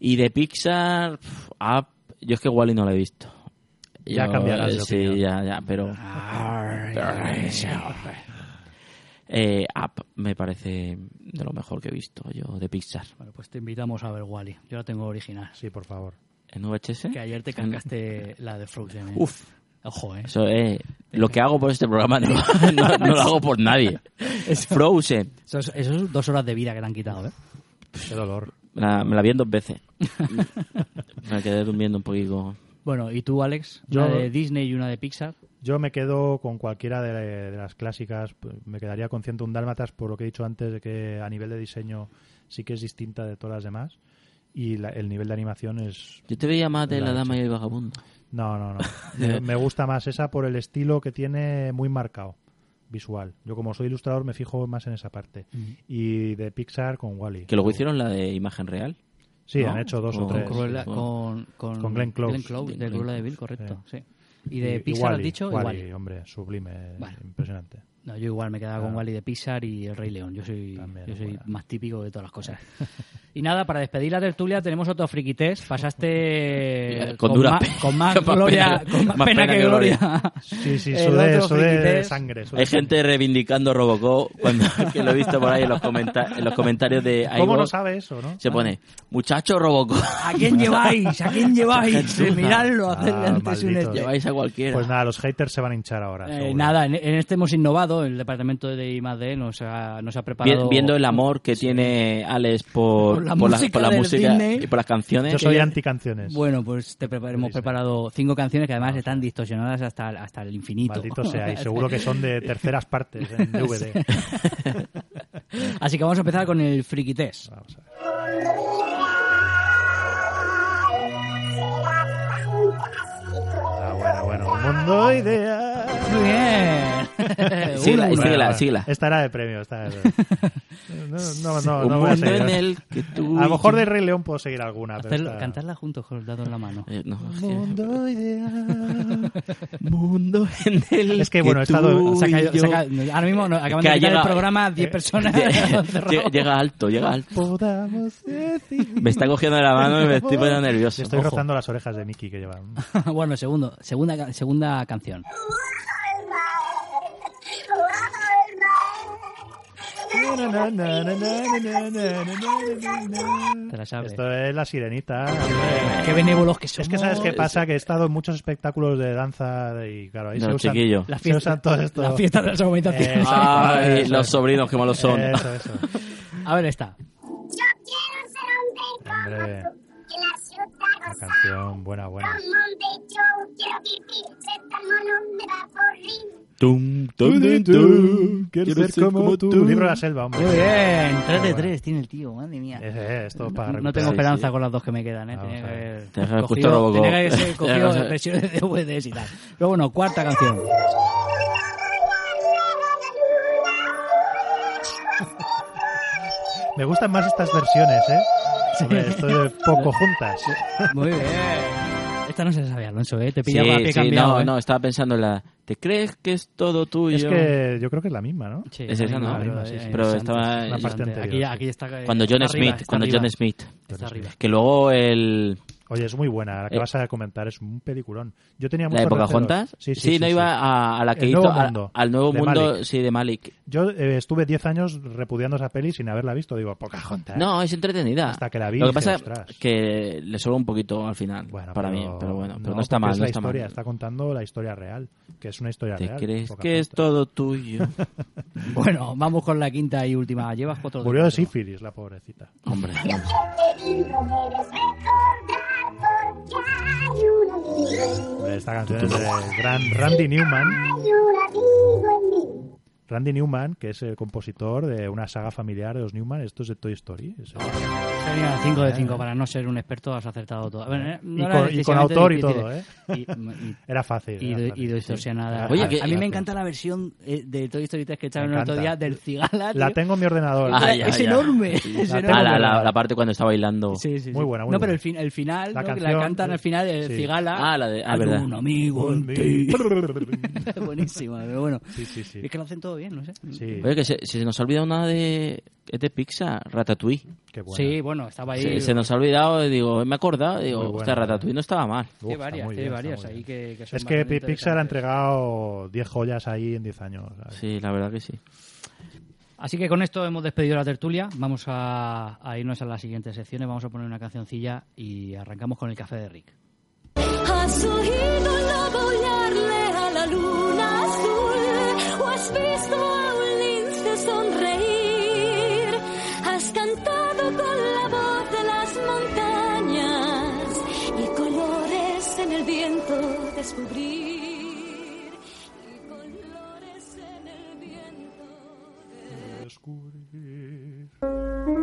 Speaker 2: Y de Pixar, pf, Up, yo es que Wally no la he visto.
Speaker 4: Ya
Speaker 2: Yo- eh,
Speaker 4: cambiarás de Ah,
Speaker 2: Sí, ya, ya, pero... Eh, Up me parece de lo mejor que he visto yo de Pixar.
Speaker 1: Bueno, pues te invitamos a ver Wally. Yo la tengo original.
Speaker 4: Sí, por favor.
Speaker 2: ¿En VHS?
Speaker 1: Que ayer te cascaste la de Frozen. ¿eh?
Speaker 2: Uf.
Speaker 1: Ojo, ¿eh?
Speaker 2: Eso es lo que hago por este programa, no, no- no lo hago por nadie. Es Frozen.
Speaker 1: Eso es, eso es dos horas de vida que te han quitado, ¿eh?
Speaker 4: Qué dolor.
Speaker 2: Me la, me la vi en dos veces. Me quedé durmiendo un poquito.
Speaker 1: Bueno, ¿y tú, Alex? Una
Speaker 4: Yo-
Speaker 1: de Disney y una de Pixar.
Speaker 4: Yo me quedo con cualquiera de, de las clásicas, p- me quedaría con 101 Dálmatas por lo que he dicho antes de que a nivel de diseño sí que es distinta de todas las demás y la- el nivel de animación es
Speaker 2: Yo te veía más de
Speaker 4: La
Speaker 2: La Dama y el Vagabundo.
Speaker 4: No, no, no. Me, me gusta más esa por el estilo que tiene muy marcado, visual. Yo como soy ilustrador me fijo más en esa parte. Y de Pixar con Wally.
Speaker 2: Que luego hicieron la de imagen real.
Speaker 4: Sí,
Speaker 2: ¿no?
Speaker 4: han hecho dos o
Speaker 2: Con
Speaker 4: tres.
Speaker 1: Cruella- con,
Speaker 4: Con Glenn Close.
Speaker 1: de
Speaker 2: Glenn
Speaker 1: Cruella de
Speaker 2: Close,
Speaker 1: Vil, correcto. Sí. ¿Y de
Speaker 4: Y- y
Speaker 1: Pixar has
Speaker 4: Wall-E,
Speaker 1: dicho? Y
Speaker 4: Wall-E,
Speaker 1: Wall-E.
Speaker 4: hombre, sublime,
Speaker 1: Vale.
Speaker 4: impresionante.
Speaker 1: No, yo igual me quedaba con Wally de Pixar y El Rey León. Yo soy, yo soy más típico de todas las cosas. y nada, para despedir la tertulia tenemos otro friquités. Pasaste
Speaker 2: Con dura
Speaker 1: ma-
Speaker 2: pena.
Speaker 1: con más
Speaker 2: Con más
Speaker 1: gloria,
Speaker 2: pena-
Speaker 1: con más pena, que, gloria.
Speaker 4: Sí, sí,
Speaker 1: El
Speaker 4: sudé,
Speaker 1: otro
Speaker 4: sudé de
Speaker 1: friquités.
Speaker 4: sangre. sudé
Speaker 2: Hay
Speaker 4: de sangre.
Speaker 2: gente reivindicando Robocop cuando que lo he visto por ahí en los, comenta- en los comentarios de
Speaker 4: ¿Cómo lo
Speaker 2: iVoox.
Speaker 4: sabe eso, no?
Speaker 2: Se pone, muchacho Robocop.
Speaker 1: ¿A quién lleváis? ¿A quién lleváis?
Speaker 2: Qué chunga.
Speaker 1: Miradlo, hacerle
Speaker 4: Ah,
Speaker 1: antes un
Speaker 4: malditos.
Speaker 1: este.
Speaker 2: Lleváis a cualquiera.
Speaker 4: Pues nada, los haters se van a hinchar ahora.
Speaker 1: Eh,
Speaker 4: seguro.
Speaker 1: nada, en, en este hemos innovado. El departamento de I+.D. nos ha, nos ha
Speaker 2: Vi-
Speaker 1: preparado...
Speaker 2: Viendo el amor que tiene Alex por,
Speaker 1: Por la
Speaker 2: por la-
Speaker 1: música
Speaker 2: por la
Speaker 1: del
Speaker 2: música
Speaker 1: Disney.
Speaker 2: y por las canciones.
Speaker 4: Yo soy
Speaker 2: eh, Que-
Speaker 4: anticanciones.
Speaker 1: Bueno, pues te prepar- hemos preparado cinco canciones que además están distorsionadas hasta, hasta el infinito.
Speaker 4: Maldito sea, y seguro que son de terceras partes en DVD.
Speaker 1: Así que vamos a empezar con el friquités.
Speaker 4: Vamos a ver. Ah, bueno, bueno. Un mundo ideal.
Speaker 1: Muy bien.
Speaker 2: Sigla,
Speaker 1: Uno, uno.
Speaker 2: sigla,
Speaker 4: Bueno,
Speaker 2: sigla.
Speaker 4: Esta era de premio, esta era de premio. No, no, no,
Speaker 2: Un
Speaker 4: no voy a
Speaker 2: mundo
Speaker 4: seguir.
Speaker 2: en el que tú
Speaker 4: A
Speaker 2: y
Speaker 4: lo mejor
Speaker 2: yo-
Speaker 4: de Rey León puedo seguir alguna, pero
Speaker 1: Hacerlo-
Speaker 4: esta-
Speaker 1: cantarla juntos con el dado en la mano.
Speaker 2: Eh, no, es que-
Speaker 4: Mundo ideal.
Speaker 2: mundo en el
Speaker 4: Es que, bueno, he estado-
Speaker 2: tú
Speaker 1: Se ha
Speaker 2: y
Speaker 1: caído-
Speaker 2: yo-
Speaker 1: se ha caído- ahora mismo nos acaban
Speaker 2: que
Speaker 1: de quitar
Speaker 2: ha
Speaker 1: el
Speaker 2: llegado-
Speaker 1: programa 10 personas.
Speaker 2: Lle- Llega alto, llega alto.
Speaker 4: Podamos decir.
Speaker 2: Me está cogiendo la mano y Ah, me estoy poniendo nervioso.
Speaker 4: Le estoy
Speaker 2: Ojo.
Speaker 4: rozando las orejas de Mickey que llevan.
Speaker 1: bueno, segundo, segunda, ca- segunda canción. Te la sabes.
Speaker 4: Esto es la sirenita.
Speaker 1: Qué benévolos que somos.
Speaker 4: Es que sabes qué pasa, que he estado en muchos espectáculos de danza y claro, ahí
Speaker 2: No,
Speaker 4: se usan,
Speaker 2: chiquillo.
Speaker 4: La
Speaker 1: La
Speaker 4: fiesta,
Speaker 1: fiesta-
Speaker 4: se usan todo esto.
Speaker 1: La fiesta de las aumentaciones.
Speaker 4: Exacto,
Speaker 2: Ay,
Speaker 4: eso,
Speaker 2: los
Speaker 4: eso.
Speaker 2: sobrinos, qué malos son.
Speaker 4: Eso, eso.
Speaker 1: A ver esta.
Speaker 11: Yo quiero ser un
Speaker 4: Hombre,
Speaker 11: en la ciudad
Speaker 4: la canción buena, buena.
Speaker 11: Monte Joe, quiero vivir, ser tan mono me da por
Speaker 2: Tum, tum, tum, tum.
Speaker 4: Tu libro de la selva, hombre.
Speaker 1: Muy bien. 3 de
Speaker 4: bueno.
Speaker 1: 3 tiene el tío, madre mía.
Speaker 4: Eh, eh, esto para
Speaker 1: No
Speaker 4: recuperar.
Speaker 1: tengo
Speaker 2: Sí,
Speaker 1: esperanza
Speaker 2: sí.
Speaker 1: con las dos que me quedan, ¿eh?
Speaker 4: Vamos
Speaker 1: Tenía
Speaker 4: a
Speaker 1: que
Speaker 4: ver.
Speaker 1: haber
Speaker 2: Tenía que haber puesto
Speaker 1: cogido,
Speaker 2: Robocop.
Speaker 1: tenía que haber
Speaker 2: Tenía
Speaker 1: cogido
Speaker 2: que haber-
Speaker 1: versiones de DVDs y tal. Pero bueno, cuarta canción.
Speaker 4: Me gustan más estas versiones, ¿eh? Hombre, esto de poco juntas.
Speaker 1: Muy bien. Esta no se la sabía, Alonso, ¿eh? Te
Speaker 2: Sí,
Speaker 1: pillaba a pie
Speaker 2: sí,
Speaker 1: cambiado.
Speaker 2: no,
Speaker 1: ¿eh?
Speaker 2: no, estaba pensando en la... ¿Te crees que es todo tuyo?
Speaker 4: Es que yo creo que es la misma, ¿no?
Speaker 1: Sí,
Speaker 2: Es esa, ¿no?
Speaker 1: pero,
Speaker 4: Sí, sí,
Speaker 1: eh,
Speaker 2: pero
Speaker 1: antes,
Speaker 2: estaba-
Speaker 1: antes,
Speaker 4: La parte
Speaker 1: antes.
Speaker 4: anterior,
Speaker 1: Aquí,
Speaker 4: sí.
Speaker 1: aquí está. eh,
Speaker 2: Cuando John
Speaker 1: está arriba,
Speaker 2: Smith,
Speaker 1: está
Speaker 2: cuando
Speaker 1: arriba.
Speaker 2: John Smith.
Speaker 1: Está arriba.
Speaker 2: Que luego el...
Speaker 4: Oye, es muy buena. La que
Speaker 2: Eh.
Speaker 4: vas a comentar es un peliculón. Yo tenía
Speaker 2: ¿La de
Speaker 4: muchos recelos.
Speaker 2: Pocahontas?
Speaker 4: Sí, sí, sí,
Speaker 2: no
Speaker 4: sí.
Speaker 2: iba a, a la que
Speaker 4: El
Speaker 2: hizo
Speaker 4: Nuevo
Speaker 2: a-
Speaker 4: Mundo,
Speaker 2: al Nuevo
Speaker 4: de
Speaker 2: Mundo,
Speaker 4: Malik.
Speaker 2: sí, de Malik.
Speaker 4: Yo eh, estuve 10 años repudiando esa peli sin haberla visto. Digo, Pocahontas.
Speaker 2: No, es entretenida.
Speaker 4: Hasta que la vi,
Speaker 2: Lo que
Speaker 4: dije,
Speaker 2: pasa
Speaker 4: "Ostras".
Speaker 2: es que le sobra un poquito al final,
Speaker 4: Bueno,
Speaker 2: para
Speaker 4: pero-
Speaker 2: mí. Pero bueno, pero no, está
Speaker 4: porque
Speaker 2: mal,
Speaker 4: Es
Speaker 2: no
Speaker 4: la
Speaker 2: está
Speaker 4: historia,
Speaker 2: mal.
Speaker 4: está contando la historia real, que es una historia
Speaker 2: ¿Te
Speaker 4: real.
Speaker 2: crees que
Speaker 4: Pocahontas.
Speaker 2: es todo tuyo?
Speaker 1: Bueno, vamos con la quinta y última. Llevas cuatro de
Speaker 4: Murió de
Speaker 1: cuatro.
Speaker 4: sífilis, la pobrecita.
Speaker 2: Hombre, hombre.
Speaker 4: Hombre, Esta canción es de gran Randy Newman. Randy Newman, que es el compositor de una saga familiar de los Newman, esto es de Toy Story. es-
Speaker 1: Tenía 5
Speaker 2: Eh.
Speaker 1: de 5 para no ser un experto, has acertado todo. Bueno, eh, no
Speaker 4: Y
Speaker 1: era
Speaker 4: con- y con
Speaker 1: excesivamente
Speaker 4: autor y
Speaker 1: difícil,
Speaker 4: todo, ¿eh?
Speaker 1: Y- y-
Speaker 4: Era fácil.
Speaker 1: y,
Speaker 4: era
Speaker 1: do-
Speaker 4: fácil,
Speaker 1: y
Speaker 4: sí.
Speaker 1: distorsionada.
Speaker 4: Era
Speaker 2: Oye,
Speaker 1: a,
Speaker 4: fácil,
Speaker 2: que-
Speaker 1: a mí me
Speaker 4: fácil.
Speaker 1: encanta la versión eh, de Toy Story 3 que echaron el otro día
Speaker 4: encanta.
Speaker 1: del Cigala.
Speaker 4: La
Speaker 1: tío.
Speaker 4: tengo en mi ordenador.
Speaker 2: Ah,
Speaker 1: Es
Speaker 2: ya,
Speaker 1: es
Speaker 2: ya.
Speaker 1: enorme. es
Speaker 4: La
Speaker 1: enorme.
Speaker 4: tengo
Speaker 2: Ah, la,
Speaker 4: que
Speaker 2: la,
Speaker 4: ver.
Speaker 2: la parte cuando está bailando.
Speaker 1: Sí, sí,
Speaker 4: Muy
Speaker 1: sí.
Speaker 4: buena, muy
Speaker 1: No, pero
Speaker 4: buena.
Speaker 1: el, fin- el final,
Speaker 4: La
Speaker 1: ¿no? Que
Speaker 4: canción-
Speaker 1: la cantan al final del
Speaker 4: sí.
Speaker 1: Cigala.
Speaker 2: Ah, la de- ah,
Speaker 1: Algún
Speaker 2: verdad.
Speaker 1: amigo en ti. Buenísima, pero bueno.
Speaker 4: Sí, sí, sí.
Speaker 1: Es que lo hacen todo bien, no sé.
Speaker 4: Sí,
Speaker 2: Oye, que se, se nos ha olvidado una de... Es de Pixar, Ratatouille.
Speaker 4: qué buena.
Speaker 1: Sí, bueno, estaba ahí.
Speaker 2: Se, se nos ha olvidado, y digo, me he acordado, y digo,
Speaker 4: Muy buena, ¿eh?
Speaker 2: hostia, Ratatouille no estaba mal.
Speaker 4: Uf,
Speaker 1: Hay
Speaker 4: está
Speaker 1: varias,
Speaker 4: muy
Speaker 1: hay
Speaker 4: bien, está
Speaker 1: varias
Speaker 4: muy
Speaker 1: ahí
Speaker 4: bien.
Speaker 1: que, que son
Speaker 4: Es que
Speaker 1: bastante
Speaker 4: Pi- Pixar ha
Speaker 1: interesantes.
Speaker 4: entregado 10 joyas ahí en 10 años. ¿sabes?
Speaker 2: Sí, la verdad que sí.
Speaker 1: Así que con esto hemos despedido la tertulia. Vamos a, a irnos a las siguientes secciones. Vamos a poner una cancioncilla y arrancamos con el café de Rick.
Speaker 8: ¿Has oído lobo aullarle a la luna azul? ¿O has visto a un lince sonreír? ¿Has cantado con la voz de las montañas y colores en el viento descubrir? Y colores en el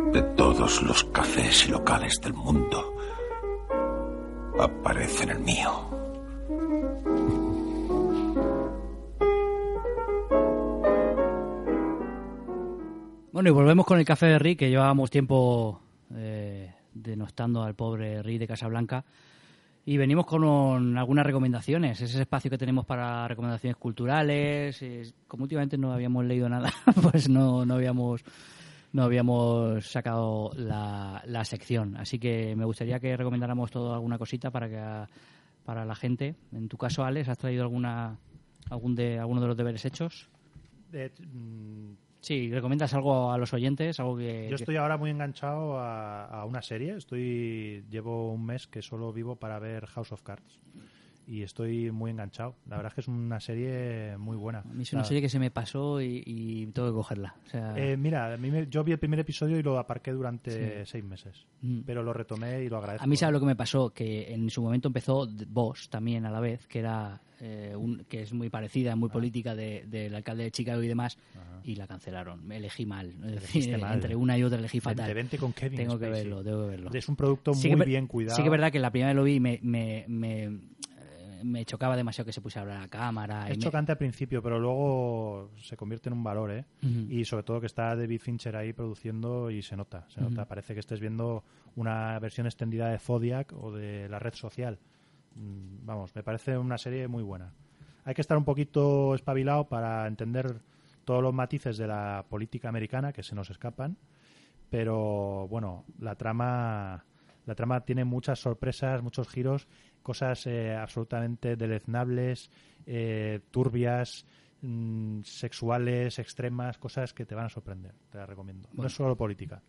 Speaker 8: viento
Speaker 5: De todos los cafés y locales del mundo, aparece en el mío.
Speaker 1: Bueno, y volvemos con el café de Rick, que llevábamos tiempo eh, denostando al pobre Rick de Casablanca. Y venimos con algunas recomendaciones. Ese espacio que tenemos para recomendaciones culturales. es- como últimamente no habíamos leído nada, pues no, no habíamos no habíamos sacado la, la sección. Así que me gustaría que recomendáramos todo alguna cosita para que a- para la gente. En tu caso, Alex, ¿has traído alguna algún de alguno de los deberes hechos?
Speaker 4: De- mm,
Speaker 1: Sí, ¿recomiendas algo a los oyentes? Algo que,
Speaker 4: Yo
Speaker 1: que-
Speaker 4: estoy ahora muy enganchado a, a una serie. Estoy llevo un mes que solo vivo para ver House of Cards y estoy muy enganchado. La verdad es que es una serie muy buena.
Speaker 1: a mí es una
Speaker 4: La-
Speaker 1: serie que se me pasó y, y tengo que cogerla. O sea,
Speaker 4: Eh, mira, a mí me- yo vi el primer episodio y lo aparqué durante
Speaker 1: Sí.
Speaker 4: seis meses,
Speaker 1: Mm.
Speaker 4: pero lo retomé y lo agradezco.
Speaker 1: A mí sabe lo que me pasó, que en su momento empezó The Boss también a la vez, que era eh, un- que es muy parecida,
Speaker 4: Ah.
Speaker 1: muy política de- del alcalde de Chicago y demás, y la cancelaron. Me elegí mal, Es
Speaker 4: Elegiste
Speaker 1: decir,
Speaker 4: mal.
Speaker 1: entre una y otra elegí
Speaker 4: Vente,
Speaker 1: fatal.
Speaker 4: vente con Kevin
Speaker 1: Tengo que
Speaker 4: Spacey.
Speaker 1: verlo, tengo que verlo.
Speaker 4: Es un producto
Speaker 1: Sí que
Speaker 4: muy
Speaker 1: ver-
Speaker 4: bien cuidado.
Speaker 1: Sí que es verdad que la primera vez lo vi y me, me, me, eh, me chocaba demasiado que se pusiera a hablar a la cámara. y
Speaker 4: Es
Speaker 1: me-
Speaker 4: chocante al principio, pero luego se convierte en un valor, ¿eh?
Speaker 1: Ujú.
Speaker 4: Y sobre todo que está David Fincher ahí produciendo y se nota, se
Speaker 1: Ujú.
Speaker 4: nota. Parece que estés viendo una versión extendida de Zodiac o de la red social. Mm, Vamos, me parece una serie muy buena. Hay que estar un poquito espabilado para entender todos los matices de la política americana que se nos escapan, pero bueno, la trama la trama tiene muchas sorpresas, muchos giros, cosas eh, absolutamente deleznables, eh, turbias, mm, sexuales, extremas, cosas que te van a sorprender. Te las recomiendo. No es solo política.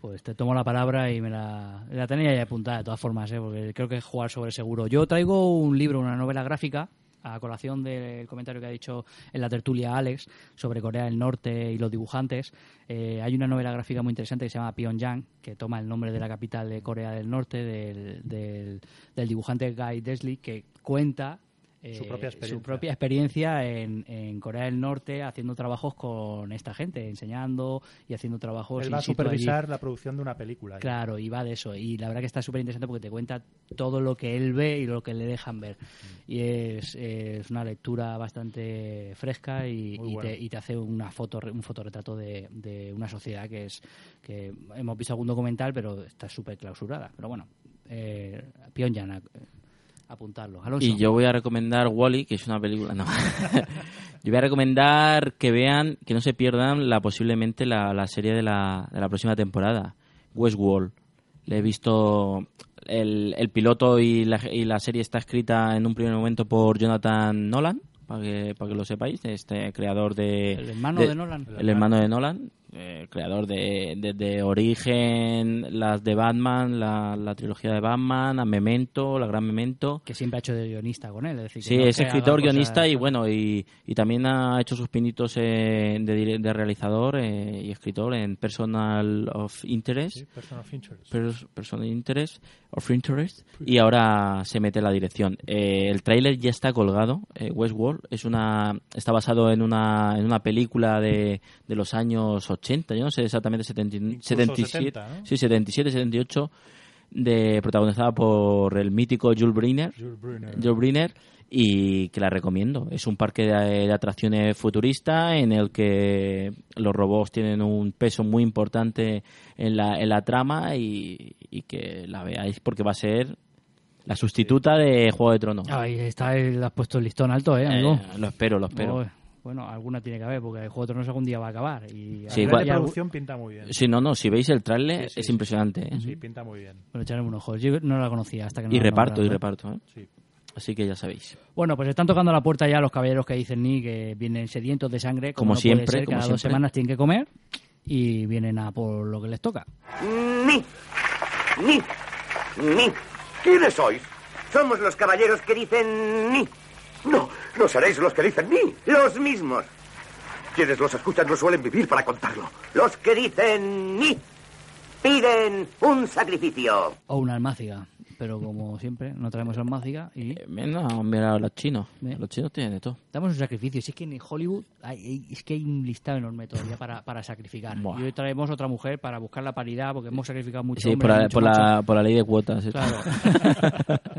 Speaker 1: Pues te tomo la palabra y me la, la tenía ya apuntada de todas formas, ¿eh? porque creo que es jugar sobre seguro. Yo traigo un libro, una novela gráfica, a colación del comentario que ha dicho en la tertulia Alex sobre Corea del Norte y los dibujantes. Eh, hay una novela gráfica muy interesante que se llama Pyongyang, que toma el nombre de la capital de Corea del Norte, del, del- del dibujante Guy Desley, que cuenta eh,
Speaker 4: Su propia experiencia.
Speaker 1: su propia experiencia en, en Corea del Norte haciendo trabajos con esta gente, enseñando y haciendo trabajos.
Speaker 4: Él
Speaker 1: in
Speaker 4: va a
Speaker 1: situ allí.
Speaker 4: supervisar la producción de una película. ¿eh?
Speaker 1: Claro, y va de eso. Y la verdad que está súper interesante porque te cuenta todo lo que él ve y lo que le dejan ver.
Speaker 2: Mm.
Speaker 1: Y es, es una lectura bastante fresca y,
Speaker 4: Muy
Speaker 1: y
Speaker 4: bueno.
Speaker 1: te, y te hace una foto, un fotorretrato de, de una sociedad que es que hemos visto algún documental, pero está súper clausurada. Pero bueno, eh, Pyongyang, a- apuntarlo. Alonso.
Speaker 2: Y yo voy a recomendar Wally, que es una película. No. yo voy a recomendar que vean, que no se pierdan la posiblemente la, la serie de la, de la próxima temporada, Westworld. Le he visto. El, el piloto y la, y la serie está escrita en un primer momento por Jonathan Nolan, para que, para que lo sepáis, este creador de.
Speaker 1: El hermano de Nolan.
Speaker 2: El hermano de Nolan, eh, creador de, de, de Origen, las de Batman, la, la trilogía de Batman, a Memento, la gran Memento.
Speaker 1: que siempre ha hecho de guionista con él. Es decir, que
Speaker 2: Sí,
Speaker 1: no
Speaker 2: es
Speaker 1: que haga
Speaker 2: escritor,
Speaker 4: pues,
Speaker 1: cosas-
Speaker 2: guionista
Speaker 4: eh,
Speaker 2: y bueno, y, y también ha hecho sus pinitos eh, de, dire- de realizador eh, y escritor en Personal of Interest,
Speaker 4: Sí, Person of Interest.
Speaker 2: Pers- Personal Interest, of Interest, y ahora se mete en la dirección. Eh, el tráiler ya está colgado, eh, Westworld, es una, está basado en una, en una película de, de los años 80, yo no sé exactamente, 70,
Speaker 4: Incluso
Speaker 2: 77,
Speaker 4: 70, ¿no?
Speaker 2: sí, 77, 78, de, protagonizada por el mítico Jules Briner,
Speaker 4: Jules Briner.
Speaker 2: Joe Briner y que la recomiendo. Es un parque de, de atracciones futurista en el que los robots tienen un peso muy importante en la, en la trama y, y que la veáis porque va a ser la sustituta de Juego de Tronos.
Speaker 1: Ahí está, él has puesto el listón alto, ¿eh, Ah, amigo?
Speaker 2: Eh, lo espero, lo espero.
Speaker 1: Uy, bueno, alguna tiene que haber, porque el Juego de Tronos algún día va a acabar. Y
Speaker 2: Sí,
Speaker 4: La
Speaker 2: igual-
Speaker 1: y algú-
Speaker 4: producción pinta muy bien.
Speaker 2: Si no, no, si veis el trailer
Speaker 4: Sí, sí,
Speaker 2: es
Speaker 4: sí.
Speaker 2: impresionante. ¿eh?
Speaker 4: Sí, pinta muy bien.
Speaker 1: Bueno, echaremos un ojo. Yo no la conocía hasta que no
Speaker 2: Y
Speaker 1: la
Speaker 2: reparto, y
Speaker 1: nombraron.
Speaker 2: reparto. ¿eh?
Speaker 4: Sí.
Speaker 2: Así que ya sabéis.
Speaker 1: Bueno, pues están tocando a la puerta ya los caballeros que dicen ni que vienen sedientos de sangre.
Speaker 2: Como
Speaker 1: no puede
Speaker 2: siempre,
Speaker 1: ser,
Speaker 2: como
Speaker 1: cada dos
Speaker 2: siempre.
Speaker 1: semanas tienen que comer y vienen a por lo que les toca.
Speaker 12: Ni. Ni. Ni. ¿Quiénes sois? Somos los caballeros que dicen ni. No, no seréis los que dicen ni. Los mismos. Quienes los escuchan no suelen vivir para contarlo. Los que dicen ni piden un sacrificio.
Speaker 1: O una almáciga. Pero como siempre, no traemos almáciga y
Speaker 2: Eh, Menos mirar a los chinos. Los chinos tienen de todo.
Speaker 1: damos un sacrificio. Si es que en Hollywood hay- es que hay un listado enorme todavía para, para sacrificar.
Speaker 2: Buah.
Speaker 1: Y hoy traemos otra mujer para buscar la paridad porque hemos sacrificado mucho.
Speaker 2: Sí,
Speaker 1: hombre,
Speaker 2: por la,
Speaker 1: mucho
Speaker 2: por,
Speaker 1: macho.
Speaker 2: la, por la ley de cuotas. ¿eh?
Speaker 1: Claro.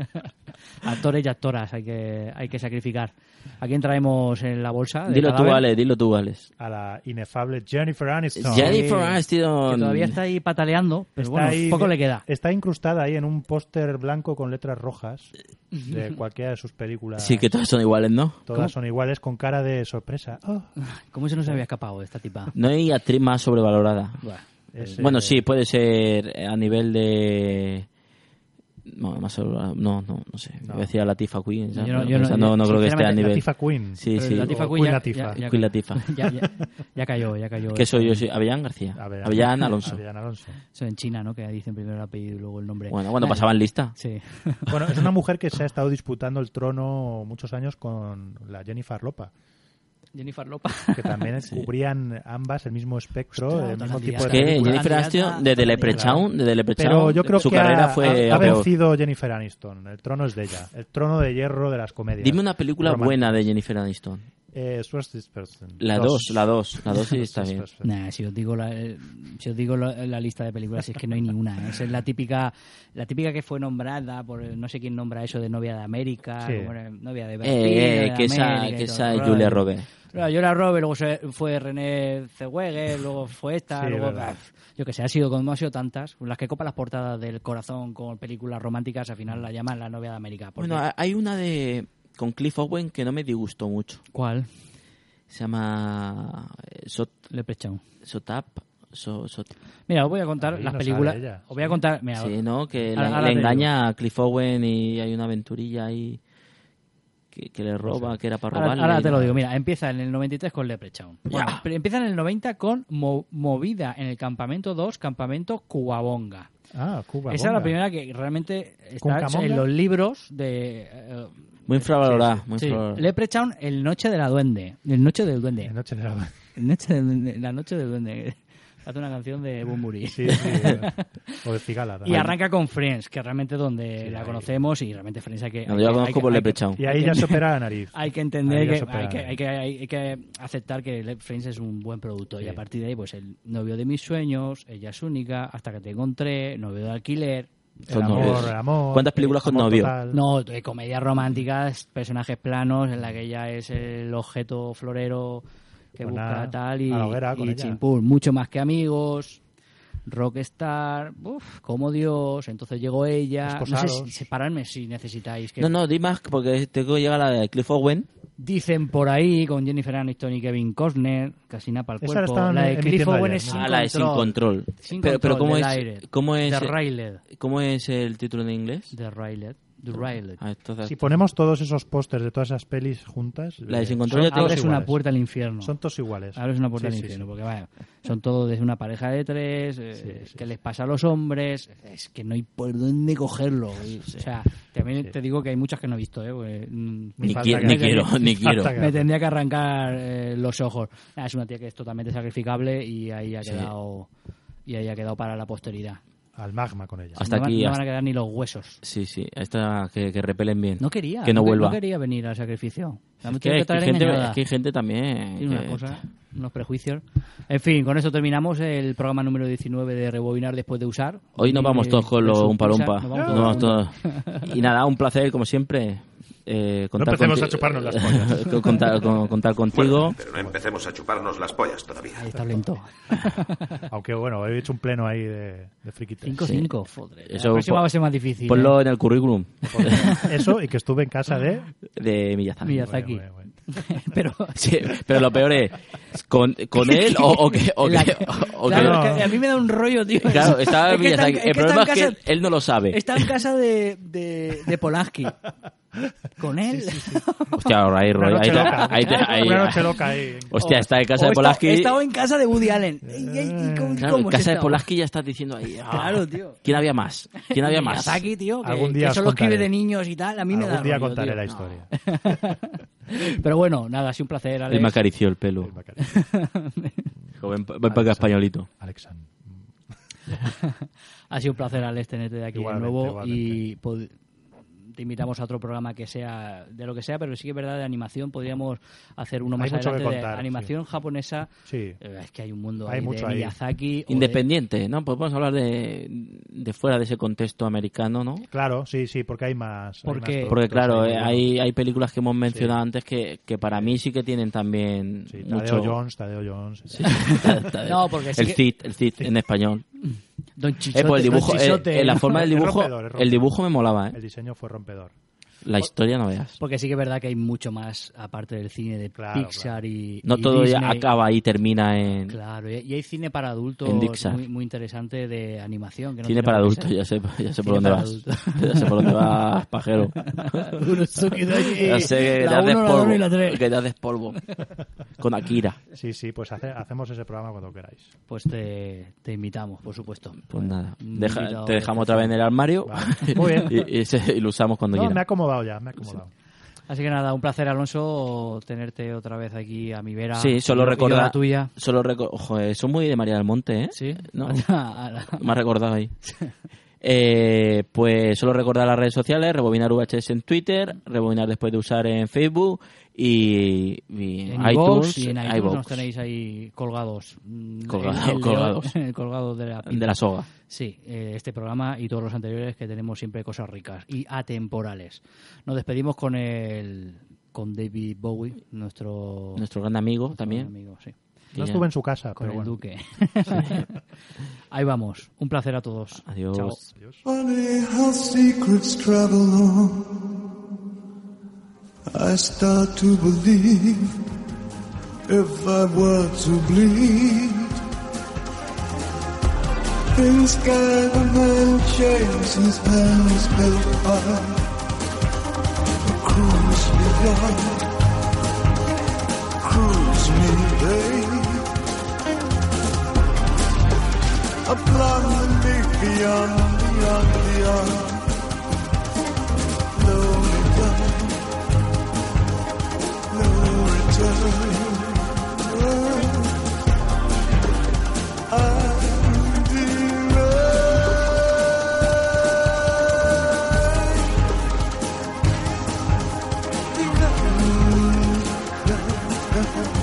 Speaker 1: Actores y actoras hay que, hay que sacrificar. ¿A quién traemos en la bolsa? Ah, de
Speaker 2: Dilo tú,
Speaker 1: cadáver?
Speaker 2: Alex, dilo tú, Alex.
Speaker 4: A la inefable Jennifer Aniston.
Speaker 2: Jennifer
Speaker 4: Sí.
Speaker 2: Aniston.
Speaker 1: Que todavía está ahí pataleando, pero bueno, poco le queda.
Speaker 4: Está incrustada ahí en un póster blanco con letras rojas de cualquiera de sus películas.
Speaker 2: Sí, que todas son iguales, ¿no?
Speaker 4: Todas son iguales con cara de sorpresa. Oh,
Speaker 1: ¿Cómo se nos había escapado esta tipa?
Speaker 2: No hay actriz más sobrevalorada.
Speaker 1: Buah.
Speaker 4: Es,
Speaker 2: Bueno,
Speaker 4: eh,
Speaker 2: sí, puede ser eh, a nivel de... No, más sobrevalorada- no, no, no sé. Iba a decir a Latifa Queen. ¿sabes?
Speaker 1: Yo no-
Speaker 2: Pero
Speaker 1: yo no-
Speaker 2: esa no, no creo que esté a
Speaker 4: sinceramente,
Speaker 2: nivel...
Speaker 4: Latifa Queen.
Speaker 2: Sí,
Speaker 1: Pero
Speaker 2: sí.
Speaker 1: Latifa
Speaker 4: O
Speaker 1: Queen ya-
Speaker 4: Queen
Speaker 1: ya- ya-
Speaker 2: Queen Latifa.
Speaker 1: ya- ya- ya cayó, ya cayó.
Speaker 2: Que soy yo, soy Avellán García.
Speaker 4: a ver,
Speaker 2: Avellán Alonso.
Speaker 4: Avellán Alonso.
Speaker 1: Eso en China, ¿no? Que dicen primero el apellido y luego el nombre.
Speaker 2: Bueno, cuando
Speaker 1: Ah,
Speaker 2: pasaban lista.
Speaker 1: Sí.
Speaker 4: Bueno, es una mujer que se ha estado disputando el trono muchos años con la Jennifer Lopa,
Speaker 1: Jennifer Lopa.
Speaker 4: que también cubrían ambas el mismo espectro,
Speaker 1: Ostras,
Speaker 4: el
Speaker 1: toda
Speaker 4: mismo
Speaker 1: la
Speaker 4: tipo
Speaker 1: tía.
Speaker 4: de
Speaker 1: Es que
Speaker 2: Que
Speaker 4: películas.
Speaker 2: Jennifer
Speaker 1: Candidata-
Speaker 2: Aniston, desde Leprechaun, desde Leprechaun,
Speaker 4: Pero yo creo
Speaker 2: su
Speaker 4: que
Speaker 2: carrera
Speaker 4: ha,
Speaker 2: fue
Speaker 4: ha
Speaker 2: a peor.
Speaker 4: vencido Jennifer Aniston. El trono es de ella. El trono de hierro de las comedias.
Speaker 2: Dime una película
Speaker 4: Románticas.
Speaker 2: buena de Jennifer Aniston.
Speaker 4: Eh, Swartzperson.
Speaker 2: La dos, la dos, la dos sí está bien.
Speaker 1: Nah, si os digo la, eh, si os digo la, la lista de películas, es que no hay ninguna. ¿eh? Esa es la típica, la típica que fue nombrada por eh, no sé quién nombra eso de novia de América,
Speaker 4: Sí.
Speaker 1: como era, novia de
Speaker 2: Eh,
Speaker 1: Brasil,
Speaker 2: eh,
Speaker 1: novia
Speaker 2: que
Speaker 1: de
Speaker 2: esa,
Speaker 1: América y
Speaker 2: que
Speaker 1: todo.
Speaker 2: esa es
Speaker 1: Pero,
Speaker 2: Julia Roberts.
Speaker 1: Claro, yo era Robert, luego se- fue René Zellweger, luego fue esta,
Speaker 4: Sí,
Speaker 1: luego...
Speaker 4: verdad.
Speaker 1: bah, yo que sé, ha sido como ha sido tantas. Las que copan las portadas del corazón con películas románticas, al final la llaman la novia de América. porque-
Speaker 2: Bueno, ha- hay una de con Cliff Owen que no me disgustó mucho.
Speaker 1: ¿Cuál?
Speaker 2: Se llama eh, Sot,
Speaker 1: Leprechaun.
Speaker 2: Sotap. So- Sot-
Speaker 1: Mira, os voy a contar
Speaker 4: Ahí
Speaker 1: las
Speaker 4: no
Speaker 1: películas...
Speaker 4: sale ella.
Speaker 1: Os voy a contar... Mira,
Speaker 2: sí, ¿no? Que
Speaker 1: ahora-
Speaker 2: le-
Speaker 1: ahora
Speaker 2: le,
Speaker 1: te
Speaker 2: engaña a Cliff Owen y hay una aventurilla ahí que, que le roba, que era para
Speaker 1: Ahora,
Speaker 2: robarle.
Speaker 1: ahora te lo
Speaker 2: ¿no?
Speaker 1: digo, mira, empieza en el 93 con Leprechaun. Bueno,
Speaker 2: Ya.
Speaker 1: pero empieza en el 90 con Mo- Movida en el Campamento 2, Campamento Cuabonga.
Speaker 4: Ah, Cuba.
Speaker 1: Esa es la
Speaker 4: Bonga.
Speaker 1: primera que realmente
Speaker 4: ¿Con
Speaker 1: está
Speaker 4: Camonga?
Speaker 1: en los libros de... eh,
Speaker 2: Muy infravalorada, muy
Speaker 1: sí,
Speaker 2: infravalorada.
Speaker 1: Leprechaun, el Noche de la Duende. El Noche del Duende.
Speaker 4: En Noche de la-
Speaker 1: El Noche del Duende, la Noche del Duende. Hace una canción de Bumburi.
Speaker 4: Sí, sí. eh, o de Cigala.
Speaker 1: Y
Speaker 4: también.
Speaker 1: arranca con Friends, que realmente donde
Speaker 4: Sí,
Speaker 1: la
Speaker 4: ahí.
Speaker 1: conocemos y realmente Friends hay que...
Speaker 2: No,
Speaker 1: hay
Speaker 2: yo la
Speaker 1: que-
Speaker 2: conozco
Speaker 1: hay que- hay
Speaker 2: por
Speaker 1: que-
Speaker 2: Leprechaun.
Speaker 4: Y ahí ya se opera la nariz.
Speaker 1: hay que
Speaker 4: Ahí
Speaker 1: entender
Speaker 4: ya
Speaker 1: que
Speaker 4: se opera
Speaker 1: hay
Speaker 4: la
Speaker 1: que,
Speaker 4: nariz.
Speaker 1: hay, que, hay- hay que aceptar que Led Friends es un buen producto y
Speaker 4: Sí.
Speaker 1: a partir de ahí pues el novio de mis sueños, ella es única, hasta que te encontré, novio de alquiler,
Speaker 4: El
Speaker 2: Son
Speaker 4: amor,
Speaker 2: novios.
Speaker 4: el amor.
Speaker 2: ¿Cuántas películas con
Speaker 4: amor
Speaker 2: novio?
Speaker 4: total.
Speaker 1: no, de comedias románticas, personajes planos en la que ella es el objeto florero que
Speaker 4: Con
Speaker 1: busca
Speaker 4: la-
Speaker 1: tal y,
Speaker 4: Pues a la hoguera con
Speaker 1: y
Speaker 4: ella.
Speaker 1: chimpún, mucho más que amigos. Rockstar, uff, como Dios, entonces llegó ella. No sé si
Speaker 4: Esposados.
Speaker 1: separarme si necesitáis. Que
Speaker 2: No, no, di más porque tengo que llegar a la de Cliff Owen.
Speaker 1: Dicen por ahí con Jennifer Aniston y Kevin Costner, casi nada para el
Speaker 4: Esa la
Speaker 1: cuerpo.
Speaker 4: estaban
Speaker 1: La de
Speaker 4: emitiendo
Speaker 1: Cliff Owen
Speaker 4: ayer,
Speaker 1: es
Speaker 4: ¿no?
Speaker 1: sin,
Speaker 2: Ah, la de Sin Control.
Speaker 1: Sin
Speaker 2: pero,
Speaker 1: Control,
Speaker 2: pero ¿cómo,
Speaker 1: del
Speaker 2: es,
Speaker 1: aire.
Speaker 2: ¿cómo, es,
Speaker 1: The Railed.
Speaker 2: ¿cómo es el título en inglés?
Speaker 1: The Railed. The Railed.
Speaker 2: Ah, entonces-
Speaker 4: Si ponemos todos esos pósters de todas esas pelis juntas.
Speaker 2: La de
Speaker 4: eh,
Speaker 2: Sin
Speaker 4: son
Speaker 2: Control ya te-
Speaker 4: todos
Speaker 1: Ahora es una
Speaker 4: iguales.
Speaker 1: puerta al infierno.
Speaker 4: Son todos iguales.
Speaker 1: Ahora es una puerta
Speaker 4: Sí,
Speaker 1: al
Speaker 4: sí,
Speaker 1: infierno,
Speaker 4: sí.
Speaker 1: porque vaya, son todos de una pareja de tres, eh, que les pasa a los hombres, es que no hay por dónde cogerlo. y, O sea, también te digo que hay muchas que no he visto, ¿eh? porque, mm,
Speaker 2: Ni,
Speaker 4: falta
Speaker 2: qui-
Speaker 4: que
Speaker 2: ni
Speaker 4: haya-
Speaker 2: quiero, ni
Speaker 4: falta
Speaker 2: quiero.
Speaker 4: que haya-
Speaker 1: Me tendría que arrancar eh, los ojos. Nada, es una tía que es totalmente sacrificable y ahí ha
Speaker 2: Sí.
Speaker 1: quedado y ahí ha quedado para la posteridad.
Speaker 4: Al magma con ella.
Speaker 2: Hasta
Speaker 1: no,
Speaker 2: aquí,
Speaker 1: van, no
Speaker 2: hasta-
Speaker 1: van a quedar ni los huesos.
Speaker 2: Sí, sí, esta que, que repelen bien.
Speaker 1: No quería.
Speaker 2: Que no
Speaker 1: que-
Speaker 2: vuelva.
Speaker 1: quería venir al sacrificio. La
Speaker 2: Es
Speaker 1: hemos tenido
Speaker 2: que, es que hay
Speaker 1: traer
Speaker 2: gente,
Speaker 1: engañada.
Speaker 2: es que hay gente también.
Speaker 1: Tiene una
Speaker 2: que-
Speaker 1: cosa, unos prejuicios. En fin, con eso terminamos el programa número 19 de Rebobinar después de usar.
Speaker 2: Hoy nos
Speaker 1: Y
Speaker 2: vamos
Speaker 1: de-
Speaker 2: todos con
Speaker 1: de
Speaker 2: los
Speaker 1: sus
Speaker 2: un palumpa.
Speaker 1: pizzas, nos vamos
Speaker 2: Nos
Speaker 1: todos
Speaker 2: vamos todos. Y nada, un placer, como siempre. Eh, contar
Speaker 13: empecemos
Speaker 2: conti-
Speaker 13: a chuparnos las pollas.
Speaker 2: con- contar, con- contar contigo.
Speaker 5: Pero no empecemos a chuparnos las pollas todavía.
Speaker 1: Ahí está lento.
Speaker 4: Aunque bueno, he hecho un pleno ahí de, de friquitas.
Speaker 1: 5-5,
Speaker 2: Sí.
Speaker 1: fodre.
Speaker 2: Eso
Speaker 1: la próxima
Speaker 2: po-
Speaker 1: va a ser más difícil. ¿eh?
Speaker 2: Ponlo en el currículum
Speaker 4: Eso y que estuve en casa de.
Speaker 2: de Miyazaki.
Speaker 1: Miyazaki.
Speaker 4: Bueno, bueno,
Speaker 1: Pero
Speaker 2: Sí, pero lo peor es, ¿con, con él o, o que- o que-
Speaker 1: La-
Speaker 2: o que-
Speaker 1: claro, es que a mí me da un rollo, tío.
Speaker 2: Claro, estaba
Speaker 1: Es que está en-
Speaker 2: Miyazaki.
Speaker 1: es
Speaker 2: El
Speaker 1: que está en
Speaker 2: problema es que
Speaker 1: casa-
Speaker 2: él, no lo sabe.
Speaker 1: Está en casa de, de, de Polanski. Con él.
Speaker 2: Hostia, ahora ahí,
Speaker 4: Una
Speaker 2: Roy, ahí
Speaker 4: noche
Speaker 2: te-
Speaker 4: loca.
Speaker 2: ahí te- ahí-
Speaker 4: Una noche loca ahí.
Speaker 2: Hostia, está en casa
Speaker 1: O
Speaker 2: de
Speaker 1: he
Speaker 2: Polaski.
Speaker 1: estado- He estado en casa de Woody Allen. ¿Y, y- y cómo-
Speaker 2: Claro, en
Speaker 1: cómo es
Speaker 2: casa de
Speaker 1: esta
Speaker 2: Polaski ya estás diciendo ahí. ah,
Speaker 1: Claro, tío.
Speaker 2: ¿Quién había más? ¿Quién había más?
Speaker 1: Miyazaki, tío, que,
Speaker 4: Algún día
Speaker 1: que
Speaker 4: os
Speaker 1: solo escribe
Speaker 4: contaré.
Speaker 1: de niños y tal, a mí me da
Speaker 4: Algún día
Speaker 1: rollo,
Speaker 4: contaré
Speaker 1: tío.
Speaker 4: la
Speaker 1: No.
Speaker 4: historia.
Speaker 1: Pero bueno, nada, ha sido un placer, Alex.
Speaker 2: Él me acarició el pelo. Dijo, Ven, pa- ven para acá, españolito.
Speaker 4: Alexan.
Speaker 1: ha sido un placer, Alex, tenerte de aquí
Speaker 4: Igualmente,
Speaker 1: de nuevo.
Speaker 4: igualmente.
Speaker 1: Y pod- te invitamos a otro programa que sea de lo que sea, pero sí que es verdad de animación. Podríamos hacer uno
Speaker 4: Hay
Speaker 1: más
Speaker 4: mucho que
Speaker 1: adelante de
Speaker 4: contar,
Speaker 1: animación japonesa.
Speaker 4: Sí.
Speaker 1: Eh, es que hay un mundo
Speaker 4: Hay
Speaker 1: ahí
Speaker 4: mucho
Speaker 1: de
Speaker 4: ahí.
Speaker 1: Miyazaki. o de-
Speaker 2: Independiente, ¿no? Podemos hablar de, de fuera de ese contexto americano, ¿no?
Speaker 4: Claro, sí, sí, porque hay más. hay más
Speaker 2: Porque,
Speaker 4: productos,
Speaker 2: claro, eh,
Speaker 4: más-
Speaker 2: hay, hay películas que hemos mencionado antes que, que para mí sí que tienen también
Speaker 4: Tadeo
Speaker 2: mucho...
Speaker 4: Jones, Tadeo Jones.
Speaker 2: Sí, sí, Tadeo- Tadeo.
Speaker 1: No, porque sí
Speaker 2: el
Speaker 1: que-
Speaker 2: Cid, el Cid en español.
Speaker 1: Don
Speaker 2: Eh, por
Speaker 1: Chichote, Don
Speaker 2: el dibujo, eh,
Speaker 1: Chichote.
Speaker 2: eh, la forma del
Speaker 1: Es
Speaker 2: dibujo,
Speaker 1: rompedor, es
Speaker 2: el
Speaker 1: rompedor.
Speaker 2: dibujo me molaba, ¿eh?
Speaker 4: El diseño fue rompedor.
Speaker 2: La historia no veas.
Speaker 1: Porque sí que es verdad que hay mucho más aparte del cine de Pixar y.
Speaker 2: No
Speaker 1: y
Speaker 2: todo ya
Speaker 1: Disney.
Speaker 2: acaba y termina en
Speaker 1: Claro, y y hay cine para adultos
Speaker 2: En Dixar.
Speaker 1: muy, muy interesante de animación. Que no tiene
Speaker 2: cine para
Speaker 1: por qué
Speaker 2: adultos,
Speaker 1: ser.
Speaker 2: ya sé, ya sé
Speaker 1: Cine
Speaker 2: por dónde
Speaker 1: para
Speaker 2: vas.
Speaker 1: adultos.
Speaker 2: Ya sé por dónde vas, pajero.
Speaker 1: Unosuke Doji.
Speaker 2: ya sé que
Speaker 1: La
Speaker 2: te haces
Speaker 1: uno, la dos y la
Speaker 2: polvo,
Speaker 1: tres.
Speaker 2: que te haces polvo. Con Akira.
Speaker 4: Sí, sí, pues hace- hacemos ese programa cuando queráis.
Speaker 1: Pues te, te invitamos, por supuesto.
Speaker 2: Pues nada,
Speaker 1: Un
Speaker 2: deja-
Speaker 1: invitado
Speaker 2: te
Speaker 1: especial.
Speaker 2: dejamos otra vez en el armario
Speaker 4: Vale. Muy bien.
Speaker 2: y, y se- y lo usamos cuando
Speaker 4: No,
Speaker 2: quieras.
Speaker 4: me ha acomodado ya, me ha acomodado.
Speaker 1: Así que nada, un placer, Alonso, tenerte otra vez aquí a mi vera.
Speaker 2: Sí, solo
Speaker 1: Yo- yo
Speaker 2: recordar.
Speaker 1: la tuya.
Speaker 2: Solo recor- Ojo, eh, son muy de María del Monte, ¿eh?
Speaker 1: Sí.
Speaker 2: No,
Speaker 1: A la-
Speaker 2: me ha recordado ahí. Eh, pues solo recordar las redes sociales, rebobinar VHS en Twitter, rebobinar después de usar en Facebook y, y
Speaker 1: En
Speaker 2: iTunes,
Speaker 1: iVoox y en iTunes
Speaker 2: iVoox.
Speaker 1: nos tenéis ahí colgados. Mm,
Speaker 2: Colgado-
Speaker 1: el- el de-
Speaker 2: colgados.
Speaker 1: colgados de la,
Speaker 2: De la soga.
Speaker 1: Sí, eh, este programa y todos los anteriores que tenemos siempre cosas ricas y atemporales. Nos despedimos con el con David Bowie, nuestro
Speaker 2: Nuestro gran amigo también.
Speaker 1: amigo, sí.
Speaker 4: No estuve en su casa,
Speaker 1: con
Speaker 4: pero
Speaker 1: el
Speaker 4: bueno.
Speaker 1: Duque. Ahí vamos. Un placer a todos.
Speaker 2: Adiós.
Speaker 1: Chao.
Speaker 13: Funny how secrets travel on. I start to believe if I were to bleed. In sky the man shaves his hands built high. The Cruise me, love. Cruise me, babe. A blonde beat beyond, beyond, beyond. No return, no return. I'm uh,